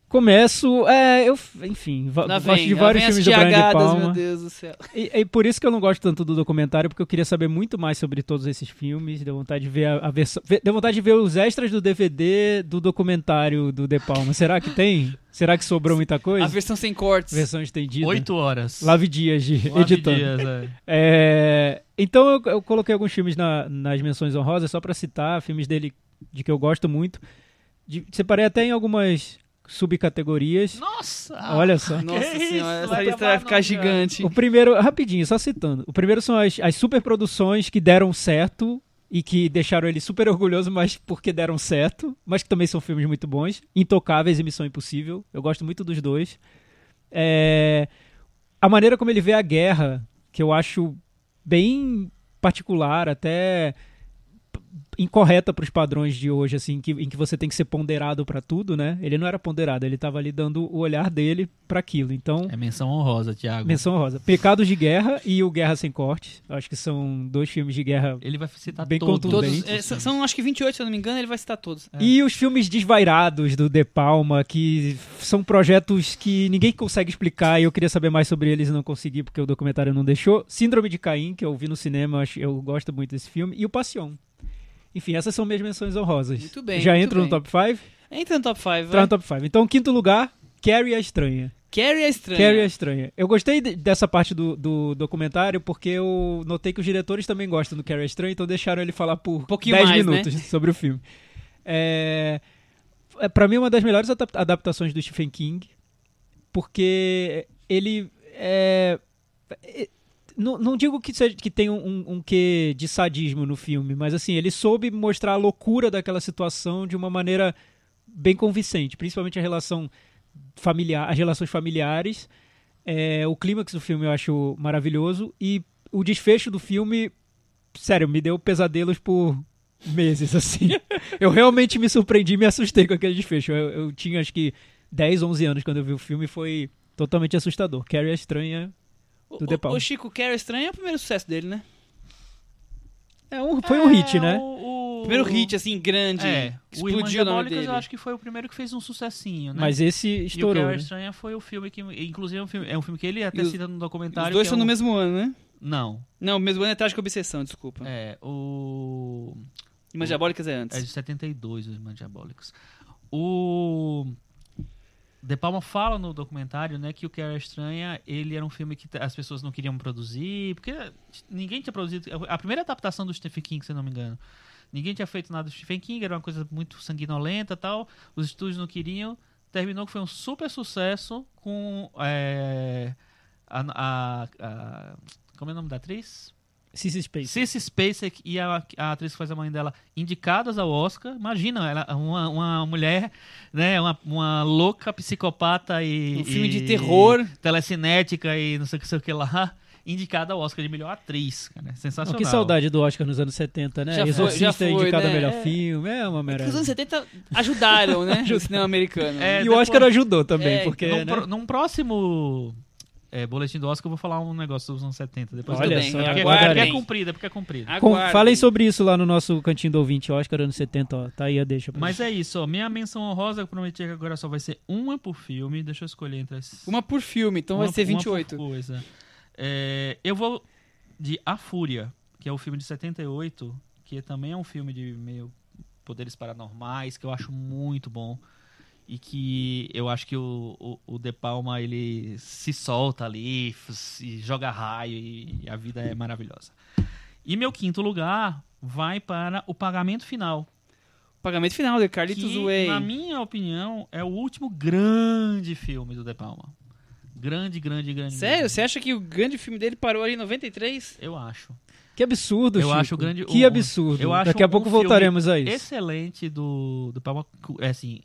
Speaker 5: Começo, é, eu, enfim, va-
Speaker 3: Lá
Speaker 5: gosto de
Speaker 3: lá
Speaker 5: vários
Speaker 3: vem as
Speaker 5: filmes do Brian De
Speaker 3: tiagadas, meu
Speaker 5: Palma.
Speaker 3: Deus do céu.
Speaker 5: E, e por isso que eu não gosto tanto do documentário, porque eu queria saber muito mais sobre todos esses filmes. Deu vontade de ver a, a versão. ve- Deu vontade de ver os extras do DVD do documentário do De Palma. Será que tem? Será que sobrou muita
Speaker 3: A
Speaker 5: coisa?
Speaker 3: versão sem cortes.
Speaker 5: Versão estendida.
Speaker 4: Oito horas.
Speaker 5: Lave dias de
Speaker 4: Nove
Speaker 5: editando.
Speaker 4: dias, é.
Speaker 5: É, então eu, eu coloquei alguns filmes na- nas menções honrosas só pra citar filmes dele de que eu gosto muito. De- separei até em algumas subcategorias.
Speaker 4: Nossa!
Speaker 5: Olha só.
Speaker 3: Nossa
Speaker 4: Que isso,
Speaker 3: senhora, essa
Speaker 4: vai
Speaker 3: lista
Speaker 4: tomar
Speaker 3: vai ficar
Speaker 4: no, cara.
Speaker 3: gigante.
Speaker 5: O primeiro, rapidinho, só citando. O primeiro são as, as superproduções que deram certo e que deixaram ele super orgulhoso, mas porque deram certo, mas que também são filmes muito bons. Intocáveis e Missão Impossível. Eu gosto muito dos dois. É, a maneira como ele vê a guerra, que eu acho bem particular, até p- incorreta para os padrões de hoje, assim, que, em que você tem que ser ponderado para tudo, né? Ele não era ponderado, ele estava ali dando o olhar dele para aquilo. Então,
Speaker 4: É menção honrosa, Thiago.
Speaker 5: Menção rosa. Pecados de Guerra e o Guerra Sem Corte. Acho que são dois filmes de guerra.
Speaker 4: Ele vai citar
Speaker 5: Bem
Speaker 4: todos.
Speaker 5: contundente.
Speaker 3: Todos, é, são, são, acho que 28, se eu não me engano, ele vai citar todos.
Speaker 5: E os filmes desvairados do De Palma, que são projetos que ninguém consegue explicar e eu queria saber mais sobre eles e não consegui porque o documentário não deixou. Síndrome de Caim, que eu vi no cinema, acho- eu gosto muito desse filme. E o Passion. Enfim, essas são minhas menções honrosas.
Speaker 3: Muito bem,
Speaker 5: Já
Speaker 3: muito
Speaker 5: entro no
Speaker 3: bem.
Speaker 5: top 5?
Speaker 3: É. Entra no top 5,
Speaker 5: Entrar
Speaker 3: vai.
Speaker 5: no top 5. Então, quinto lugar, Carrie a Estranha.
Speaker 3: Carrie é estranho.
Speaker 5: Carrie é estranha. Eu gostei de- dessa parte do, do documentário porque eu notei que os diretores também gostam do Carrie é estranha, então deixaram ele falar por
Speaker 3: pouquinho
Speaker 5: 10
Speaker 3: mais, né?
Speaker 5: minutos sobre o filme. É, é, para mim uma das melhores adap- adaptações do Stephen King, porque ele é, é, não, não digo que, seja, que tem um, um, um quê de sadismo no filme, mas assim, ele soube mostrar a loucura daquela situação de uma maneira bem convincente, principalmente a relação familiar, as relações familiares. É, o clímax do filme eu acho maravilhoso e o desfecho do filme, sério, me deu pesadelos por meses, assim. eu realmente me surpreendi e me assustei com aquele desfecho. Eu, eu tinha acho que 10, 11 anos quando eu vi o filme e foi totalmente assustador. Carrie é estranha.
Speaker 3: O,
Speaker 5: Do De
Speaker 3: o,
Speaker 5: Palma.
Speaker 3: o Chico Carey Estranho é o primeiro sucesso dele, né?
Speaker 5: É um, foi um hit, né?
Speaker 4: O, o-
Speaker 3: Primeiro hit, assim, grande.
Speaker 4: É,
Speaker 3: que
Speaker 4: o Irmãs
Speaker 3: explodiu o nome
Speaker 4: Diabólicas
Speaker 3: dele.
Speaker 4: eu acho que é foi o primeiro que fez um sucessinho, né?
Speaker 5: Mas esse
Speaker 4: e o
Speaker 5: estourou.
Speaker 4: Carrie
Speaker 5: né?
Speaker 4: Estranha foi o filme que. Inclusive, é um filme, é um filme que ele até
Speaker 3: E os-
Speaker 4: cita no documentário.
Speaker 3: Os dois
Speaker 4: que
Speaker 3: são
Speaker 4: é
Speaker 3: no
Speaker 4: um-
Speaker 3: mesmo ano, né?
Speaker 4: Não.
Speaker 3: Não, o mesmo ano é Trágica Obsessão, desculpa.
Speaker 4: É, o.
Speaker 3: Irmãs Diabólicas é antes.
Speaker 4: É de 72, os Irmãs Diabólicas. O. De Palma fala no documentário, né, que o Cara Estranha, ele era um filme que t- as pessoas não queriam produzir, porque ninguém tinha produzido. A primeira adaptação do Stephen King, se eu não me engano. Ninguém tinha feito nada do Stephen King, era uma coisa muito sanguinolenta e tal. Os estúdios não queriam. Terminou que foi um super sucesso com. é, a- a- a- como é o nome da atriz?
Speaker 5: Sissy Space.
Speaker 4: Cissy Spacek e a, a atriz que faz a mãe dela indicadas ao Oscar. Imagina, ela, uma, uma mulher, né, uma, uma louca psicopata e...
Speaker 3: Um filme de
Speaker 4: e-
Speaker 3: terror.
Speaker 4: Telecinética e não sei o que, sei o que lá, indicada ao Oscar de melhor atriz, cara. É
Speaker 5: Não,
Speaker 4: Sensacional.
Speaker 5: que saudade do Oscar nos anos 70, né?
Speaker 3: Já foi-
Speaker 5: Exorcista
Speaker 3: já foi,
Speaker 5: indicado a
Speaker 3: né?
Speaker 5: melhor
Speaker 3: É.
Speaker 5: filme, é uma
Speaker 3: Os anos
Speaker 5: merda.
Speaker 3: 70 ajudaram, né? o cinema americano.
Speaker 4: É,
Speaker 5: E o Oscar
Speaker 4: depois-
Speaker 5: ajudou também,
Speaker 3: É,
Speaker 5: porque.
Speaker 4: num,
Speaker 5: né?
Speaker 4: pro- num próximo é, boletim do Oscar eu vou falar um negócio dos anos 70. Depois
Speaker 5: Olha
Speaker 4: eu-
Speaker 5: só,
Speaker 4: porque, porque é
Speaker 5: aguardem.
Speaker 4: comprida, porque é comprida.
Speaker 5: Com-
Speaker 3: Aguardem.
Speaker 5: falem sobre isso lá no nosso cantinho do ouvinte, Oscar anos 70, ó. Tá aí a deixa. pra
Speaker 4: Mas
Speaker 5: gente.
Speaker 4: é isso, ó. Minha menção honrosa, eu prometi que agora só vai ser uma por filme. Deixa eu escolher entre as.
Speaker 3: Uma por filme, então vai
Speaker 4: Uma-
Speaker 3: ser
Speaker 4: uma
Speaker 3: 28.
Speaker 4: por coisa. É, eu vou de A Fúria, que é o filme de 78, que também é um filme de meio poderes paranormais, que eu acho muito bom. E que eu acho que o, o, o De Palma, ele se solta ali, f- e joga raio, e a vida é maravilhosa. E meu quinto lugar vai para O Pagamento Final,
Speaker 3: Pagamento final, The Carlitos
Speaker 4: que,
Speaker 3: Way.
Speaker 4: na minha opinião, é o último grande filme do De Palma. Grande, grande, grande.
Speaker 3: Sério?
Speaker 4: grande.
Speaker 3: Você acha que o grande filme dele parou ali em 93?
Speaker 4: Eu acho.
Speaker 5: Que absurdo,
Speaker 4: Eu
Speaker 5: Chico.
Speaker 4: acho grande-
Speaker 5: Que
Speaker 4: um-
Speaker 5: absurdo.
Speaker 4: eu acho
Speaker 5: Daqui a
Speaker 4: um
Speaker 5: pouco
Speaker 4: filme
Speaker 5: voltaremos a isso.
Speaker 4: Excelente do, do Palma. cu- é Assim,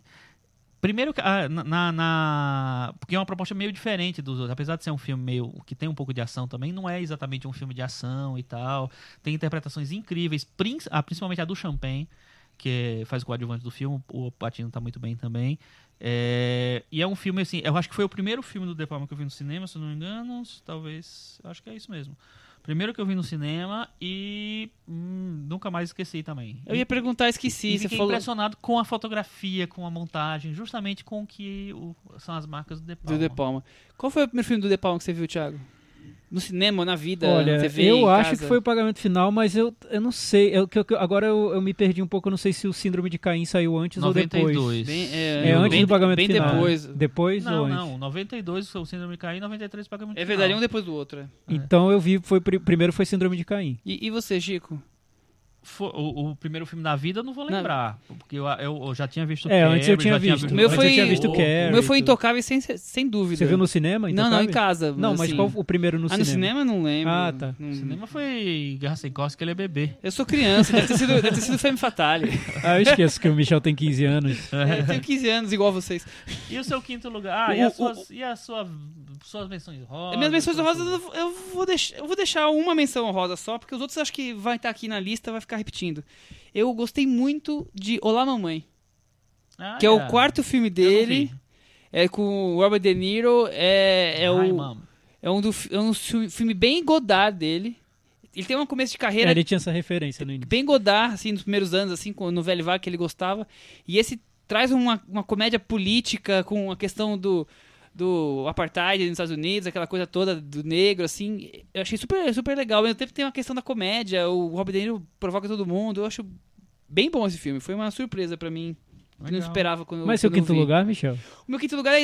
Speaker 4: primeiro, que, ah, na, na- na- Porque é uma proposta meio diferente dos outros. Apesar de ser um filme meio que tem um pouco de ação também, não é exatamente um filme de ação e tal. Tem interpretações incríveis, prin- ah, principalmente a do Champagne, que é, faz o coadjuvante do filme. O Patino tá muito bem também. É, e é um filme, assim, eu acho que foi o primeiro filme do De Palma que eu vi no cinema, se eu não me engano. Talvez. Acho que é isso mesmo. Primeiro que eu vi no cinema e hum, nunca mais esqueci também.
Speaker 3: Eu ia perguntar, esqueci.
Speaker 4: e
Speaker 3: Você
Speaker 4: fiquei
Speaker 3: falou
Speaker 4: impressionado com a fotografia, com a montagem, justamente com o que o- são as marcas do De Palma.
Speaker 3: do De Palma. Qual foi o primeiro filme do De Palma que você viu, Thiago? No cinema, na vida,
Speaker 5: Olha,
Speaker 3: na TV,
Speaker 5: eu
Speaker 3: em
Speaker 5: acho
Speaker 3: casa?
Speaker 5: que foi o pagamento final, mas eu, eu não sei. Eu, que- que- agora eu, eu me perdi um pouco, eu não sei se o Síndrome de Caim saiu antes ou depois.
Speaker 4: 92.
Speaker 3: Bem,
Speaker 5: É antes
Speaker 3: bem-
Speaker 5: do pagamento
Speaker 3: bem
Speaker 5: final.
Speaker 3: depois.
Speaker 5: Depois ou
Speaker 4: Não,
Speaker 5: antes?
Speaker 4: não. 92 foi o Síndrome de Caim, 93 pagamento
Speaker 3: É verdade, um
Speaker 4: Final.
Speaker 3: depois do outro. é.
Speaker 5: Então eu vi, foi, pri- primeiro foi Síndrome de Caim.
Speaker 3: E, e você, Chico?
Speaker 4: Foi- o, o primeiro filme da vida eu não vou lembrar, porque eu, eu- eu já tinha visto
Speaker 5: É,
Speaker 4: Carrie,
Speaker 5: antes eu tinha
Speaker 4: já
Speaker 5: visto.
Speaker 3: O meu
Speaker 5: Mas
Speaker 3: foi,
Speaker 5: eu tinha visto
Speaker 3: o,
Speaker 5: Carrie
Speaker 3: o meu foi
Speaker 5: e tudo.
Speaker 3: Intocável, sem, sem dúvida.
Speaker 5: Você viu no cinema?
Speaker 3: Não, não, em
Speaker 5: Intocável?
Speaker 3: casa.
Speaker 5: Não, mas
Speaker 3: assim.
Speaker 5: qual o primeiro no
Speaker 3: ah,
Speaker 5: cinema?
Speaker 3: no cinema eu não lembro.
Speaker 5: Ah, tá.
Speaker 3: Não-
Speaker 4: O cinema foi Guerra Sem Costas, que ele é bebê.
Speaker 3: Eu sou criança, deve ter sido, deve ter sido Femme Fatale.
Speaker 5: Ah, eu esqueço que o Michel tem 15 anos.
Speaker 3: Eu tenho 15 anos, igual vocês.
Speaker 4: E o seu quinto lugar? Ah, e
Speaker 3: O-
Speaker 4: as
Speaker 3: o-
Speaker 4: suas, e as sua- suas menções rosas?
Speaker 3: Minhas menções
Speaker 4: suas-
Speaker 3: honrosas, eu- eu vou, deixar, eu vou deixar uma menção honrosa só, porque os outros acho que vai estar aqui na lista, vai ficar repetindo. Eu gostei muito de Olá Mamãe,
Speaker 4: Ah,
Speaker 3: que é o quarto filme
Speaker 4: Eu não
Speaker 3: dele.
Speaker 4: vi.
Speaker 3: É com o Robert De Niro, é, é,
Speaker 4: Ai,
Speaker 3: o,
Speaker 4: mama.
Speaker 3: é, um, do, fi- é um fi- filme bem Godard dele. Ele tem um começo de
Speaker 5: É,
Speaker 3: carreira
Speaker 5: ele tinha essa referência no início.
Speaker 3: bem Godard, assim, nos primeiros anos, assim, com- no Velho Vague que ele gostava. E esse traz uma, uma comédia política com a questão do, do apartheid nos Estados Unidos, aquela coisa toda do negro, assim. Eu achei super, super legal. Ao mesmo tempo tem uma questão da comédia, o Robert De Niro provoca todo mundo. Eu acho bem bom esse filme. Foi uma surpresa pra mim. que Eu não
Speaker 4: Legal.
Speaker 3: esperava quando
Speaker 5: Mas seu
Speaker 3: quando eu
Speaker 5: quinto
Speaker 3: vi.
Speaker 5: lugar, Michel?
Speaker 3: O meu quinto lugar é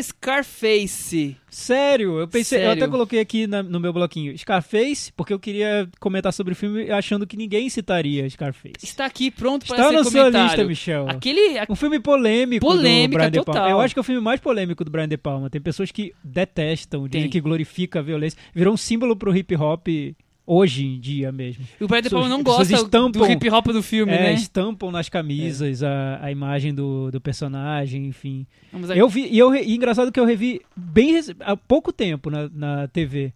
Speaker 3: Scarface.
Speaker 5: Sério, eu pensei, eu
Speaker 3: Sério.
Speaker 5: até coloquei aqui na- no meu bloquinho Scarface, porque eu queria comentar sobre o filme achando que ninguém citaria Scarface.
Speaker 3: Está aqui pronto para
Speaker 5: Está
Speaker 3: ser
Speaker 5: na sua
Speaker 3: comentário.
Speaker 5: lista, Michel.
Speaker 3: Aquele,
Speaker 5: Um filme polêmico do
Speaker 3: Polêmica
Speaker 5: Brian De
Speaker 3: total.
Speaker 5: Palma. Eu acho que é o filme mais polêmico do Brian De Palma. Tem pessoas que detestam, dizem
Speaker 3: Tem.
Speaker 5: que glorifica a violência. Virou um símbolo pro hip hop Hoje em dia mesmo.
Speaker 3: E o Brian De Palma
Speaker 5: Pessoas-
Speaker 3: não
Speaker 5: pessoas
Speaker 3: gosta do
Speaker 5: estampam-
Speaker 3: hip hop do filme,
Speaker 5: É,
Speaker 3: né? É.
Speaker 5: Estampam nas camisas a, a imagem do, do personagem, enfim.
Speaker 3: Não, mas é-
Speaker 5: Eu vi, e, eu, re- e engraçado que eu revi bem rec- há pouco tempo na, na TV.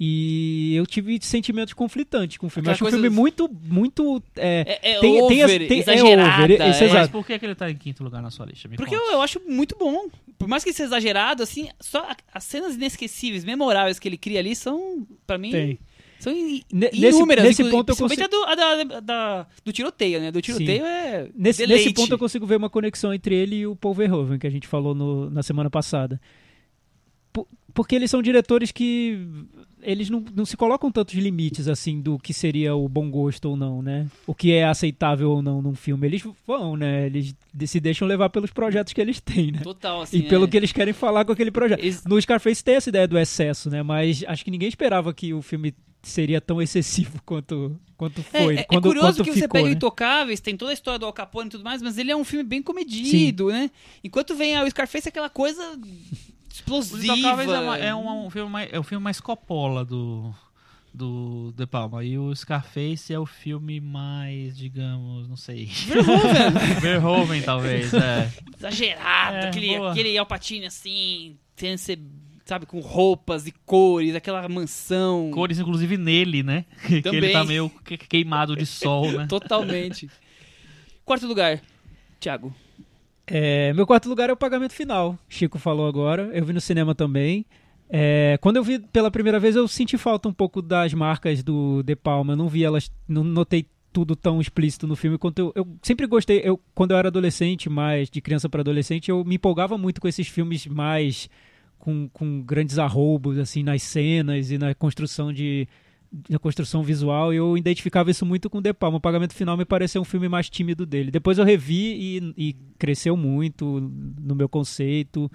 Speaker 5: E eu tive sentimentos conflitantes com o filme.
Speaker 3: Aquela
Speaker 5: Acho um
Speaker 3: coisa-
Speaker 5: filme muito, muito. é,
Speaker 3: É, é
Speaker 5: Tem-
Speaker 3: over,
Speaker 5: tem as- tem- é
Speaker 3: exagerada.
Speaker 5: over, isso,
Speaker 3: é.
Speaker 5: exato.
Speaker 4: Mas por que, que ele tá em quinto lugar na sua lista? Me
Speaker 3: Porque eu,
Speaker 4: conta.
Speaker 3: eu acho muito bom. Por mais que seja exagerado, assim, só a- as cenas inesquecíveis, memoráveis que ele cria ali são, pra mim,
Speaker 5: Tem.
Speaker 3: são in-
Speaker 5: Ne- nesse-
Speaker 3: inúmeras.
Speaker 5: nesse
Speaker 3: inclu-
Speaker 5: ponto eu
Speaker 3: principalmente a, do, a da, da- do tiroteio, né? Do tiroteio é
Speaker 5: Nesse,
Speaker 3: deleite.
Speaker 5: nesse ponto eu consigo ver uma conexão entre ele e o Paul Verhoeven, que a gente falou no- na semana passada. Po- porque eles são diretores que eles não, não se colocam tantos limites assim do que seria o bom gosto ou não, né? O que é aceitável ou não num filme. Eles vão, né? Eles de- se deixam levar pelos projetos que eles têm, né?
Speaker 3: Total, assim.
Speaker 5: e pelo
Speaker 3: é.
Speaker 5: que eles querem falar com aquele projeto.
Speaker 3: Eles-
Speaker 5: No Scarface tem essa ideia do excesso, né? Mas acho que ninguém esperava que o filme seria tão excessivo quanto, quanto
Speaker 3: É,
Speaker 5: foi.
Speaker 3: é- é
Speaker 5: quando,
Speaker 3: curioso
Speaker 5: quanto
Speaker 3: que você
Speaker 5: ficou,
Speaker 3: pega
Speaker 5: né?
Speaker 3: Intocáveis, tem toda a história do Al Capone e tudo mais, mas ele é um filme bem comedido, né? Enquanto vem ah, o Scarface é aquela coisa
Speaker 4: Os
Speaker 3: explosiva.
Speaker 4: Intocáveis é, uma- é um, um filme mais, é o filme mais copola do, do De Palma. E o Scarface é o filme mais, digamos, não sei. Verhoeven, talvez. É.
Speaker 3: exagerado,
Speaker 4: É,
Speaker 3: aquele,
Speaker 4: boa.
Speaker 3: aquele Alpatine assim, sem ser, sabe, com roupas e cores, aquela mansão.
Speaker 4: Cores, inclusive, nele, né? Que ele
Speaker 3: Também.
Speaker 4: tá meio que- queimado de sol, né?
Speaker 3: Totalmente. Quarto lugar, Thiago.
Speaker 5: É, meu quarto lugar é o pagamento final. Chico falou agora. Eu vi no cinema também. É, quando eu vi pela primeira vez, eu senti falta um pouco das marcas do De Palma. Eu não vi elas, não notei tudo tão explícito no filme quanto eu, eu sempre gostei. Eu quando eu era adolescente, mais de criança para adolescente, eu me empolgava muito com esses filmes mais com, com grandes arroubos assim nas cenas e na construção de na construção visual, e eu identificava isso muito com De Palma. O Pagamento Final me pareceu um filme mais tímido dele. Depois eu revi e, e cresceu muito no meu conceito.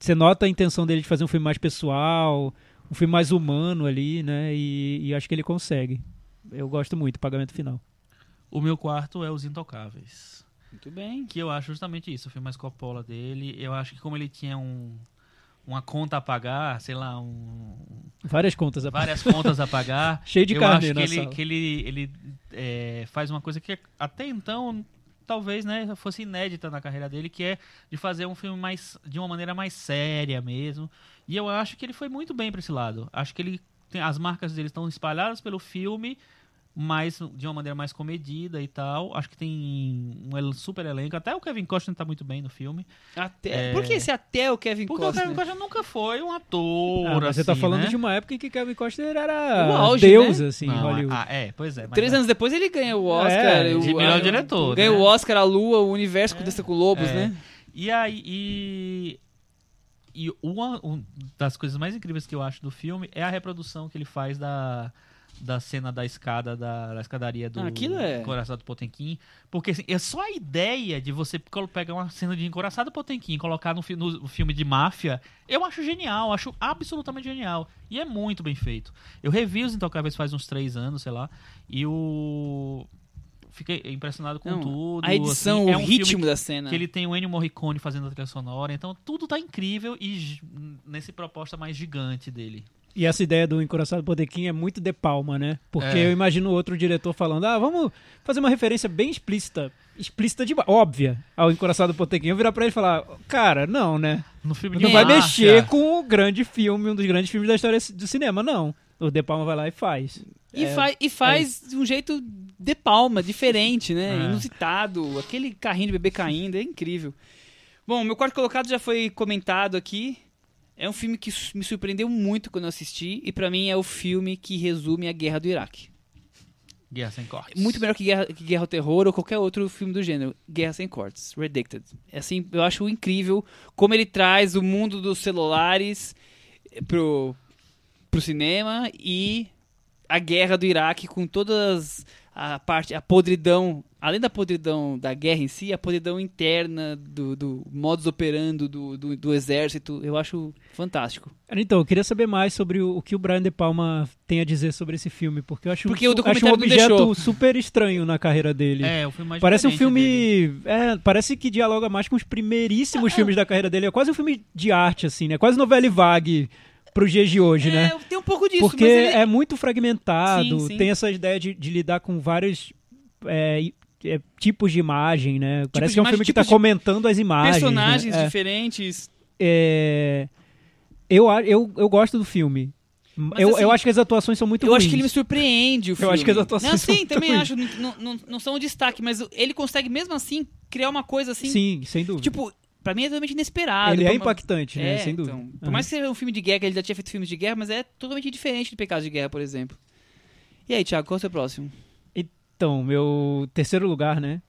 Speaker 5: Você nota a intenção dele de fazer um filme mais pessoal, um filme mais humano ali, né? E, e acho que ele consegue. Eu gosto muito do Pagamento Final.
Speaker 4: O meu quarto é Os Intocáveis.
Speaker 3: Muito bem.
Speaker 4: Que eu acho justamente isso, o filme mais copola dele. Eu acho que como ele tinha um, uma conta a pagar, sei lá, um,
Speaker 5: Várias contas. a-
Speaker 4: várias contas a pagar.
Speaker 5: Cheio de
Speaker 4: eu
Speaker 5: carne
Speaker 4: acho que
Speaker 5: na
Speaker 4: ele,
Speaker 5: sala.
Speaker 4: que ele, ele é, faz uma coisa que até então talvez né, fosse inédita na carreira dele, que é de fazer um filme mais de uma maneira mais séria mesmo. E eu acho que ele foi muito bem pra esse lado. Acho que ele tem- as marcas dele estão espalhadas pelo filme, mas de uma maneira mais comedida e tal. Acho que tem um el- super elenco. Até o Kevin Costner tá muito bem no filme.
Speaker 3: Até,
Speaker 4: É.
Speaker 3: Por que esse até o Kevin
Speaker 4: Porque o
Speaker 3: Costner?
Speaker 4: Kevin Costner nunca foi um ator.
Speaker 5: Ah, mas você tá
Speaker 4: assim,
Speaker 5: falando
Speaker 4: né?
Speaker 5: de uma época em que Kevin Costner era
Speaker 3: O auge,
Speaker 5: deus,
Speaker 3: né?
Speaker 5: assim, em
Speaker 4: Não,
Speaker 5: Hollywood.
Speaker 4: Ah, é, pois é. mas
Speaker 3: Três
Speaker 4: é-
Speaker 3: anos depois ele ganha o Oscar.
Speaker 5: É,
Speaker 3: o,
Speaker 4: de melhor
Speaker 3: a-
Speaker 4: diretor,
Speaker 3: Ganha
Speaker 4: né?
Speaker 3: o Oscar, a Lua, o Universo com o Desta com Lobos,
Speaker 4: É.
Speaker 3: né?
Speaker 4: E aí. E, e uma um das coisas mais incríveis que eu acho do filme é a reprodução que ele faz da, da cena da escada, da, da escadaria do
Speaker 3: Ah, aquilo é-
Speaker 4: Encoraçado Potemkin. Porque assim, é só a ideia de você col- pegar uma cena de Encoraçado Potemkin e colocar no, fi- no filme de máfia, eu acho genial, acho absolutamente genial. E é muito bem feito. Eu revi os Intocáveis faz uns três anos, sei lá, e o. Fiquei impressionado com
Speaker 3: Não,
Speaker 4: tudo.
Speaker 3: a edição,
Speaker 4: assim, é
Speaker 3: o
Speaker 4: um filme
Speaker 3: ritmo da cena.
Speaker 5: Né.
Speaker 4: que ele tem o Ennio Morricone fazendo a trilha sonora, então tudo tá incrível e gi- nesse proposta mais gigante dele.
Speaker 5: E essa ideia do Encoraçado Podequim é muito de palma, né? Porque
Speaker 4: É.
Speaker 5: eu imagino outro diretor falando, ah, vamos fazer uma referência bem explícita. Explícita de óbvia ao Encoraçado Potequim. Eu virar pra ele e falar, cara, não, né?
Speaker 4: No filme de
Speaker 5: Não vai
Speaker 4: máfia,
Speaker 5: mexer com o grande filme, um dos grandes filmes da história do cinema, não. O De Palma vai lá e faz.
Speaker 3: E,
Speaker 5: É,
Speaker 3: fa- e faz de um jeito de palma, diferente, né?
Speaker 4: É.
Speaker 3: Inusitado. Aquele carrinho de bebê caindo, é incrível. Bom, meu quarto colocado já foi comentado aqui. É um filme que su- me surpreendeu muito quando eu assisti. E pra mim é o filme que resume a guerra do Iraque.
Speaker 4: Guerra Sem Cortes.
Speaker 3: Muito melhor que Guerra, que Guerra ao Terror ou qualquer outro filme do gênero. Guerra Sem Cortes, Redacted. É Assim, eu acho incrível como ele traz o mundo dos celulares eh, pro, pro cinema e a guerra do Iraque com todas a parte, a podridão, além da podridão da guerra em si, a podridão interna do, do modus operando do, do, do exército, eu acho fantástico.
Speaker 5: Então, eu queria saber mais sobre o, o que o Brian De Palma tem a dizer sobre esse filme, porque eu acho,
Speaker 3: Porque o
Speaker 5: acho um
Speaker 3: documentário não
Speaker 5: objeto
Speaker 3: deixou.
Speaker 5: super estranho na carreira dele.
Speaker 4: É, o filme mais
Speaker 5: Parece um
Speaker 4: diferente dele.
Speaker 5: filme. É, parece que dialoga mais com os primeiríssimos filmes da carreira dele. É quase um filme de arte, assim, né? Quase novela e vague. pro dias de hoje, né?
Speaker 3: É, tem um pouco disso,
Speaker 5: Porque
Speaker 3: mas ele-
Speaker 5: é muito fragmentado,
Speaker 3: Sim, sim.
Speaker 5: tem essa ideia de, de lidar com vários é, i- é, tipos de imagem, né? Parece
Speaker 3: de
Speaker 5: que é um
Speaker 3: imagem,
Speaker 5: filme que tá
Speaker 3: tipos de
Speaker 5: comentando as imagens. né?
Speaker 3: personagens
Speaker 5: É.
Speaker 3: diferentes.
Speaker 5: É, eu, a- eu, eu gosto do filme. Eu,
Speaker 3: assim,
Speaker 5: eu acho que as atuações são muito
Speaker 3: eu acho que ele me
Speaker 5: ruins.
Speaker 3: surpreende o filme.
Speaker 5: acho que as atuações
Speaker 3: Não, sim,
Speaker 5: são
Speaker 3: também
Speaker 5: ruins.
Speaker 3: acho. Não, não, não são um destaque, mas ele consegue mesmo assim criar uma coisa assim.
Speaker 5: Sim, sem dúvida.
Speaker 3: Tipo, pra mim é totalmente inesperado.
Speaker 5: ele é
Speaker 3: Pra-
Speaker 5: impactante, né?
Speaker 3: É,
Speaker 5: sem dúvida.
Speaker 3: então, por
Speaker 5: Aham.
Speaker 3: mais que seja um filme de guerra, que ele já tinha feito filmes de guerra, mas é totalmente diferente de Pecados de Guerra, por exemplo. E aí, Thiago, qual é o seu próximo?
Speaker 5: Então, meu terceiro lugar, né?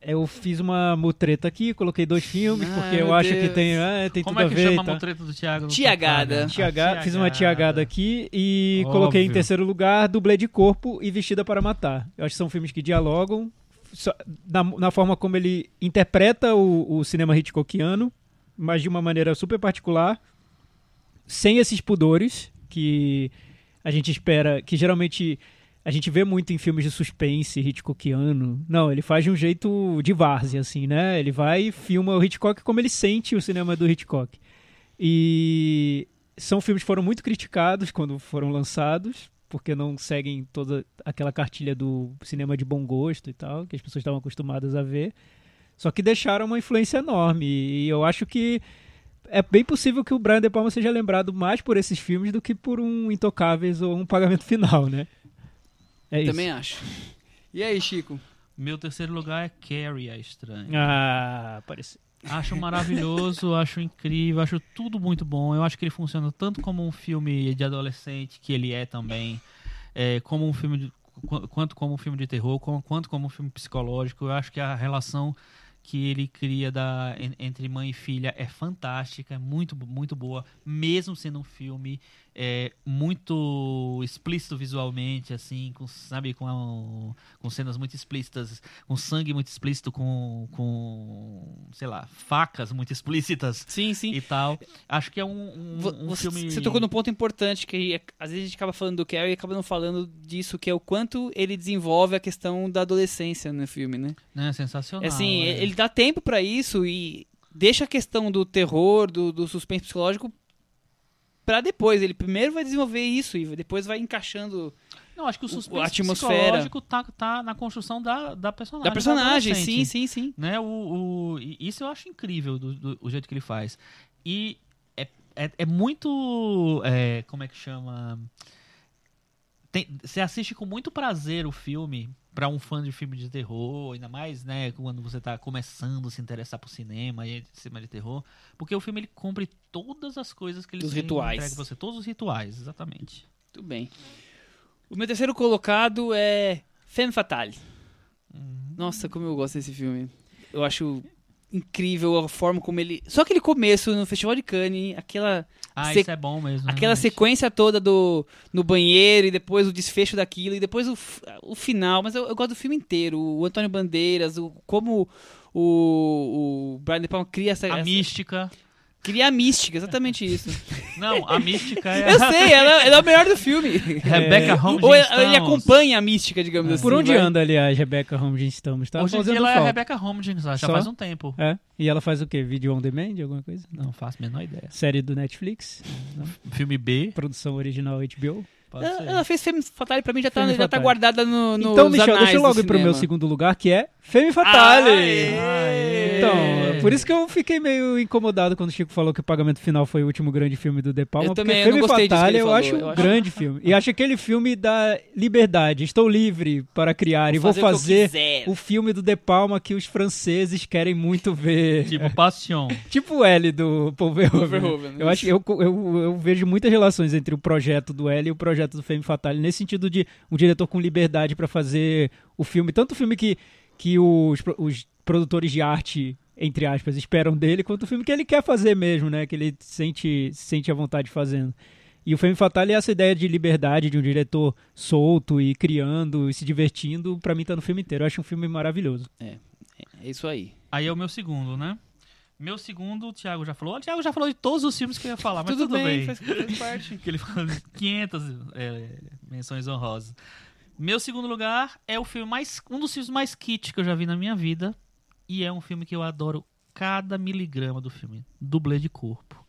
Speaker 5: Eu fiz uma mutreta aqui, coloquei dois filmes,
Speaker 3: Ah,
Speaker 5: porque eu
Speaker 3: meu
Speaker 5: acho que
Speaker 3: Deus.
Speaker 5: tem, ah, tem
Speaker 4: Como
Speaker 5: tudo
Speaker 4: é que
Speaker 5: a ver.
Speaker 4: chama
Speaker 5: e
Speaker 4: a
Speaker 5: tal.
Speaker 4: mutreta do Thiago? no
Speaker 3: Tiagada.
Speaker 4: Papai?
Speaker 5: Tiaga-
Speaker 4: A
Speaker 5: Fiz uma tiagada aqui e
Speaker 4: né? Óbvio.
Speaker 5: coloquei em terceiro lugar Dublê de Corpo e Vestida para Matar. Eu acho que são filmes que dialogam só- na, na forma como ele interpreta o, o cinema Hitchcockiano, mas de uma maneira super particular, sem esses pudores que a gente espera, que geralmente a gente vê muito em filmes de suspense Hitchcockiano. Não, ele faz de um jeito de várzea, assim, né? Ele vai e filma o Hitchcock como ele sente o cinema do Hitchcock. E são filmes que foram muito criticados quando foram lançados, porque não seguem toda aquela cartilha do cinema de bom gosto e tal, que as pessoas estavam acostumadas a ver. Só que deixaram uma influência enorme. E eu acho que é bem possível que o Brian De Palma seja lembrado mais por esses filmes do que por um Intocáveis ou um Pagamento Final, né? É isso.
Speaker 3: Também acho. E aí, Chico?
Speaker 4: Meu terceiro lugar é Carrie, a estranha.
Speaker 5: Ah, parece.
Speaker 4: Acho maravilhoso, acho incrível, acho tudo muito bom. Eu acho que ele funciona tanto como um filme de adolescente, que ele é também, é, como um filme de- qu- quanto como um filme de terror, como- quanto como um filme psicológico. Eu acho que a relação que ele cria da, en- entre mãe e filha é fantástica, é muito, bo- muito boa, mesmo sendo um filme é, muito explícito visualmente, assim, com, sabe, com, a- com cenas muito explícitas com sangue muito explícito, com, com sei lá, facas muito explícitas
Speaker 3: Sim, sim.
Speaker 4: e tal. Acho que é um, um,
Speaker 3: Vo-
Speaker 4: um
Speaker 3: você,
Speaker 4: filme...
Speaker 3: você tocou num ponto importante que é- às vezes a gente acaba falando do Carrie e acaba não falando disso, que é o quanto ele desenvolve a questão da adolescência no filme, né?
Speaker 4: Né, sensacional.
Speaker 3: assim,
Speaker 4: é.
Speaker 3: ele dá tempo pra isso e deixa a questão do terror, do, do suspense psicológico pra depois. Ele primeiro vai desenvolver isso e depois vai encaixando
Speaker 4: Não, acho que o
Speaker 3: o- a
Speaker 4: suspense
Speaker 3: atmosfera.
Speaker 4: psicológico tá, tá na construção da, da
Speaker 3: da
Speaker 4: personagem.
Speaker 3: personagem.
Speaker 4: é um
Speaker 3: Sim,
Speaker 4: adolescente.
Speaker 3: sim, sim.
Speaker 4: né? O, o- e isso eu acho incrível do, do- o jeito que ele faz. E é, é, é muito. é, como é que chama? Tem- você assiste com muito prazer o filme pra um fã de filme de terror, ainda mais, né, quando você tá começando a se interessar por cinema e cinema de terror, porque o filme ele cumpre todas as coisas que ele
Speaker 3: Dos
Speaker 4: tem
Speaker 3: rituais.
Speaker 4: entregue pra você, todos os rituais, exatamente.
Speaker 3: Tudo bem. O meu terceiro colocado é Femme Fatale. Nossa, como eu gosto desse filme. Eu acho incrível a forma como ele. Só aquele começo no Festival de Cannes, aquela
Speaker 4: Ah,
Speaker 3: Se-
Speaker 4: isso é bom mesmo.
Speaker 3: Aquela
Speaker 4: realmente.
Speaker 3: sequência toda do no banheiro e depois o desfecho daquilo e depois o, f- o final. Mas eu, eu gosto do filme inteiro. O Antônio Bandeiras, o, como o, o Brian De Palma cria essa,
Speaker 4: A
Speaker 3: essa-
Speaker 4: mística.
Speaker 3: cria a mística, exatamente isso.
Speaker 4: Não, a mística é.
Speaker 3: eu sei, ela, ela é o melhor do filme.
Speaker 5: É,
Speaker 4: Rebecca Holmes.
Speaker 3: Ou ele,
Speaker 5: tá
Speaker 3: ele
Speaker 4: Johnstone.
Speaker 3: acompanha a mística, digamos assim.
Speaker 5: Por onde
Speaker 3: vai.
Speaker 5: anda, aliás, Rebecca Holmes estamos? Tá
Speaker 4: Hoje em dia
Speaker 5: fazendo
Speaker 4: ela é a
Speaker 5: falta.
Speaker 4: Rebecca Holmes, já
Speaker 5: Só?
Speaker 4: faz um tempo.
Speaker 5: É, E ela faz o quê? Vídeo on demand, alguma coisa?
Speaker 4: Não faço a menor ideia.
Speaker 5: Série do Netflix,
Speaker 4: Filme B,
Speaker 5: produção original HBO.
Speaker 4: pode
Speaker 3: Ela,
Speaker 4: ser.
Speaker 3: ela fez Femme Fatale pra mim, já tá,
Speaker 5: Femme
Speaker 3: já tá
Speaker 5: Fatale.
Speaker 3: guardada no, no
Speaker 5: Então, Michel, deixa eu logo ir pro meu
Speaker 3: segundo.
Speaker 5: segundo lugar, que é Femme Fatale.
Speaker 4: Aê!
Speaker 5: Então, é por isso que eu fiquei meio incomodado quando o Chico falou que o Pagamento Final foi o último grande filme do De Palma,
Speaker 3: Eu
Speaker 5: porque
Speaker 3: também, eu
Speaker 5: Femme
Speaker 3: não gostei disso que
Speaker 5: Fatale
Speaker 3: ele
Speaker 5: eu
Speaker 3: falou,
Speaker 5: acho
Speaker 3: eu
Speaker 5: um
Speaker 3: acho-
Speaker 5: grande filme. E acho aquele filme da liberdade. Estou livre para criar e vou fazer o filme do De Palma que os franceses querem muito ver.
Speaker 4: Tipo Passion.
Speaker 5: Tipo o L do Paul
Speaker 3: Verhoeven,
Speaker 5: Verhoeven.
Speaker 3: né?
Speaker 5: Eu acho que eu, eu, eu vejo muitas relações entre o projeto do L e o projeto do Femme Fatale, nesse sentido de um diretor com liberdade para fazer o filme, tanto o filme que, que os, pro- os produtores de arte, entre aspas, esperam dele, quanto o filme que ele quer fazer mesmo, né? Que ele sente, sente a vontade fazendo. E o Femme Fatale é essa ideia de liberdade de um diretor solto e criando e se divertindo, pra mim tá no filme inteiro. Eu acho um filme maravilhoso.
Speaker 3: É isso aí.
Speaker 4: Aí é o meu segundo, né? Meu segundo, o Thiago já falou. O Thiago já falou de todos os filmes que eu ia
Speaker 5: Ah,
Speaker 4: falar, mas
Speaker 3: tudo,
Speaker 4: tudo,
Speaker 3: bem, faz, faz parte.
Speaker 4: que ele falou de 500 é, menções honrosas. Meu segundo lugar é o filme mais um dos filmes mais kit que eu já vi na minha vida e é um filme que eu adoro cada miligrama do filme, dublê de corpo.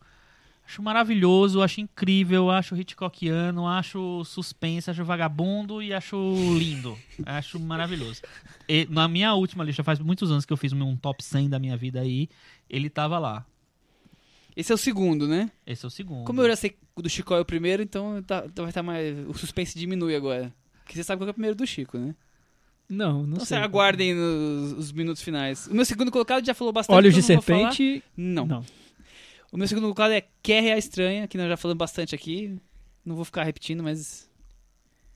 Speaker 4: Acho maravilhoso, acho incrível, acho Hitchcockiano, acho suspense, acho vagabundo e acho lindo. Acho maravilhoso. E na minha última lista, faz muitos anos que eu fiz um top 100 da minha vida aí, ele tava lá.
Speaker 3: Esse é o segundo, né?
Speaker 4: Esse é o segundo.
Speaker 3: Como eu já sei que o do Chico é o primeiro, então tá- tá- vai estar mais. O suspense diminui agora. Porque você sabe qual que é o primeiro do Chico, né?
Speaker 5: Não, não
Speaker 3: Então
Speaker 5: sei.
Speaker 3: vocês aguardem nos, os minutos finais. O meu segundo colocado já falou bastante.
Speaker 5: Olhos de
Speaker 3: então não vou falar.
Speaker 5: serpente.
Speaker 3: Não.
Speaker 5: Não.
Speaker 3: O meu segundo colocado é Quer é a Estranha, que nós já falamos bastante aqui. Não vou ficar repetindo, mas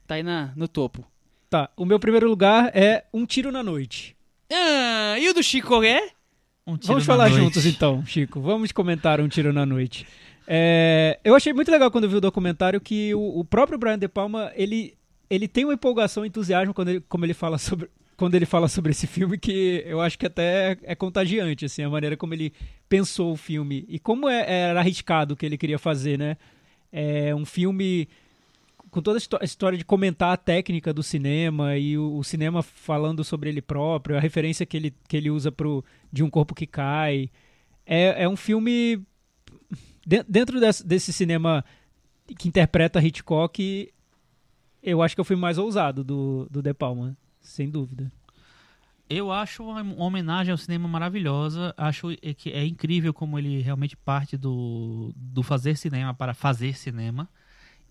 Speaker 3: tá aí na, no topo.
Speaker 5: Tá. O meu primeiro lugar é Um Tiro na Noite.
Speaker 3: Ah, e o do Chico é?
Speaker 4: Um tiro
Speaker 5: Vamos
Speaker 4: na
Speaker 5: falar
Speaker 4: noite.
Speaker 5: juntos então, Chico. Vamos comentar Um Tiro na Noite. É, eu achei muito legal quando eu vi o documentário que o, o próprio Brian De Palma, ele, ele tem uma empolgação, um entusiasmo quando ele, como ele fala sobre quando ele fala sobre esse filme que eu acho que até é contagiante assim a maneira como ele pensou o filme e como é- era arriscado o que ele queria fazer, né? É um filme com toda a histó- a história de comentar a técnica do cinema e o, o cinema falando sobre ele próprio, a referência que ele, que ele usa pro de um corpo que cai. É, é um filme de- dentro desse, desse cinema que interpreta Hitchcock, eu acho que eu fui mais ousado do, do De Palma, sem dúvida.
Speaker 4: Eu acho uma uma homenagem ao cinema maravilhosa. Acho e- que é incrível como ele realmente parte do, do fazer cinema para fazer cinema.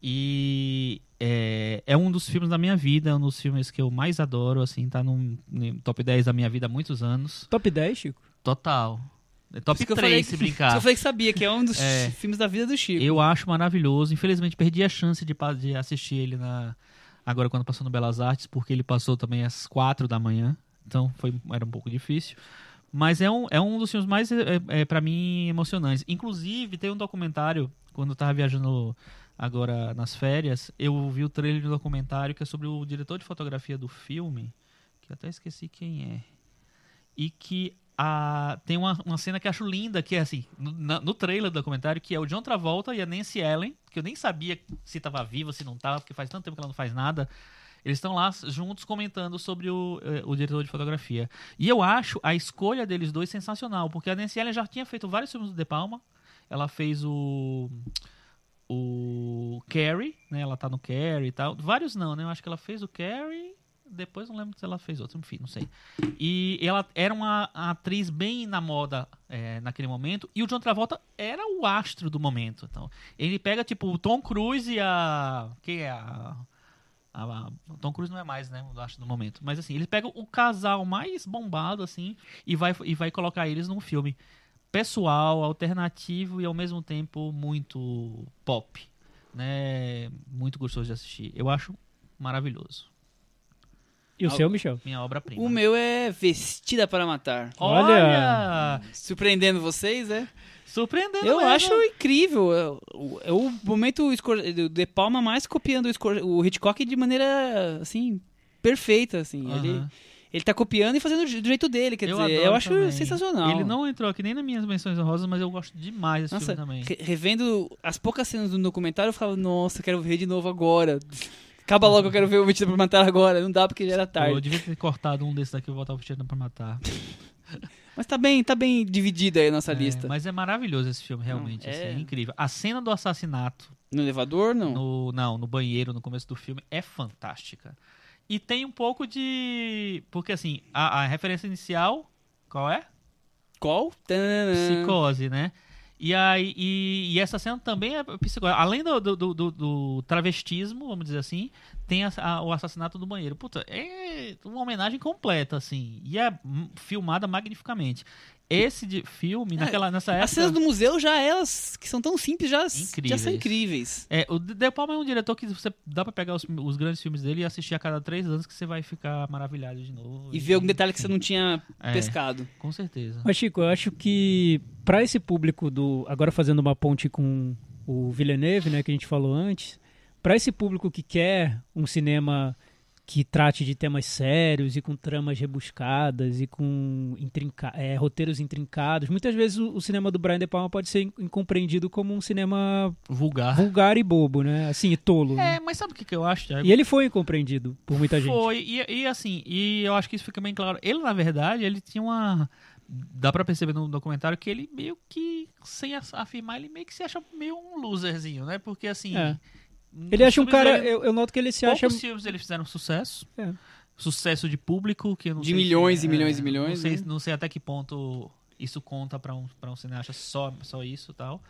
Speaker 4: E é, é um dos filmes da minha vida, é um dos filmes que eu mais adoro, assim, tá no top 10 da minha vida há muitos anos.
Speaker 5: Top 10, Chico?
Speaker 4: Total. É
Speaker 3: Por
Speaker 4: top
Speaker 3: isso que eu
Speaker 4: 3 se
Speaker 3: falei- por isso que
Speaker 4: brincar.
Speaker 3: Eu falei que sabia, que é um dos
Speaker 4: É.
Speaker 3: filmes da vida do Chico.
Speaker 4: Eu acho maravilhoso. Infelizmente, perdi a chance de, pa- de assistir ele na agora quando passou no Belas Artes, porque ele passou também às quatro da manhã. Então foi, era um pouco difícil. Mas é um, é um dos filmes mais, é, é, para mim, emocionantes. Inclusive, tem um documentário, quando eu tava viajando agora nas férias, eu vi o trailer de um documentário que é sobre o diretor de fotografia do filme, que eu até esqueci quem é. E que a, tem uma, uma cena que eu acho linda, que é assim, no, na- no trailer do documentário, que é o John Travolta e a Nancy Ellen, que eu nem sabia se tava viva, se não tava, porque faz tanto tempo que ela não faz nada. Eles estão lá juntos comentando sobre o, eh, o diretor de fotografia. E eu acho a escolha deles dois sensacional, porque a Nancy Ellen já tinha feito vários filmes do De Palma. Ela fez o. O Carrie, né? Ela tá no Carrie e tal. Vários não, né? Eu acho que ela fez o Carrie. Depois não lembro se ela fez outro, enfim, não sei. E ela era uma atriz bem na moda eh, naquele momento. E o John Travolta era o astro do momento. Então, ele pega, tipo, o Tom Cruise e a. Quem é a. a- a- o Tom Cruise não é mais, né? O astro do momento. Mas assim, ele pega o casal mais bombado, assim, e vai, e vai colocar eles num filme pessoal, alternativo e ao mesmo tempo muito pop. Né? Muito gostoso de assistir. Eu acho maravilhoso.
Speaker 5: E o
Speaker 3: Ah,
Speaker 5: seu, Michel?
Speaker 4: Minha obra-prima.
Speaker 3: o meu é Vestida para Matar.
Speaker 5: Olha!
Speaker 4: Olha!
Speaker 3: Surpreendendo vocês, é?
Speaker 4: Surpreendendo
Speaker 3: Eu
Speaker 4: mesmo.
Speaker 3: acho incrível. É o- É o momento Scor- do De Palma mais copiando o, Scor- o Hitchcock de maneira, assim, perfeita, assim.
Speaker 4: Aham.
Speaker 3: Ele, ele tá copiando e fazendo do jeito dele, quer
Speaker 4: eu
Speaker 3: dizer,
Speaker 4: adoro
Speaker 3: eu acho
Speaker 4: também.
Speaker 3: sensacional.
Speaker 4: Ele não entrou aqui nem nas minhas menções honrosas, mas eu gosto demais desse
Speaker 3: Nossa,
Speaker 4: filme também.
Speaker 3: re- revendo as poucas cenas do documentário, eu ficava, nossa, eu quero ver de novo agora. Acaba logo, eu quero ver o Vestido pra Matar agora. Não dá porque já era
Speaker 4: Pô, eu
Speaker 3: tarde.
Speaker 4: devia ter cortado um desses daqui e botar o Cristiano pra matar.
Speaker 3: Mas tá bem, tá bem dividida aí a nossa
Speaker 4: É,
Speaker 3: lista.
Speaker 4: mas é maravilhoso esse filme, realmente.
Speaker 3: Não,
Speaker 4: assim,
Speaker 3: é- Hum.
Speaker 4: é... incrível. A cena do assassinato
Speaker 3: No elevador, não.
Speaker 4: no, não, no banheiro, no começo do filme, é fantástica. E tem um pouco de. Porque assim, a, a referência inicial, qual é?
Speaker 3: Qual? Tananã.
Speaker 4: Psicose, né? E, aí, e, e essa cena também é psicose. Além do, do, do- do- do travestismo, vamos dizer assim, tem a- a- o assassinato do banheiro. Puta, é uma homenagem completa, assim. E é hum, filmada magnificamente. Esse de filme, naquela, nessa época.
Speaker 3: É, As cenas do museu já elas, que são tão simples, já, já são
Speaker 4: Incríveis.
Speaker 3: incríveis.
Speaker 4: É, o De Palma é um diretor que você dá pra pegar os, os grandes filmes dele e assistir a cada três anos que você vai ficar maravilhado de novo.
Speaker 3: E ver algum detalhe que você
Speaker 4: enfim.
Speaker 3: não tinha
Speaker 4: É.
Speaker 3: pescado.
Speaker 4: Com certeza.
Speaker 5: Mas, Chico, eu acho que para esse público do. Agora fazendo uma ponte com o Villeneuve, né, que a gente falou antes, para esse público que quer um cinema que trate de temas sérios e com tramas rebuscadas e com intrinca é, roteiros intrincados, muitas vezes o, o cinema do Brian De Palma pode ser in- incompreendido como um cinema
Speaker 4: Vulgar.
Speaker 5: vulgar e bobo, né? Assim, e tolo. né?
Speaker 4: É, mas sabe o que, que eu acho, Thiago?
Speaker 5: E ele foi incompreendido por muita gente.
Speaker 4: Foi, e, e assim, e eu acho que isso fica bem claro. Ele, na verdade, ele tinha uma dá pra perceber no documentário que ele meio que, sem as- afirmar, ele meio que se acha meio um loserzinho, né? Porque assim.
Speaker 5: É.
Speaker 4: nos
Speaker 5: Ele acha um
Speaker 4: filmes
Speaker 5: cara.
Speaker 4: dele,
Speaker 5: Eu, eu noto que ele se acha.
Speaker 4: poucos filmes eles fizeram sucesso.
Speaker 5: É.
Speaker 4: Sucesso de público, que eu não
Speaker 3: De
Speaker 4: sei
Speaker 3: milhões e
Speaker 4: é,
Speaker 3: milhões e
Speaker 4: não
Speaker 3: milhões,
Speaker 4: sei- Não
Speaker 3: né?
Speaker 4: sei, até que ponto isso conta pra um, pra um cineasta só, só isso e tal.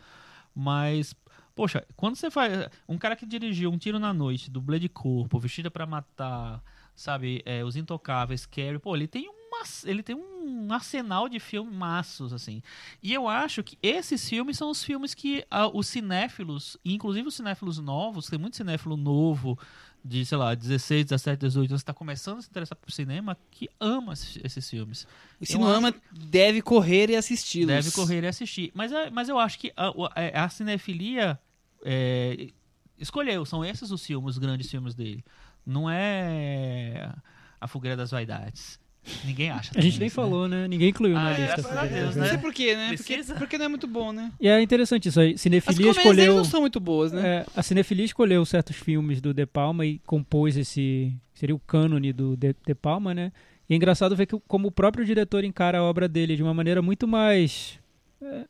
Speaker 4: Mas, poxa, quando você faz. Um cara que dirigiu Um Tiro na Noite, dublê de corpo, Vestida pra Matar, sabe? é, Os Intocáveis, Carrie, pô, ele tem um mas- ele tem um arsenal de filmaços, assim. E eu acho que esses filmes são os filmes que ah, os cinéfilos, e inclusive os cinéfilos novos, tem muito cinéfilo novo, de, sei lá, 16, 17, 18 anos, que tá começando a se interessar por cinema, que ama esses, esses filmes.
Speaker 3: E se
Speaker 4: Eu
Speaker 3: não
Speaker 4: acho-
Speaker 3: ama, deve correr e assisti-los.
Speaker 4: Deve correr e assistir. Mas, é- mas eu acho que a, o- é- a cinefilia é, escolheu, são esses os filmes, os grandes filmes dele. Não é A Fogueira das Vaidades. Ninguém acha.
Speaker 5: A
Speaker 4: também
Speaker 5: gente nem
Speaker 4: isso, né?
Speaker 5: falou, né? Ninguém incluiu na
Speaker 4: Ah, é,
Speaker 5: lista.
Speaker 4: graças a Deus,
Speaker 3: Não
Speaker 4: né?
Speaker 3: sei por quê, né? Porque,
Speaker 4: Precisa?
Speaker 3: porque não é muito bom, né?
Speaker 5: E é interessante isso aí.
Speaker 3: As
Speaker 5: Cinefilia
Speaker 3: comédias deles
Speaker 5: escolheu.
Speaker 3: não são muito boas, né?
Speaker 5: é, a Cinefilia escolheu certos filmes do De Palma e compôs esse. Seria o cânone do De, De Palma, né? E é engraçado ver que, como o próprio diretor encara a obra dele de uma maneira muito mais. é,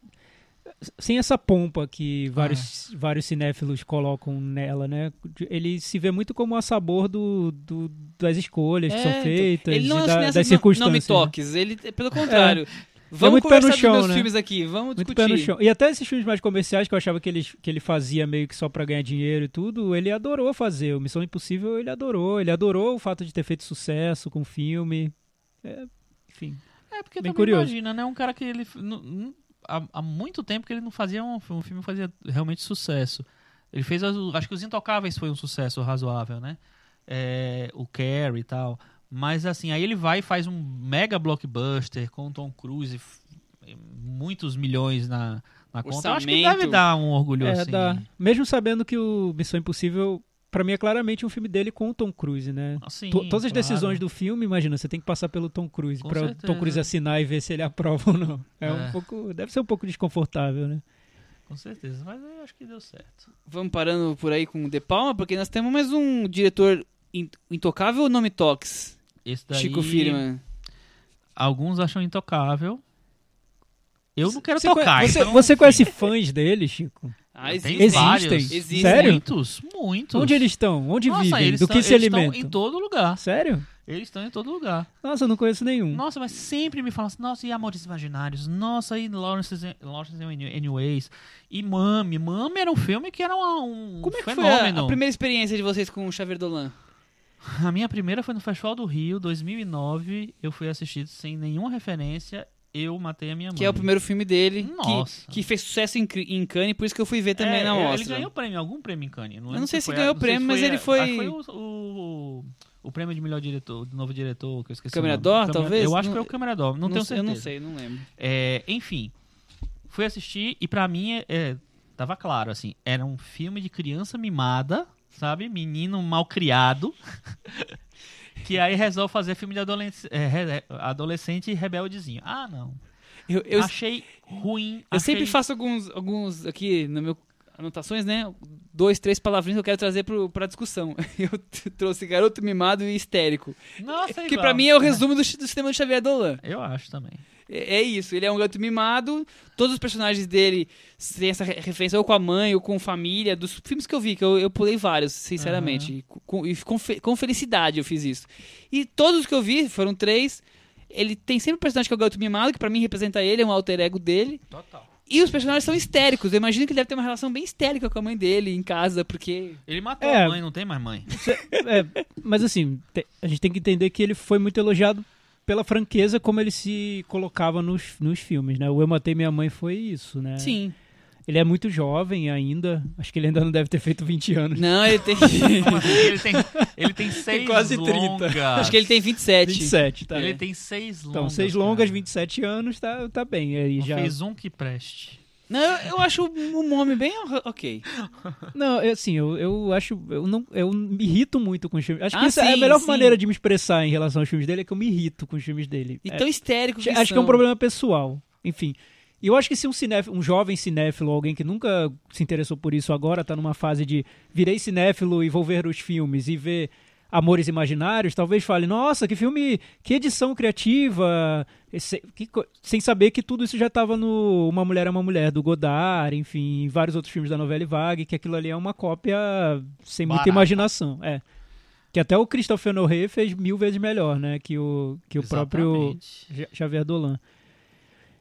Speaker 5: sem essa pompa que vários,
Speaker 3: Ah.
Speaker 5: vários cinéfilos colocam nela, né? Ele se vê muito como a sabor do, do- das escolhas
Speaker 3: É,
Speaker 5: que são
Speaker 3: então,
Speaker 5: feitas
Speaker 3: Ele não
Speaker 5: e
Speaker 3: é
Speaker 5: da-
Speaker 3: cineasta
Speaker 5: das
Speaker 3: de no- não me
Speaker 5: circunstâncias. né? É
Speaker 3: toques. Ele, pelo contrário. Vamos
Speaker 5: muito pé no
Speaker 3: conversar
Speaker 5: chão,
Speaker 3: dos meus
Speaker 5: né?
Speaker 3: filmes aqui. Vamos
Speaker 5: Muito
Speaker 3: discutir.
Speaker 5: pé no chão. E até esses filmes mais comerciais que eu achava que ele, que ele fazia meio que só pra ganhar dinheiro e tudo, ele adorou fazer. O Missão Impossível ele adorou. Ele adorou o fato de ter feito sucesso com o filme. É, enfim.
Speaker 4: É, porque também
Speaker 5: Bem curioso.
Speaker 4: imagina, né? Um cara que ele. f- nu- nu- Há, há muito tempo que ele não fazia um filme, um filme fazia realmente sucesso. Ele fez. as- Acho que Os Intocáveis foi um sucesso razoável, né? É, o Carrie e tal. Mas assim, aí ele vai e faz um mega blockbuster com o Tom Cruise, f- muitos milhões na, na conta. Eu acho que
Speaker 3: Orçamento.
Speaker 4: deve dar um orgulho
Speaker 5: É,
Speaker 4: assim.
Speaker 5: dá. Mesmo sabendo que o Missão Impossível, pra mim, é claramente um filme dele com o Tom Cruise, né?
Speaker 4: Assim,
Speaker 5: To- todas as
Speaker 4: claro.
Speaker 5: decisões do filme, imagina, você tem que passar pelo Tom Cruise
Speaker 4: Com
Speaker 5: pra o
Speaker 4: certeza.
Speaker 5: Tom Cruise assinar e ver se ele aprova ou não. É, um
Speaker 4: É.
Speaker 5: pouco, deve ser um pouco desconfortável, né?
Speaker 4: Com certeza, mas eu acho que deu certo.
Speaker 3: Vamos parando por aí com o De Palma, porque nós temos mais um diretor in- intocável ou nome toques?
Speaker 4: Esse daí,
Speaker 3: Chico Firman.
Speaker 4: Alguns acham intocável. Eu não quero
Speaker 5: Você
Speaker 4: tocar.
Speaker 5: conhe- você-
Speaker 4: então,
Speaker 5: você conhece fãs dele, Chico?
Speaker 3: Ah,
Speaker 4: Eu tenho
Speaker 3: existe.
Speaker 4: vários.
Speaker 5: Existem?
Speaker 3: Existem.
Speaker 5: Sério?
Speaker 4: Muitos, muitos.
Speaker 5: Onde eles estão? Onde
Speaker 4: Nossa,
Speaker 5: vivem?
Speaker 4: eles
Speaker 5: Do
Speaker 4: tão-
Speaker 5: que se
Speaker 4: eles tão
Speaker 5: alimentam?
Speaker 4: em todo lugar.
Speaker 5: Sério?
Speaker 4: Eles estão em todo lugar.
Speaker 5: Nossa, eu não conheço nenhum.
Speaker 4: Nossa, mas sempre me falam assim, nossa, e Amores Imaginários? Nossa, e Lawrence, Lawrence Anyways? E Mami? Mami era um filme que era uma- um
Speaker 3: Como é que foi
Speaker 4: fenômeno.
Speaker 3: a- a, primeira experiência de vocês com o Xavier Dolan?
Speaker 4: A minha primeira foi no Festival do Rio, 2009. Eu fui assistido sem nenhuma referência. Eu matei a minha mãe.
Speaker 3: Que é o primeiro filme dele,
Speaker 4: Nossa.
Speaker 3: que, que fez sucesso em, Cri- em Cannes, por isso que eu fui ver também
Speaker 4: É,
Speaker 3: na
Speaker 4: Ele
Speaker 3: mostra.
Speaker 4: ganhou prêmio, algum prêmio em Cannes.
Speaker 3: Eu
Speaker 4: lembro
Speaker 3: não sei se
Speaker 4: foi-
Speaker 3: ganhou
Speaker 4: não
Speaker 3: prêmio, mas ele
Speaker 4: acho
Speaker 3: foi-
Speaker 4: que foi o, o, o prêmio de melhor diretor, do novo diretor, que eu esqueci. o
Speaker 3: Câmera
Speaker 4: nome.
Speaker 3: Dó,
Speaker 4: Câmera-
Speaker 3: talvez?
Speaker 4: Eu acho
Speaker 3: Não-
Speaker 4: que é o Câmera Dó, não, tenho
Speaker 3: sei-
Speaker 4: certeza.
Speaker 3: Eu não sei, não lembro.
Speaker 4: É, enfim, fui assistir e pra mim é, é, tava claro, assim, era um filme de criança mimada, sabe? Menino mal criado. que aí resolve fazer filme de adolesc- é, re- adolescente e rebeldezinho. Ah, não.
Speaker 3: Eu, eu-
Speaker 4: achei ruim.
Speaker 3: eu sempre
Speaker 4: achei-
Speaker 3: faço alguns, alguns aqui no meu anotações, né? Dois, três palavrinhas que eu quero trazer pro, pra discussão. Eu t- trouxe garoto mimado e histérico.
Speaker 4: Nossa,
Speaker 3: que
Speaker 4: igual.
Speaker 3: pra mim é o resumo do, chi- do cinema de Xavier Dolan.
Speaker 4: Eu acho também.
Speaker 3: É é isso, ele é um gato mimado. Todos os personagens dele têm essa re- referência ou com a mãe ou com família. Dos filmes que eu vi, que eu, eu pulei vários, sinceramente. E Com, e com fe- com felicidade eu fiz isso. E todos os que eu vi, foram três. Ele tem sempre um personagem que é o gato mimado, que pra mim representa ele, é um alter ego dele.
Speaker 4: Total.
Speaker 3: E os personagens são histéricos. Eu imagino que ele deve ter uma relação bem histérica com a mãe dele em casa, porque.
Speaker 4: Ele matou
Speaker 5: É.
Speaker 4: a mãe, não tem mais mãe.
Speaker 5: É, mas assim, te- a gente tem que entender que ele foi muito elogiado pela franqueza como ele se colocava nos, nos filmes, né? O Eu Matei Minha Mãe foi isso, né?
Speaker 3: Sim.
Speaker 5: Ele é muito jovem ainda. Acho que ele ainda não deve ter feito 20 anos.
Speaker 3: Não, ele tem.
Speaker 4: Como assim? ele tem, ele tem seis
Speaker 5: quase 30.
Speaker 4: longas.
Speaker 3: Acho que ele tem 27.
Speaker 5: 27, tá?
Speaker 4: Ele
Speaker 5: É.
Speaker 4: tem seis longas.
Speaker 5: Então, seis longas,
Speaker 4: cara.
Speaker 5: 27 anos, tá, tá bem. Aí
Speaker 4: Não
Speaker 5: já...
Speaker 4: Fez um que preste.
Speaker 3: Não, eu- eu acho o nome bem ok.
Speaker 5: Não, eu, assim, eu, eu acho. Eu, não, eu me irrito muito com os filmes. Acho que
Speaker 3: Ah,
Speaker 5: essa é a
Speaker 3: sim,
Speaker 5: melhor
Speaker 3: sim.
Speaker 5: maneira de me expressar em relação aos filmes dele é que eu me irrito com os filmes dele.
Speaker 3: E
Speaker 5: É,
Speaker 3: tão histérico que
Speaker 5: acho que é um
Speaker 3: são.
Speaker 5: problema pessoal. Enfim. E eu acho que se um cinéfilo, um jovem cinéfilo, alguém que nunca se interessou por isso agora, tá numa fase de virei cinéfilo e vou ver os filmes e ver Amores Imaginários, talvez fale, nossa, que filme, que edição criativa, esse- que co- sem saber que tudo isso já estava no Uma Mulher é uma Mulher, do Godard, enfim, vários outros filmes da novela Vague, que aquilo ali é uma cópia sem muita
Speaker 4: Barata.
Speaker 5: imaginação, é. Que até o Christopher Noé fez mil vezes melhor, né, que o, que o próprio
Speaker 4: Exatamente.
Speaker 5: Ja- Xavier Dolan.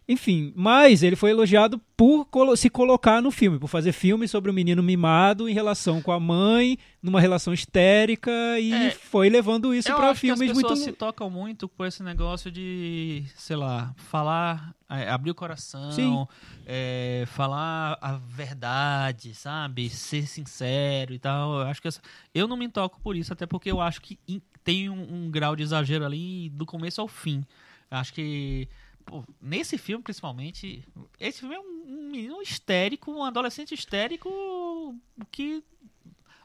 Speaker 5: Enfim, mas ele foi elogiado por colo- se colocar no filme, por fazer filme sobre um menino mimado em relação com a mãe, numa relação histérica, e
Speaker 4: É,
Speaker 5: foi levando isso
Speaker 4: Eu
Speaker 5: pra
Speaker 4: acho que as
Speaker 5: filmes
Speaker 4: pessoas
Speaker 5: muito.
Speaker 4: se tocam muito com esse negócio de, sei lá, falar, é, abrir o coração,
Speaker 5: Sim.
Speaker 4: é, falar a verdade, sabe? Ser sincero e tal. Eu acho que essa- eu não me toco por isso, até porque eu acho que in- tem um, um grau de exagero ali do começo ao fim. Eu acho que pô, nesse filme, principalmente, esse filme é um, um menino histérico, um adolescente histérico que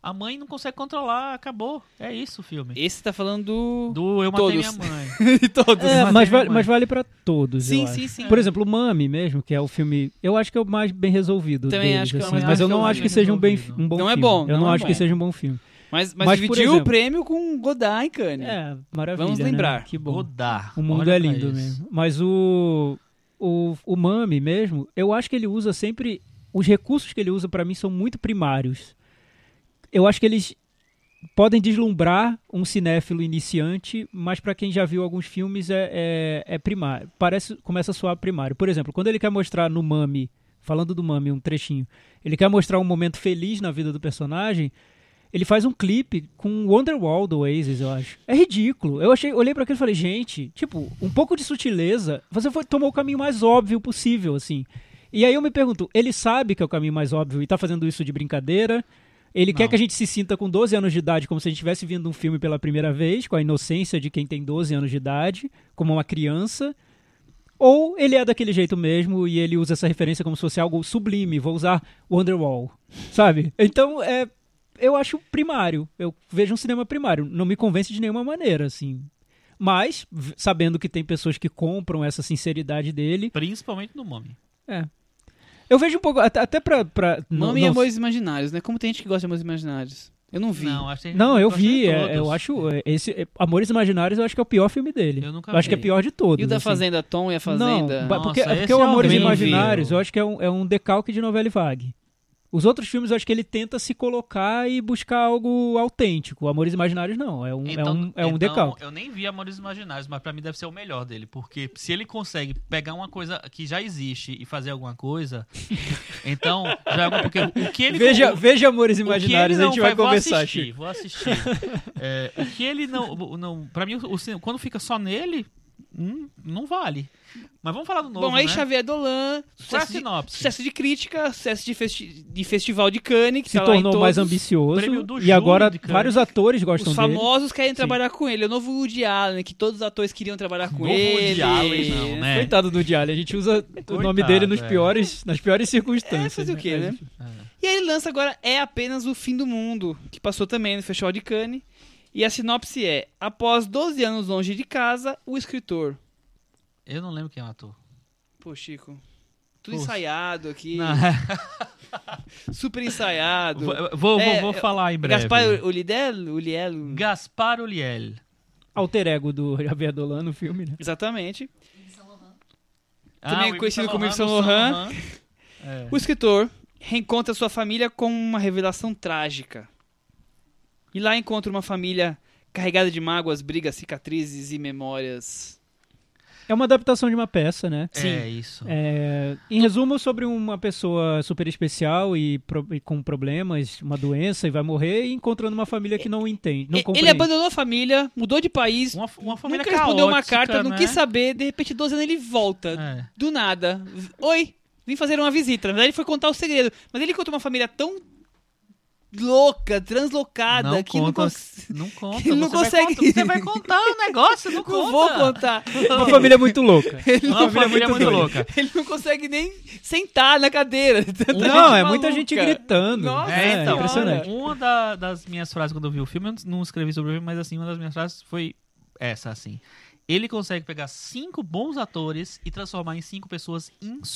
Speaker 4: a mãe não consegue controlar, acabou. É isso o filme.
Speaker 3: Esse tá falando do.
Speaker 4: Do Eu Matei
Speaker 3: Todos.
Speaker 4: Minha Mãe.
Speaker 3: de todos.
Speaker 5: É,
Speaker 4: Mas
Speaker 5: mas,
Speaker 4: é,
Speaker 5: vale,
Speaker 4: mas-
Speaker 5: mas vale para todos. eu
Speaker 3: Sim,
Speaker 5: acho.
Speaker 3: sim, sim.
Speaker 5: Por exemplo, o Mami mesmo, que é o filme. Eu acho que é o mais bem resolvido.
Speaker 3: Também
Speaker 5: deles,
Speaker 3: acho que é o
Speaker 5: assim,
Speaker 3: mais
Speaker 5: Mas eu
Speaker 3: bem
Speaker 5: não acho que seja um, bem,
Speaker 4: resolvido.
Speaker 5: um bom
Speaker 3: Não é
Speaker 5: filme.
Speaker 3: bom,
Speaker 5: eu
Speaker 3: não
Speaker 5: não
Speaker 3: é
Speaker 5: acho que
Speaker 3: bom.
Speaker 5: seja um bom filme.
Speaker 3: Mas, mas,
Speaker 5: Mas, por
Speaker 3: dividiu
Speaker 5: exemplo-
Speaker 3: o prêmio com Godard em Cannes.
Speaker 5: É, maravilha.
Speaker 3: Vamos
Speaker 5: né?
Speaker 3: lembrar.
Speaker 5: Que bom.
Speaker 4: Godard.
Speaker 5: O mundo
Speaker 4: Olha
Speaker 5: é
Speaker 4: pra
Speaker 5: lindo
Speaker 4: isso.
Speaker 5: mesmo. Mas o, o, o Mami mesmo, eu acho que ele usa sempre. Os recursos que ele usa pra mim são muito primários. Eu acho que eles podem deslumbrar um cinéfilo iniciante, mas pra quem já viu alguns filmes é, é, é primário. Parece começa a soar primário. Por exemplo, quando ele quer mostrar no Mami, falando do Mami um trechinho, ele quer mostrar um momento feliz na vida do personagem. Ele faz um clipe com Wonderwall do Oasis, eu acho. É ridículo. Eu achei, olhei pra aquilo e falei, gente, tipo, um pouco de sutileza. Você foi tomou o caminho mais óbvio possível, assim. E aí eu me pergunto, ele sabe que é o caminho mais óbvio e tá fazendo isso de brincadeira? Ele quer
Speaker 4: Não.
Speaker 5: que a gente se sinta com 12 anos de idade como se a gente estivesse vendo um filme pela primeira vez, com a inocência de quem tem 12 anos de idade, como uma criança? Ou ele é daquele jeito mesmo e ele usa essa referência como se fosse algo sublime, vou usar Wonderwall, sabe? Então, é, eu acho primário. Eu vejo um cinema primário. Não me convence de nenhuma maneira, assim. Mas, v- sabendo que tem pessoas que compram essa sinceridade dele,
Speaker 4: Principalmente no Mami.
Speaker 5: eu vejo um pouco. Até, até pra. pra não,
Speaker 3: Mami e
Speaker 5: não-
Speaker 3: Amores Imaginários, né? Como tem gente que gosta de Amores Imaginários? Eu não vi.
Speaker 4: Não, acho que a gente
Speaker 5: Não, eu
Speaker 4: gosta de
Speaker 5: vi. é,
Speaker 4: todos.
Speaker 5: eu acho. é, Esse, é, Amores Imaginários, eu acho que é o pior filme dele.
Speaker 4: Eu nunca
Speaker 5: acho que é
Speaker 4: vi.
Speaker 5: pior de todos.
Speaker 3: e o da
Speaker 5: assim.
Speaker 3: Fazenda Tom e a Fazenda?
Speaker 5: Não, ba- porque,
Speaker 4: Nossa,
Speaker 5: é porque
Speaker 4: esse
Speaker 5: o
Speaker 4: eu
Speaker 5: Amores
Speaker 4: também vi.
Speaker 5: Imaginários, eu acho que é um, é um decalque de novela e vague. Os outros filmes, eu acho que ele tenta se colocar e buscar algo autêntico. Amores Imaginários, não. É um, é um, é um
Speaker 4: então,
Speaker 5: decalque.
Speaker 4: Eu nem vi Amores Imaginários, mas pra mim deve ser o melhor dele. Porque se ele consegue pegar uma coisa que já existe e fazer alguma coisa, então já é alguma- porque o que ele
Speaker 5: Veja,
Speaker 4: o-
Speaker 5: veja Amores
Speaker 4: o que ele
Speaker 5: Imaginários, a
Speaker 4: não
Speaker 5: gente vai
Speaker 4: faz- vou
Speaker 5: conversar,
Speaker 4: assistir,
Speaker 5: Chico.
Speaker 4: Vou assistir. É, o que ele não, o- não para mim o, cinema- quando fica só nele, hum, não vale. Mas vamos falar do novo,
Speaker 3: Bom, aí
Speaker 4: né?
Speaker 3: Xavier Dolan,
Speaker 4: Qual é a
Speaker 3: sucesso de,
Speaker 4: sinopse?
Speaker 3: sucesso de crítica, sucesso de, festi- de festival de Cannes, que
Speaker 5: Se
Speaker 3: tá lá em
Speaker 5: tornou mais
Speaker 3: todos.
Speaker 5: ambicioso.
Speaker 4: Prêmio do
Speaker 5: E
Speaker 4: júri
Speaker 5: agora
Speaker 4: de Cannes.
Speaker 5: vários atores gostam
Speaker 3: Os
Speaker 5: dele.
Speaker 3: famosos querem
Speaker 5: Sim.
Speaker 3: trabalhar com ele. O novo Woody Allen, que todos os atores queriam trabalhar com
Speaker 4: Novo
Speaker 3: ele.
Speaker 4: Woody Allen, não, né?
Speaker 5: Coitado do Diário, a gente usa o nome
Speaker 4: Coitado,
Speaker 5: dele nos
Speaker 4: é.
Speaker 5: piores, nas piores
Speaker 3: É,
Speaker 5: circunstâncias.
Speaker 3: fazer o quê, né?
Speaker 4: É.
Speaker 3: E aí ele lança agora É Apenas o Fim do Mundo, que passou também no Festival de Cannes. E a sinopse é: Após 12 anos longe de casa, o escritor.
Speaker 4: Eu não lembro quem é o ator.
Speaker 3: Pô, Chico. Tudo
Speaker 4: Poxa.
Speaker 3: ensaiado aqui.
Speaker 4: Não. é,
Speaker 3: Super ensaiado.
Speaker 4: Vou, vou,
Speaker 3: É,
Speaker 4: vou
Speaker 3: é,
Speaker 4: falar em breve.
Speaker 3: Gaspar Ulidel? Uliel?
Speaker 4: Gaspar Uliel.
Speaker 5: Alter ego do Javier Dolan no filme, né?
Speaker 3: Exatamente.
Speaker 4: Ah,
Speaker 3: Também
Speaker 4: o
Speaker 3: conhecido
Speaker 4: Yves
Speaker 3: como Yves
Speaker 4: Saint
Speaker 3: Saint
Speaker 4: Laurent.
Speaker 3: Laurent.
Speaker 4: É.
Speaker 3: O escritor reencontra sua família com uma revelação trágica. E lá encontra uma família carregada de mágoas, brigas, cicatrizes e memórias.
Speaker 5: É uma adaptação de uma peça, né?
Speaker 4: É isso.
Speaker 5: É, em resumo, sobre uma pessoa super especial e, pro- e com problemas, uma doença e vai morrer, e encontrando uma família que não entende, não
Speaker 3: E-
Speaker 5: compreende.
Speaker 3: ele abandonou a família, mudou de país,
Speaker 4: Uma, uma família
Speaker 3: nunca respondeu uma
Speaker 4: é caótica,
Speaker 3: carta, não
Speaker 4: né?
Speaker 3: quis saber, de repente 12 anos ele volta.
Speaker 4: É.
Speaker 3: Do nada. V- Oi, vim fazer uma visita. Na verdade, ele foi contar o segredo. Mas ele encontrou uma família tão louca, translocada,
Speaker 4: Não
Speaker 3: que não
Speaker 4: conta,
Speaker 3: cons-
Speaker 4: não conta.
Speaker 3: que não
Speaker 4: você
Speaker 3: consegue-
Speaker 4: vai contar- você vai contar o negócio, não
Speaker 3: Não
Speaker 4: conta.
Speaker 3: vou contar.
Speaker 5: Uma família muito louca.
Speaker 4: Uma família muito,
Speaker 5: doida.
Speaker 4: louca.
Speaker 3: Ele não consegue nem sentar na cadeira. Tanta gente
Speaker 5: Não, é
Speaker 3: maluca.
Speaker 5: muita gente gritando.
Speaker 3: Nossa,
Speaker 5: é,
Speaker 4: então,
Speaker 5: impressionante.
Speaker 4: Uma da- das minhas frases quando eu vi o filme, eu não escrevi sobre o filme, mas assim, uma das minhas frases foi essa, assim. Ele consegue pegar cinco bons atores e transformar em cinco pessoas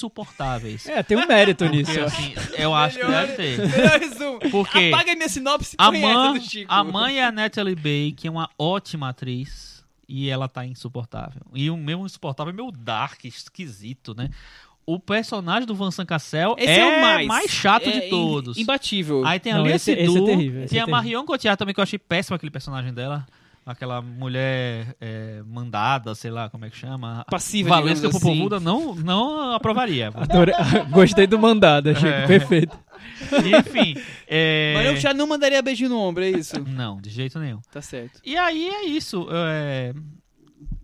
Speaker 4: insuportáveis.
Speaker 5: É, tem um mérito
Speaker 4: Porque,
Speaker 5: nisso.
Speaker 4: assim, eu acho que deve ter.
Speaker 3: Melhor resumo.
Speaker 4: Porque
Speaker 3: Apaga minha sinopse e
Speaker 4: a
Speaker 3: põe essa
Speaker 4: mãe,
Speaker 3: do Chico.
Speaker 4: a mãe é a Natalie Bay, que é uma ótima atriz, e ela tá insuportável. E o mesmo insuportável é meu Dark, esquisito, né? O personagem do Van Cassel
Speaker 3: Esse
Speaker 4: é,
Speaker 3: é o mais.
Speaker 4: chato
Speaker 3: É
Speaker 4: de todos.
Speaker 3: im- Imbatível.
Speaker 4: Aí tem a
Speaker 5: Não,
Speaker 4: Lia
Speaker 5: esse- esse é
Speaker 4: Seydoux,
Speaker 5: terrível, esse
Speaker 4: tem
Speaker 5: é
Speaker 4: a Marion Cotillard também, que eu achei péssimo aquele personagem dela. Aquela mulher é, mandada, sei lá como é que chama.
Speaker 3: Passiva,
Speaker 4: Valesca
Speaker 3: digamos assim.
Speaker 4: Popovuda não, não aprovaria.
Speaker 5: Adorei- Gostei do mandado, achei
Speaker 4: É.
Speaker 5: perfeito.
Speaker 4: Enfim. é,
Speaker 3: Mas eu já não mandaria beijo no ombro, é isso?
Speaker 4: Não, de jeito nenhum.
Speaker 3: Tá certo.
Speaker 4: E aí é isso. É,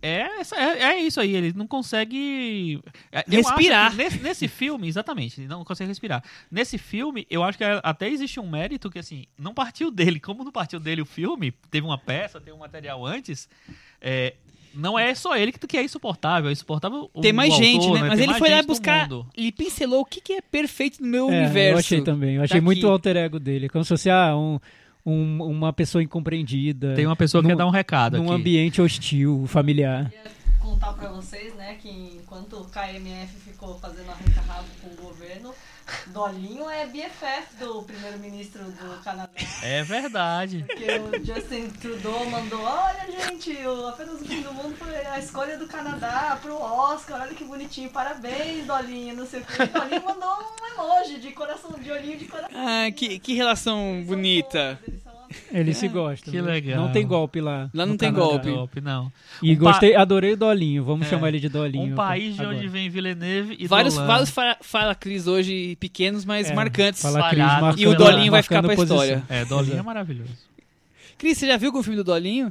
Speaker 4: é, essa- é, é isso aí. Ele não consegue. é, eu acho
Speaker 3: Respirar.
Speaker 4: que Nesse, nesse filme, exatamente. Ele não consegue respirar. Nesse filme, eu acho que até existe um mérito que, assim, não partiu dele. Como não partiu dele o filme, teve uma peça, teve um material antes. é, não é só ele que, que é insuportável. É insuportável o
Speaker 3: tem mais
Speaker 4: o
Speaker 3: gente,
Speaker 4: autor,
Speaker 3: né? Mas
Speaker 4: Tem
Speaker 3: ele
Speaker 4: mais
Speaker 3: foi lá
Speaker 4: gente no
Speaker 3: buscar.
Speaker 4: mundo.
Speaker 3: Ele pincelou o que, que é perfeito no meu
Speaker 5: É,
Speaker 3: universo.
Speaker 5: Eu achei também, eu achei
Speaker 3: Tá
Speaker 5: muito
Speaker 3: aqui.
Speaker 5: o alter ego dele, como se fosse ah, um- um- uma pessoa incompreendida.
Speaker 4: Tem uma pessoa que
Speaker 5: Num-
Speaker 4: quer dar um recado
Speaker 5: num
Speaker 4: aqui.
Speaker 5: ambiente hostil, familiar.
Speaker 6: contar pra vocês, né, que enquanto o KMF ficou fazendo arranca-rabo com o governo, Dolinho é BFF do primeiro-ministro do Canadá.
Speaker 4: É verdade.
Speaker 6: Porque o Justin Trudeau mandou, olha gente, o apenas o fim do mundo foi a escolha do Canadá pro Oscar, olha que bonitinho, parabéns, Dolinho, não sei o que. Dolinho mandou um emoji de coração, de olhinho de coração.
Speaker 3: Ah, que, que relação bonita.
Speaker 6: Eles são amigos.
Speaker 5: Eles se gostam.
Speaker 4: que
Speaker 5: né?
Speaker 4: legal.
Speaker 5: Não tem golpe lá.
Speaker 3: Lá
Speaker 5: no
Speaker 3: não tem
Speaker 5: Canadá.
Speaker 3: golpe.
Speaker 4: Golpe, não.
Speaker 5: E
Speaker 4: Um pa-
Speaker 5: gostei, adorei o Dolinho. Vamos
Speaker 4: É.
Speaker 5: chamar ele de Dolinho.
Speaker 4: Um país de
Speaker 5: agora.
Speaker 4: onde vem Villeneuve e
Speaker 3: vários
Speaker 4: Dolan.
Speaker 3: vários fa- fala Cris hoje pequenos, mas
Speaker 5: É,
Speaker 3: marcantes.
Speaker 5: fala Cris
Speaker 4: espalhados.
Speaker 5: marcando-
Speaker 3: E o Dolinho vai
Speaker 5: marcando
Speaker 3: ficar pra
Speaker 5: posição.
Speaker 3: história.
Speaker 4: É, Dolinho é maravilhoso.
Speaker 3: Cris, você já viu algum filme do Dolinho?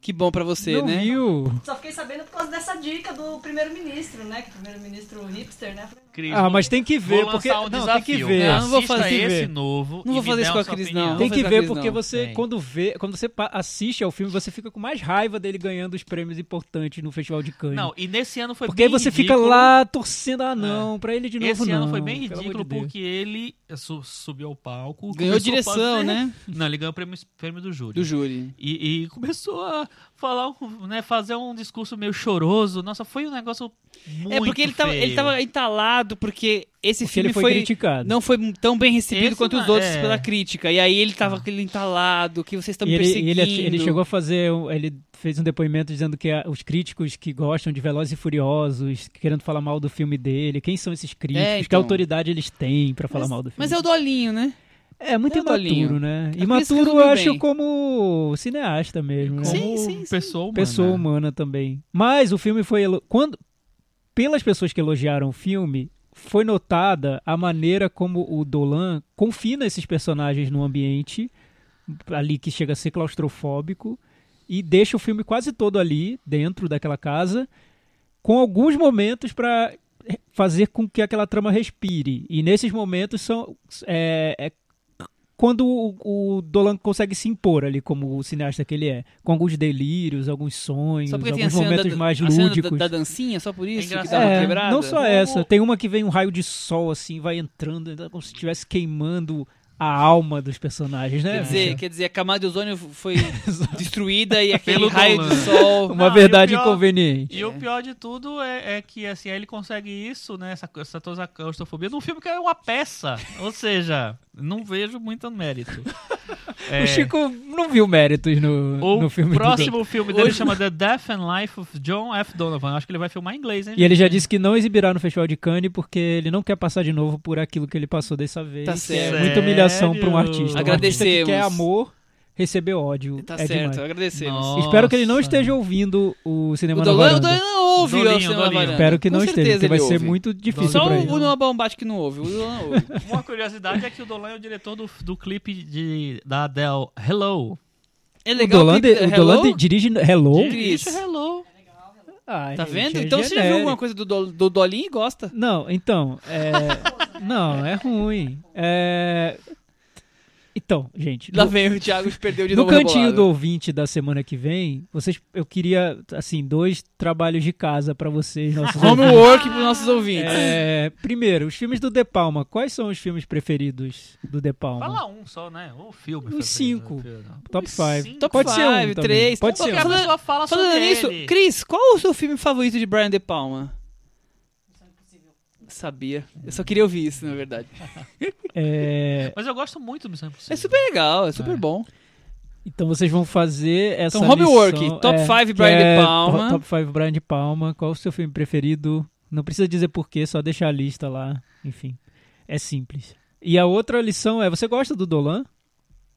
Speaker 3: Que bom pra você,
Speaker 5: Não
Speaker 3: né?
Speaker 5: viu?
Speaker 6: Só fiquei sabendo por causa dessa dica do primeiro-ministro, né, que o primeiro-ministro hipster, né,
Speaker 4: Cris,
Speaker 5: Ah, mas tem que ver,
Speaker 4: vou
Speaker 5: porque
Speaker 4: lançar um
Speaker 5: não, tem
Speaker 4: desafio.
Speaker 5: que ver.
Speaker 3: Não, não vou
Speaker 4: Assista
Speaker 3: fazer.
Speaker 4: esse
Speaker 5: Tem que ver.
Speaker 4: novo
Speaker 3: Não
Speaker 4: e
Speaker 3: vou
Speaker 4: me
Speaker 3: fazer
Speaker 4: dê
Speaker 3: isso
Speaker 4: a
Speaker 3: com a
Speaker 4: sua
Speaker 3: Cris,
Speaker 4: opinião.
Speaker 3: não.
Speaker 5: Tem
Speaker 3: vou
Speaker 5: que
Speaker 3: fazer
Speaker 5: ver
Speaker 3: quiz,
Speaker 5: porque
Speaker 3: não.
Speaker 5: você
Speaker 4: Tem.
Speaker 5: quando vê, quando você pa- assiste ao filme, você fica com mais raiva dele ganhando os prêmios importantes no Festival de Cannes.
Speaker 3: é
Speaker 4: Não, e nesse ano foi
Speaker 5: porque aí
Speaker 4: bem
Speaker 5: você fica
Speaker 4: ridículo.
Speaker 5: lá torcendo ah
Speaker 3: É.
Speaker 5: não, pra ele de novo
Speaker 4: Esse
Speaker 5: não.
Speaker 4: ano foi bem
Speaker 5: pelo amor
Speaker 4: ridículo
Speaker 5: de Deus.
Speaker 4: porque ele é, su- subiu ao palco.
Speaker 3: Ganhou
Speaker 4: começou a
Speaker 3: direção,
Speaker 4: fazer-
Speaker 3: né?
Speaker 4: Não, ele ganhou o prêmio, prêmio do júri.
Speaker 3: Do júri.
Speaker 4: E, e começou a falar, um- né, fazer um discurso meio choroso. Nossa, foi um negócio muito
Speaker 3: é porque ele tava, ele
Speaker 4: feio.
Speaker 3: tava entalado, porque esse
Speaker 5: Porque
Speaker 3: filme
Speaker 5: ele foi, criticado.
Speaker 3: não foi tão bem recebido
Speaker 4: Esse
Speaker 3: quanto os
Speaker 4: não-
Speaker 3: outros
Speaker 4: é.
Speaker 3: pela crítica. E aí ele tava aquele entalado, que vocês estão
Speaker 5: Ah. E
Speaker 3: me
Speaker 5: ele, e
Speaker 3: perseguindo.
Speaker 5: ele, ele chegou a fazer, um- ele fez um depoimento dizendo que ah, os críticos que gostam de Velozes e Furiosos, querendo falar mal do filme dele, quem são esses críticos,
Speaker 3: É,
Speaker 5: que
Speaker 3: então.
Speaker 5: autoridade eles têm pra falar mal do filme.
Speaker 3: Mas é o Dolinho, né?
Speaker 5: É muito
Speaker 3: é o Dolinho.
Speaker 5: imaturo, né?
Speaker 3: que
Speaker 5: Imaturo
Speaker 3: resumiu
Speaker 5: eu acho
Speaker 3: bem.
Speaker 5: como cineasta mesmo, né?
Speaker 4: Como
Speaker 3: Sim, sim, sim.
Speaker 4: pessoa humana.
Speaker 5: pessoa humana né? também. Mas o filme foi elo- quando pelas pessoas que elogiaram o filme, foi notada a maneira como o Dolan confina esses personagens num ambiente ali que chega a ser claustrofóbico e deixa o filme quase todo ali dentro daquela casa com alguns momentos para fazer com que aquela trama respire. E nesses momentos são é, é quando o, o Dolan consegue se impor ali como o cineasta que ele é, com alguns delírios, alguns sonhos,
Speaker 3: Só porque tem a
Speaker 5: alguns
Speaker 3: cena,
Speaker 5: momentos
Speaker 3: da,
Speaker 5: mais
Speaker 3: a cena da-
Speaker 5: lúdicos.
Speaker 3: da, dancinha, só por isso, que dá
Speaker 4: engraçado.
Speaker 3: uma
Speaker 5: É,
Speaker 3: quebrada.
Speaker 5: não só
Speaker 4: Como-
Speaker 5: essa, tem uma que vem um raio de sol assim, vai entrando, entrando como se estivesse queimando a alma dos personagens, né?
Speaker 3: Quer dizer, quer dizer, a camada de ozônio foi destruída e aquele
Speaker 4: Pelo
Speaker 3: raio
Speaker 4: Dolan.
Speaker 3: do sol.
Speaker 5: uma
Speaker 4: Não, e o
Speaker 5: verdade
Speaker 4: pior-
Speaker 5: inconveniente.
Speaker 4: E o pior de tudo é, é que assim, ele consegue isso, né? Essa, essa toda claustrofobia num filme que é uma peça. Ou seja, não vejo muito mérito. É,
Speaker 5: O Chico não viu méritos no,
Speaker 4: o
Speaker 5: no filme do
Speaker 4: próximo filme dele
Speaker 3: Hoje-
Speaker 4: chama The Death and Life of John F. Donovan. Acho que ele vai filmar em inglês, hein?
Speaker 5: E ele já disse que não exibirá no Festival de Cannes porque ele não quer passar de novo por aquilo que ele passou dessa vez.
Speaker 3: Tá
Speaker 5: que
Speaker 3: certo.
Speaker 5: É muita humilhação para um artista. Um artista que
Speaker 3: Agradecemos.
Speaker 5: quer amor, receber ódio.
Speaker 3: Tá
Speaker 5: é
Speaker 3: certo,
Speaker 5: demais.
Speaker 3: agradecemos.
Speaker 4: Nossa.
Speaker 5: Espero que ele não esteja ouvindo o
Speaker 3: O
Speaker 5: Cinema na
Speaker 3: Dolan, o
Speaker 5: Varanda.
Speaker 3: Dolan não ouve
Speaker 4: Dolinho,
Speaker 3: o Cinema
Speaker 4: Dolinho.
Speaker 3: Varanda.
Speaker 5: Espero que
Speaker 3: Com
Speaker 5: não esteja,
Speaker 3: certeza
Speaker 5: porque vai
Speaker 3: ele
Speaker 5: ser
Speaker 3: ouve.
Speaker 5: muito difícil
Speaker 3: Só
Speaker 5: pra ele.
Speaker 3: o, o Noah Baumbach que não ouve, o Dolan ouve.
Speaker 4: Uma curiosidade é que o Dolan é o diretor do, do clipe de, da Adele Hello.
Speaker 3: É
Speaker 5: O
Speaker 3: legal
Speaker 5: Dolan,
Speaker 3: que-
Speaker 5: de- o
Speaker 3: Hello?
Speaker 5: Dolan de- dirige Hello?
Speaker 3: Dirige
Speaker 4: Dirige Hello.
Speaker 5: Ai,
Speaker 3: Tá
Speaker 5: gente,
Speaker 3: vendo?
Speaker 5: é
Speaker 3: Então você já viu
Speaker 5: genérico.
Speaker 3: alguma coisa do, Dol- do Dolinho e gosta.
Speaker 5: Não, então. é, Não, é ruim. É, Então, gente,
Speaker 3: Lá
Speaker 5: no-
Speaker 3: vem o Thiago perdeu de
Speaker 5: no
Speaker 3: novo. na
Speaker 5: cantinho
Speaker 3: bolada.
Speaker 5: do ouvinte da semana que vem, vocês, eu queria, assim, dois trabalhos de casa pra vocês, nossos ouvintes.
Speaker 3: Homework pros nossos ouvintes.
Speaker 5: É, primeiro, os filmes do De Palma. Quais são os filmes preferidos do De Palma?
Speaker 4: Fala um só, né? Um filme.
Speaker 5: Os
Speaker 4: preferido,
Speaker 5: cinco.
Speaker 4: filme.
Speaker 5: Top
Speaker 4: Os
Speaker 5: 5.
Speaker 4: cinco.
Speaker 3: Top
Speaker 5: Pode ser um
Speaker 3: five,
Speaker 5: também.
Speaker 3: três. Então
Speaker 5: Pode
Speaker 4: Porque
Speaker 5: ser
Speaker 4: a
Speaker 5: um.
Speaker 4: pessoa fala
Speaker 3: Falando
Speaker 4: sobre
Speaker 3: nisso,
Speaker 4: ele.
Speaker 3: Cris, qual o seu filme favorito de Brian De Palma? Sabia. Eu só queria ouvir isso, na verdade.
Speaker 5: É,
Speaker 4: Mas eu gosto muito do Missão Impossível.
Speaker 3: É super legal, é super
Speaker 4: É.
Speaker 3: bom.
Speaker 5: então vocês vão fazer essa
Speaker 3: Então, homework,
Speaker 5: lição,
Speaker 3: top
Speaker 5: é,
Speaker 3: five
Speaker 5: que
Speaker 3: Brian De
Speaker 5: é
Speaker 3: Palma.
Speaker 5: to- Top 5 Brian De Palma. Qual o seu filme preferido? Não precisa dizer porquê, só deixa a lista lá. Enfim, é simples. E a outra lição é, você gosta do Dolan?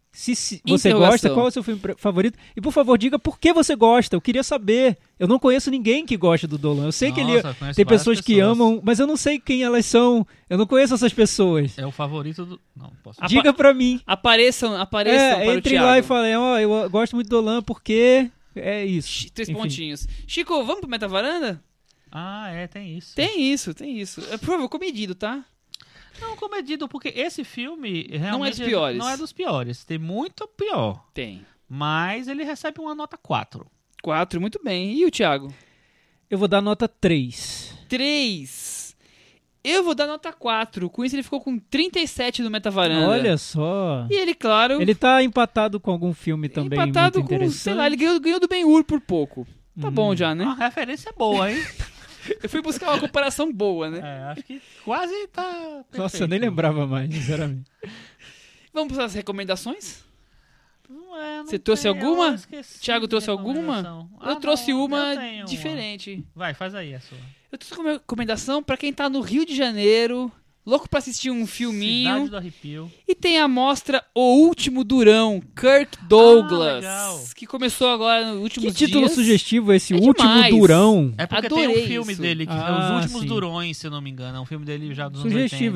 Speaker 5: Se, se- você
Speaker 3: Interrogação.
Speaker 5: gosta, qual é o seu filme pre- favorito? E por favor, diga por que você gosta. Eu queria saber. Eu não conheço ninguém que gosta do Dolan. Eu sei que ele
Speaker 4: Nossa, eu conheço
Speaker 5: tem
Speaker 4: várias
Speaker 5: pessoas, que amam, mas eu não sei quem elas são. Eu não conheço essas pessoas.
Speaker 4: É o favorito do. Não, posso.
Speaker 3: Ah,
Speaker 5: Diga pra mim.
Speaker 3: Apareçam, apareçam
Speaker 5: É,
Speaker 3: para o
Speaker 5: entrem
Speaker 3: Thiago.
Speaker 5: lá e falem, ó, eu gosto muito do Olan porque é isso.
Speaker 3: Ch- Três
Speaker 5: Enfim.
Speaker 3: pontinhos. Chico, vamos pro Meta Varanda?
Speaker 4: Ah, é, tem isso.
Speaker 3: Tem isso, tem isso. É, Por favor, comedido, tá?
Speaker 4: Não, comedido, porque esse filme realmente
Speaker 3: dos piores.
Speaker 4: Não é dos piores. Tem muito pior.
Speaker 3: Tem.
Speaker 4: Mas ele recebe uma nota 4.
Speaker 3: Quatro, muito bem. E o Thiago?
Speaker 5: Eu vou dar nota 3.
Speaker 3: Três. Eu vou dar nota quatro. Com isso, ele ficou com 37 no Meta Varanda.
Speaker 5: Olha só.
Speaker 3: E ele, claro,
Speaker 5: Ele tá empatado com algum filme também
Speaker 3: empatado
Speaker 5: muito
Speaker 3: com,
Speaker 5: interessante.
Speaker 3: sei lá, ele ganhou, ganhou do Ben-Hur por pouco. Tá
Speaker 5: Hum.
Speaker 3: bom já, né?
Speaker 4: Uma referência boa, hein?
Speaker 3: Eu fui buscar uma comparação boa, né?
Speaker 4: é, acho que quase tá.
Speaker 3: é
Speaker 4: Perfeito.
Speaker 5: Nossa, eu nem lembrava mais, sinceramente.
Speaker 3: Vamos para as recomendações?
Speaker 4: Não é, não
Speaker 3: Você trouxe
Speaker 4: tem,
Speaker 3: alguma?
Speaker 4: eu esqueci
Speaker 3: Thiago
Speaker 4: de
Speaker 3: trouxe alguma?
Speaker 4: recomendação. Ah,
Speaker 3: eu trouxe
Speaker 4: não,
Speaker 3: uma
Speaker 4: eu tenho uma.
Speaker 3: diferente.
Speaker 4: Vai, faz aí a sua.
Speaker 3: Eu trouxe uma recomendação para quem tá no Rio de Janeiro, louco para assistir um filminho.
Speaker 4: Cidade do Arrepio.
Speaker 3: E tem a mostra O Último Durão, Kirk Douglas.
Speaker 4: Ah, legal.
Speaker 3: que começou agora nos
Speaker 5: que
Speaker 3: últimos
Speaker 5: título
Speaker 3: dias.
Speaker 5: sugestivo esse
Speaker 3: É
Speaker 5: último
Speaker 3: demais.
Speaker 5: durão.
Speaker 4: É porque tem
Speaker 3: Adorei
Speaker 4: um filme
Speaker 3: isso.
Speaker 4: dele, que
Speaker 5: Ah,
Speaker 4: é Os Últimos
Speaker 5: sim.
Speaker 4: Durões, se eu não me engano. É um filme dele já dos
Speaker 5: Sugestivo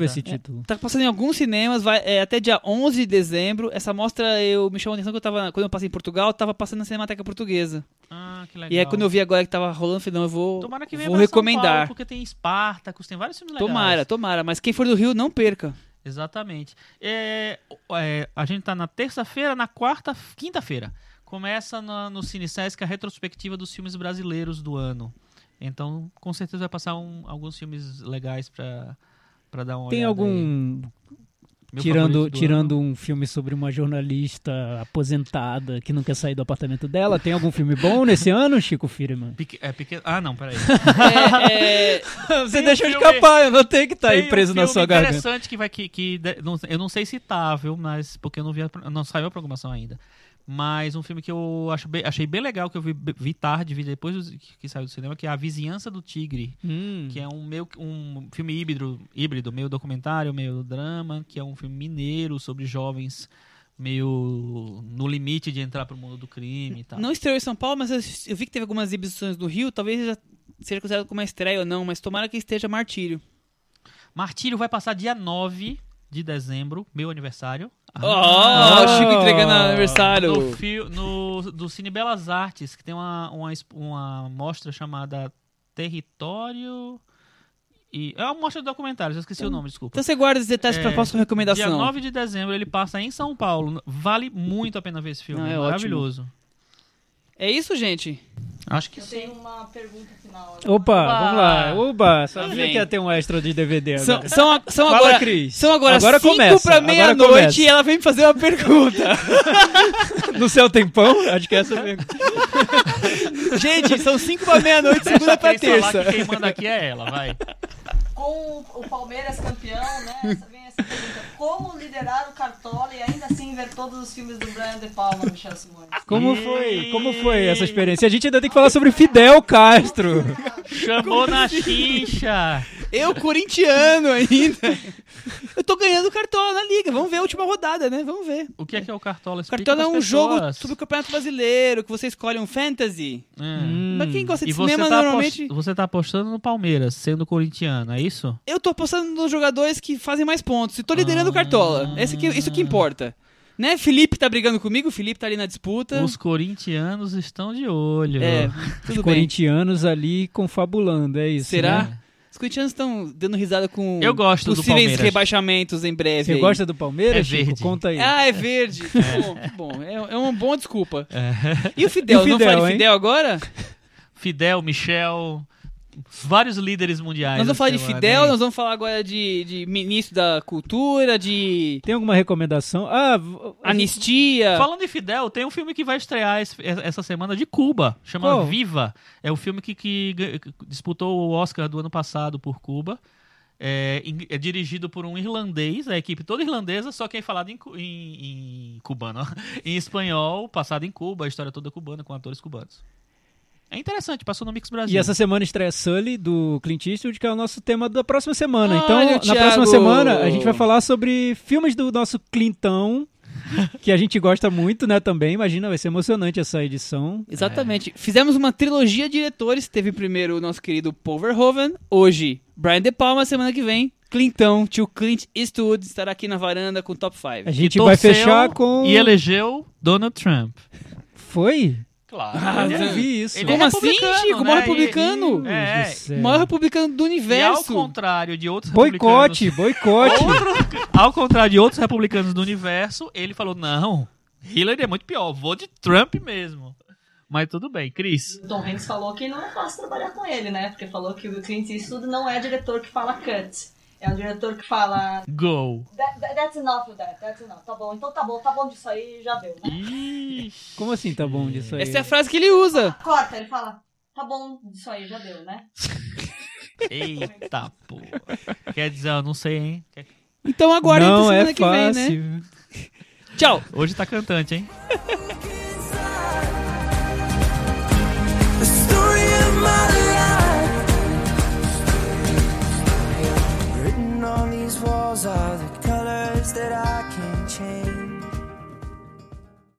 Speaker 4: anos 80.
Speaker 5: esse título.
Speaker 3: Tá passando em alguns cinemas, vai é, até dia 11 de dezembro. Essa mostra eu me chamou a atenção que eu tava, quando eu passei em Portugal, eu tava passando na Cinemateca Portuguesa.
Speaker 4: Ah, que legal.
Speaker 3: E aí quando eu vi agora que tava rolando, eu falei, não, eu vou,
Speaker 4: Tomara que venha
Speaker 3: vou
Speaker 4: pra São Paulo,
Speaker 3: recomendar.
Speaker 4: porque tem Espartacus, tem vários filmes legais.
Speaker 3: tomara, tomara, mas quem for do Rio não perca.
Speaker 4: Exatamente. É, o- é, a gente tá na terça-feira, na quarta, quinta-feira. Começa na- no CineSesc a retrospectiva dos filmes brasileiros do ano. Então, com certeza vai passar um- alguns filmes legais pra, pra dar uma
Speaker 5: Tem
Speaker 4: olhada aí.
Speaker 5: algum
Speaker 4: Meu
Speaker 5: tirando
Speaker 4: favorito do
Speaker 5: tirando
Speaker 4: ano.
Speaker 5: um filme sobre uma jornalista aposentada que não quer sair do apartamento dela? Tem algum filme bom nesse ano, Chico Firman?
Speaker 4: Peque- é, peque- ah, não, peraí.
Speaker 3: É, é,
Speaker 5: Você
Speaker 4: Tem um filme-
Speaker 5: eu notei que tá
Speaker 4: Tem um filme interessante que vai que, que de- não- eu não sei citar, viu, mas porque eu não vi a pro- não saiu a programação ainda. Mas um filme que eu acho bem- achei bem legal que eu vi, vi tarde, vi depois do- que saiu do cinema, que é A Vizinhança do Tigre,
Speaker 5: Hum.
Speaker 4: que é um meio que- um filme híbrido, híbrido, meio documentário, meio drama, que é um filme mineiro sobre jovens meio no limite de entrar pro mundo do crime e tal.
Speaker 3: não estreou em São Paulo, mas eu, eu vi que teve algumas exibições do Rio, talvez já seja considerado como uma estreia ou não, mas tomara que esteja martírio.
Speaker 4: Martírio vai passar dia 9 de dezembro, meu aniversário.
Speaker 3: Ó, o Chico entregando aniversário.
Speaker 4: No, fi- no- do Cine Belas Artes, que tem uma, uma, exp- uma mostra chamada Território. E, é uma mostra de documentários, eu esqueci o nome, desculpa.
Speaker 3: Então você guarda os detalhes pra
Speaker 4: É,
Speaker 3: próxima recomendação.
Speaker 4: Dia 9 de dezembro ele passa em São Paulo. Vale muito a pena ver esse filme.
Speaker 3: Não, é
Speaker 4: é
Speaker 3: ótimo.
Speaker 4: maravilhoso.
Speaker 3: É isso, gente?
Speaker 4: Acho que
Speaker 6: Eu
Speaker 4: sim.
Speaker 6: tenho uma pergunta final. agora.
Speaker 5: Opa, vamos lá. Oba, sabia
Speaker 3: Vem.
Speaker 5: que ia ter um extra de DVD agora.
Speaker 3: São, são, a- são
Speaker 5: Fala,
Speaker 3: agora,
Speaker 5: Cris.
Speaker 3: são agora,
Speaker 5: Agora
Speaker 3: cinco
Speaker 5: começa,
Speaker 3: pra
Speaker 5: agora
Speaker 3: meia-noite
Speaker 5: começa.
Speaker 3: e ela vem me fazer uma pergunta.
Speaker 5: No seu tempão? Acho que é essa mesmo.
Speaker 3: gente, são cinco pra meia-noite, segunda pra
Speaker 4: Sem falar
Speaker 3: terça.
Speaker 4: que quem manda aqui é ela, vai.
Speaker 6: Com o Palmeiras campeão, né? Essa- Vem essa pergunta. Como liderar o Cartola e ainda assim ver todos os filmes do Brian De Palma, Michel Simone?
Speaker 5: Como foi? Como foi essa experiência? A gente ainda tem que falar sobre Fidel Castro.
Speaker 4: Chamou na
Speaker 3: assim?
Speaker 4: xixa.
Speaker 3: Eu, corintiano ainda. Eu tô ganhando cartola na liga. Vamos ver a última rodada, né? Vamos ver.
Speaker 4: O que é que é o Cartola?
Speaker 3: O
Speaker 4: Explica
Speaker 3: cartola é
Speaker 4: pras
Speaker 3: um jogo
Speaker 4: pessoas.
Speaker 3: sobre o Campeonato Brasileiro, que você escolhe um fantasy.
Speaker 4: É.
Speaker 5: Hum,
Speaker 3: Pra quem gosta de
Speaker 4: E você
Speaker 3: Hum. cinema,
Speaker 4: tá,
Speaker 3: normalmente.
Speaker 4: apos- você tá apostando no Palmeiras, sendo corintiano, é isso?
Speaker 3: Eu tô apostando nos jogadores que fazem mais pontos. E tô liderando
Speaker 4: Ah.
Speaker 3: o cartola. Esse que, isso que importa. Né? Felipe tá brigando comigo, Felipe tá ali na disputa.
Speaker 4: Os corintianos estão de olho.
Speaker 3: É,
Speaker 5: Os
Speaker 3: tudo bem.
Speaker 5: corintianos ali confabulando, é isso.
Speaker 3: Será?
Speaker 5: né?
Speaker 3: Os corintianos estão dando risada com
Speaker 4: Eu gosto do
Speaker 3: possíveis
Speaker 4: Palmeiras.
Speaker 3: rebaixamentos em breve.
Speaker 5: Você
Speaker 3: aí.
Speaker 5: gosta do Palmeiras,
Speaker 4: É
Speaker 5: Chico?
Speaker 4: verde.
Speaker 5: Conta aí.
Speaker 3: Ah, é verde. Que bom, que bom. É, é uma boa desculpa.
Speaker 4: É.
Speaker 3: E o Fidel?
Speaker 5: E
Speaker 3: Não
Speaker 5: o
Speaker 3: fala
Speaker 5: Fidel,
Speaker 3: de
Speaker 5: hein?
Speaker 3: Fidel agora?
Speaker 4: Fidel, Michel, vários líderes mundiais.
Speaker 3: nós vamos
Speaker 4: essa
Speaker 3: falar de
Speaker 4: semana,
Speaker 3: Fidel,
Speaker 4: hein?
Speaker 3: nós vamos falar agora de, de ministro da cultura, de
Speaker 5: Tem alguma recomendação? Ah, v-
Speaker 3: anistia.
Speaker 4: Falando em Fidel, tem um filme que vai estrear es- essa semana de Cuba, chama
Speaker 5: Qual?
Speaker 4: Viva. É o filme que, que gan- que disputou o Oscar do ano passado por Cuba. É, em- é dirigido por um irlandês, a equipe toda irlandesa, só que é falado em, cu- em- em cubano, ó. em espanhol, passado em Cuba, a história toda cubana, com atores cubanos. É interessante, passou no Mix Brasil.
Speaker 5: E essa semana estreia Sully, do Clint Eastwood, que é o nosso tema da próxima semana.
Speaker 3: Olha
Speaker 5: então,
Speaker 3: o
Speaker 5: na
Speaker 3: Thiago!
Speaker 5: próxima semana, a gente vai falar sobre filmes do nosso Clintão, que a gente gosta muito, né, também. Imagina, vai ser emocionante essa edição.
Speaker 3: Exatamente. É. Fizemos uma trilogia de diretores. Teve primeiro o nosso querido Paul Verhoeven, hoje Brian De Palma, semana que vem Clintão, tio Clint Eastwood estará aqui na varanda com o Top 5.
Speaker 5: A gente
Speaker 4: E
Speaker 5: vai
Speaker 4: torceu
Speaker 5: fechar com...
Speaker 4: E elegeu Donald Trump.
Speaker 5: Foi?
Speaker 4: Claro.
Speaker 5: Eu
Speaker 3: ele é-
Speaker 5: não vi isso.
Speaker 4: ele
Speaker 3: Como
Speaker 4: é
Speaker 3: assim,
Speaker 4: republicano,
Speaker 3: Chico?
Speaker 4: né?
Speaker 3: Maior republicano?
Speaker 5: Meu
Speaker 4: É,
Speaker 5: Deus do céu.
Speaker 3: O maior republicano do
Speaker 4: E ao
Speaker 3: universo.
Speaker 4: contrário de outros republicanos
Speaker 5: Boicote, boicote.
Speaker 4: Ao contrário de outros republicanos do universo, ele falou: não, Hillary é muito pior, vou de Trump mesmo. Mas tudo bem, Cris.
Speaker 6: Tom Hanks falou que não é fácil trabalhar com ele, né? Porque falou que o Clint Eastwood não é diretor que fala cut. É um diretor que fala.
Speaker 4: Go.
Speaker 6: "That- that- that's enough of that, that's enough. Tá bom, então tá bom, tá bom disso aí, já deu, né?
Speaker 5: Como assim tá bom disso aí?
Speaker 3: Essa é a frase que ele usa.
Speaker 6: Corta, ele fala. Tá bom disso aí, já deu, né?
Speaker 4: Eita porra. Quer dizer, eu não sei, hein?
Speaker 3: Então aguardem
Speaker 5: Não
Speaker 3: até semana
Speaker 5: é
Speaker 3: que vem, né?
Speaker 5: fácil.
Speaker 3: Tchau.
Speaker 4: Hoje tá cantante, hein?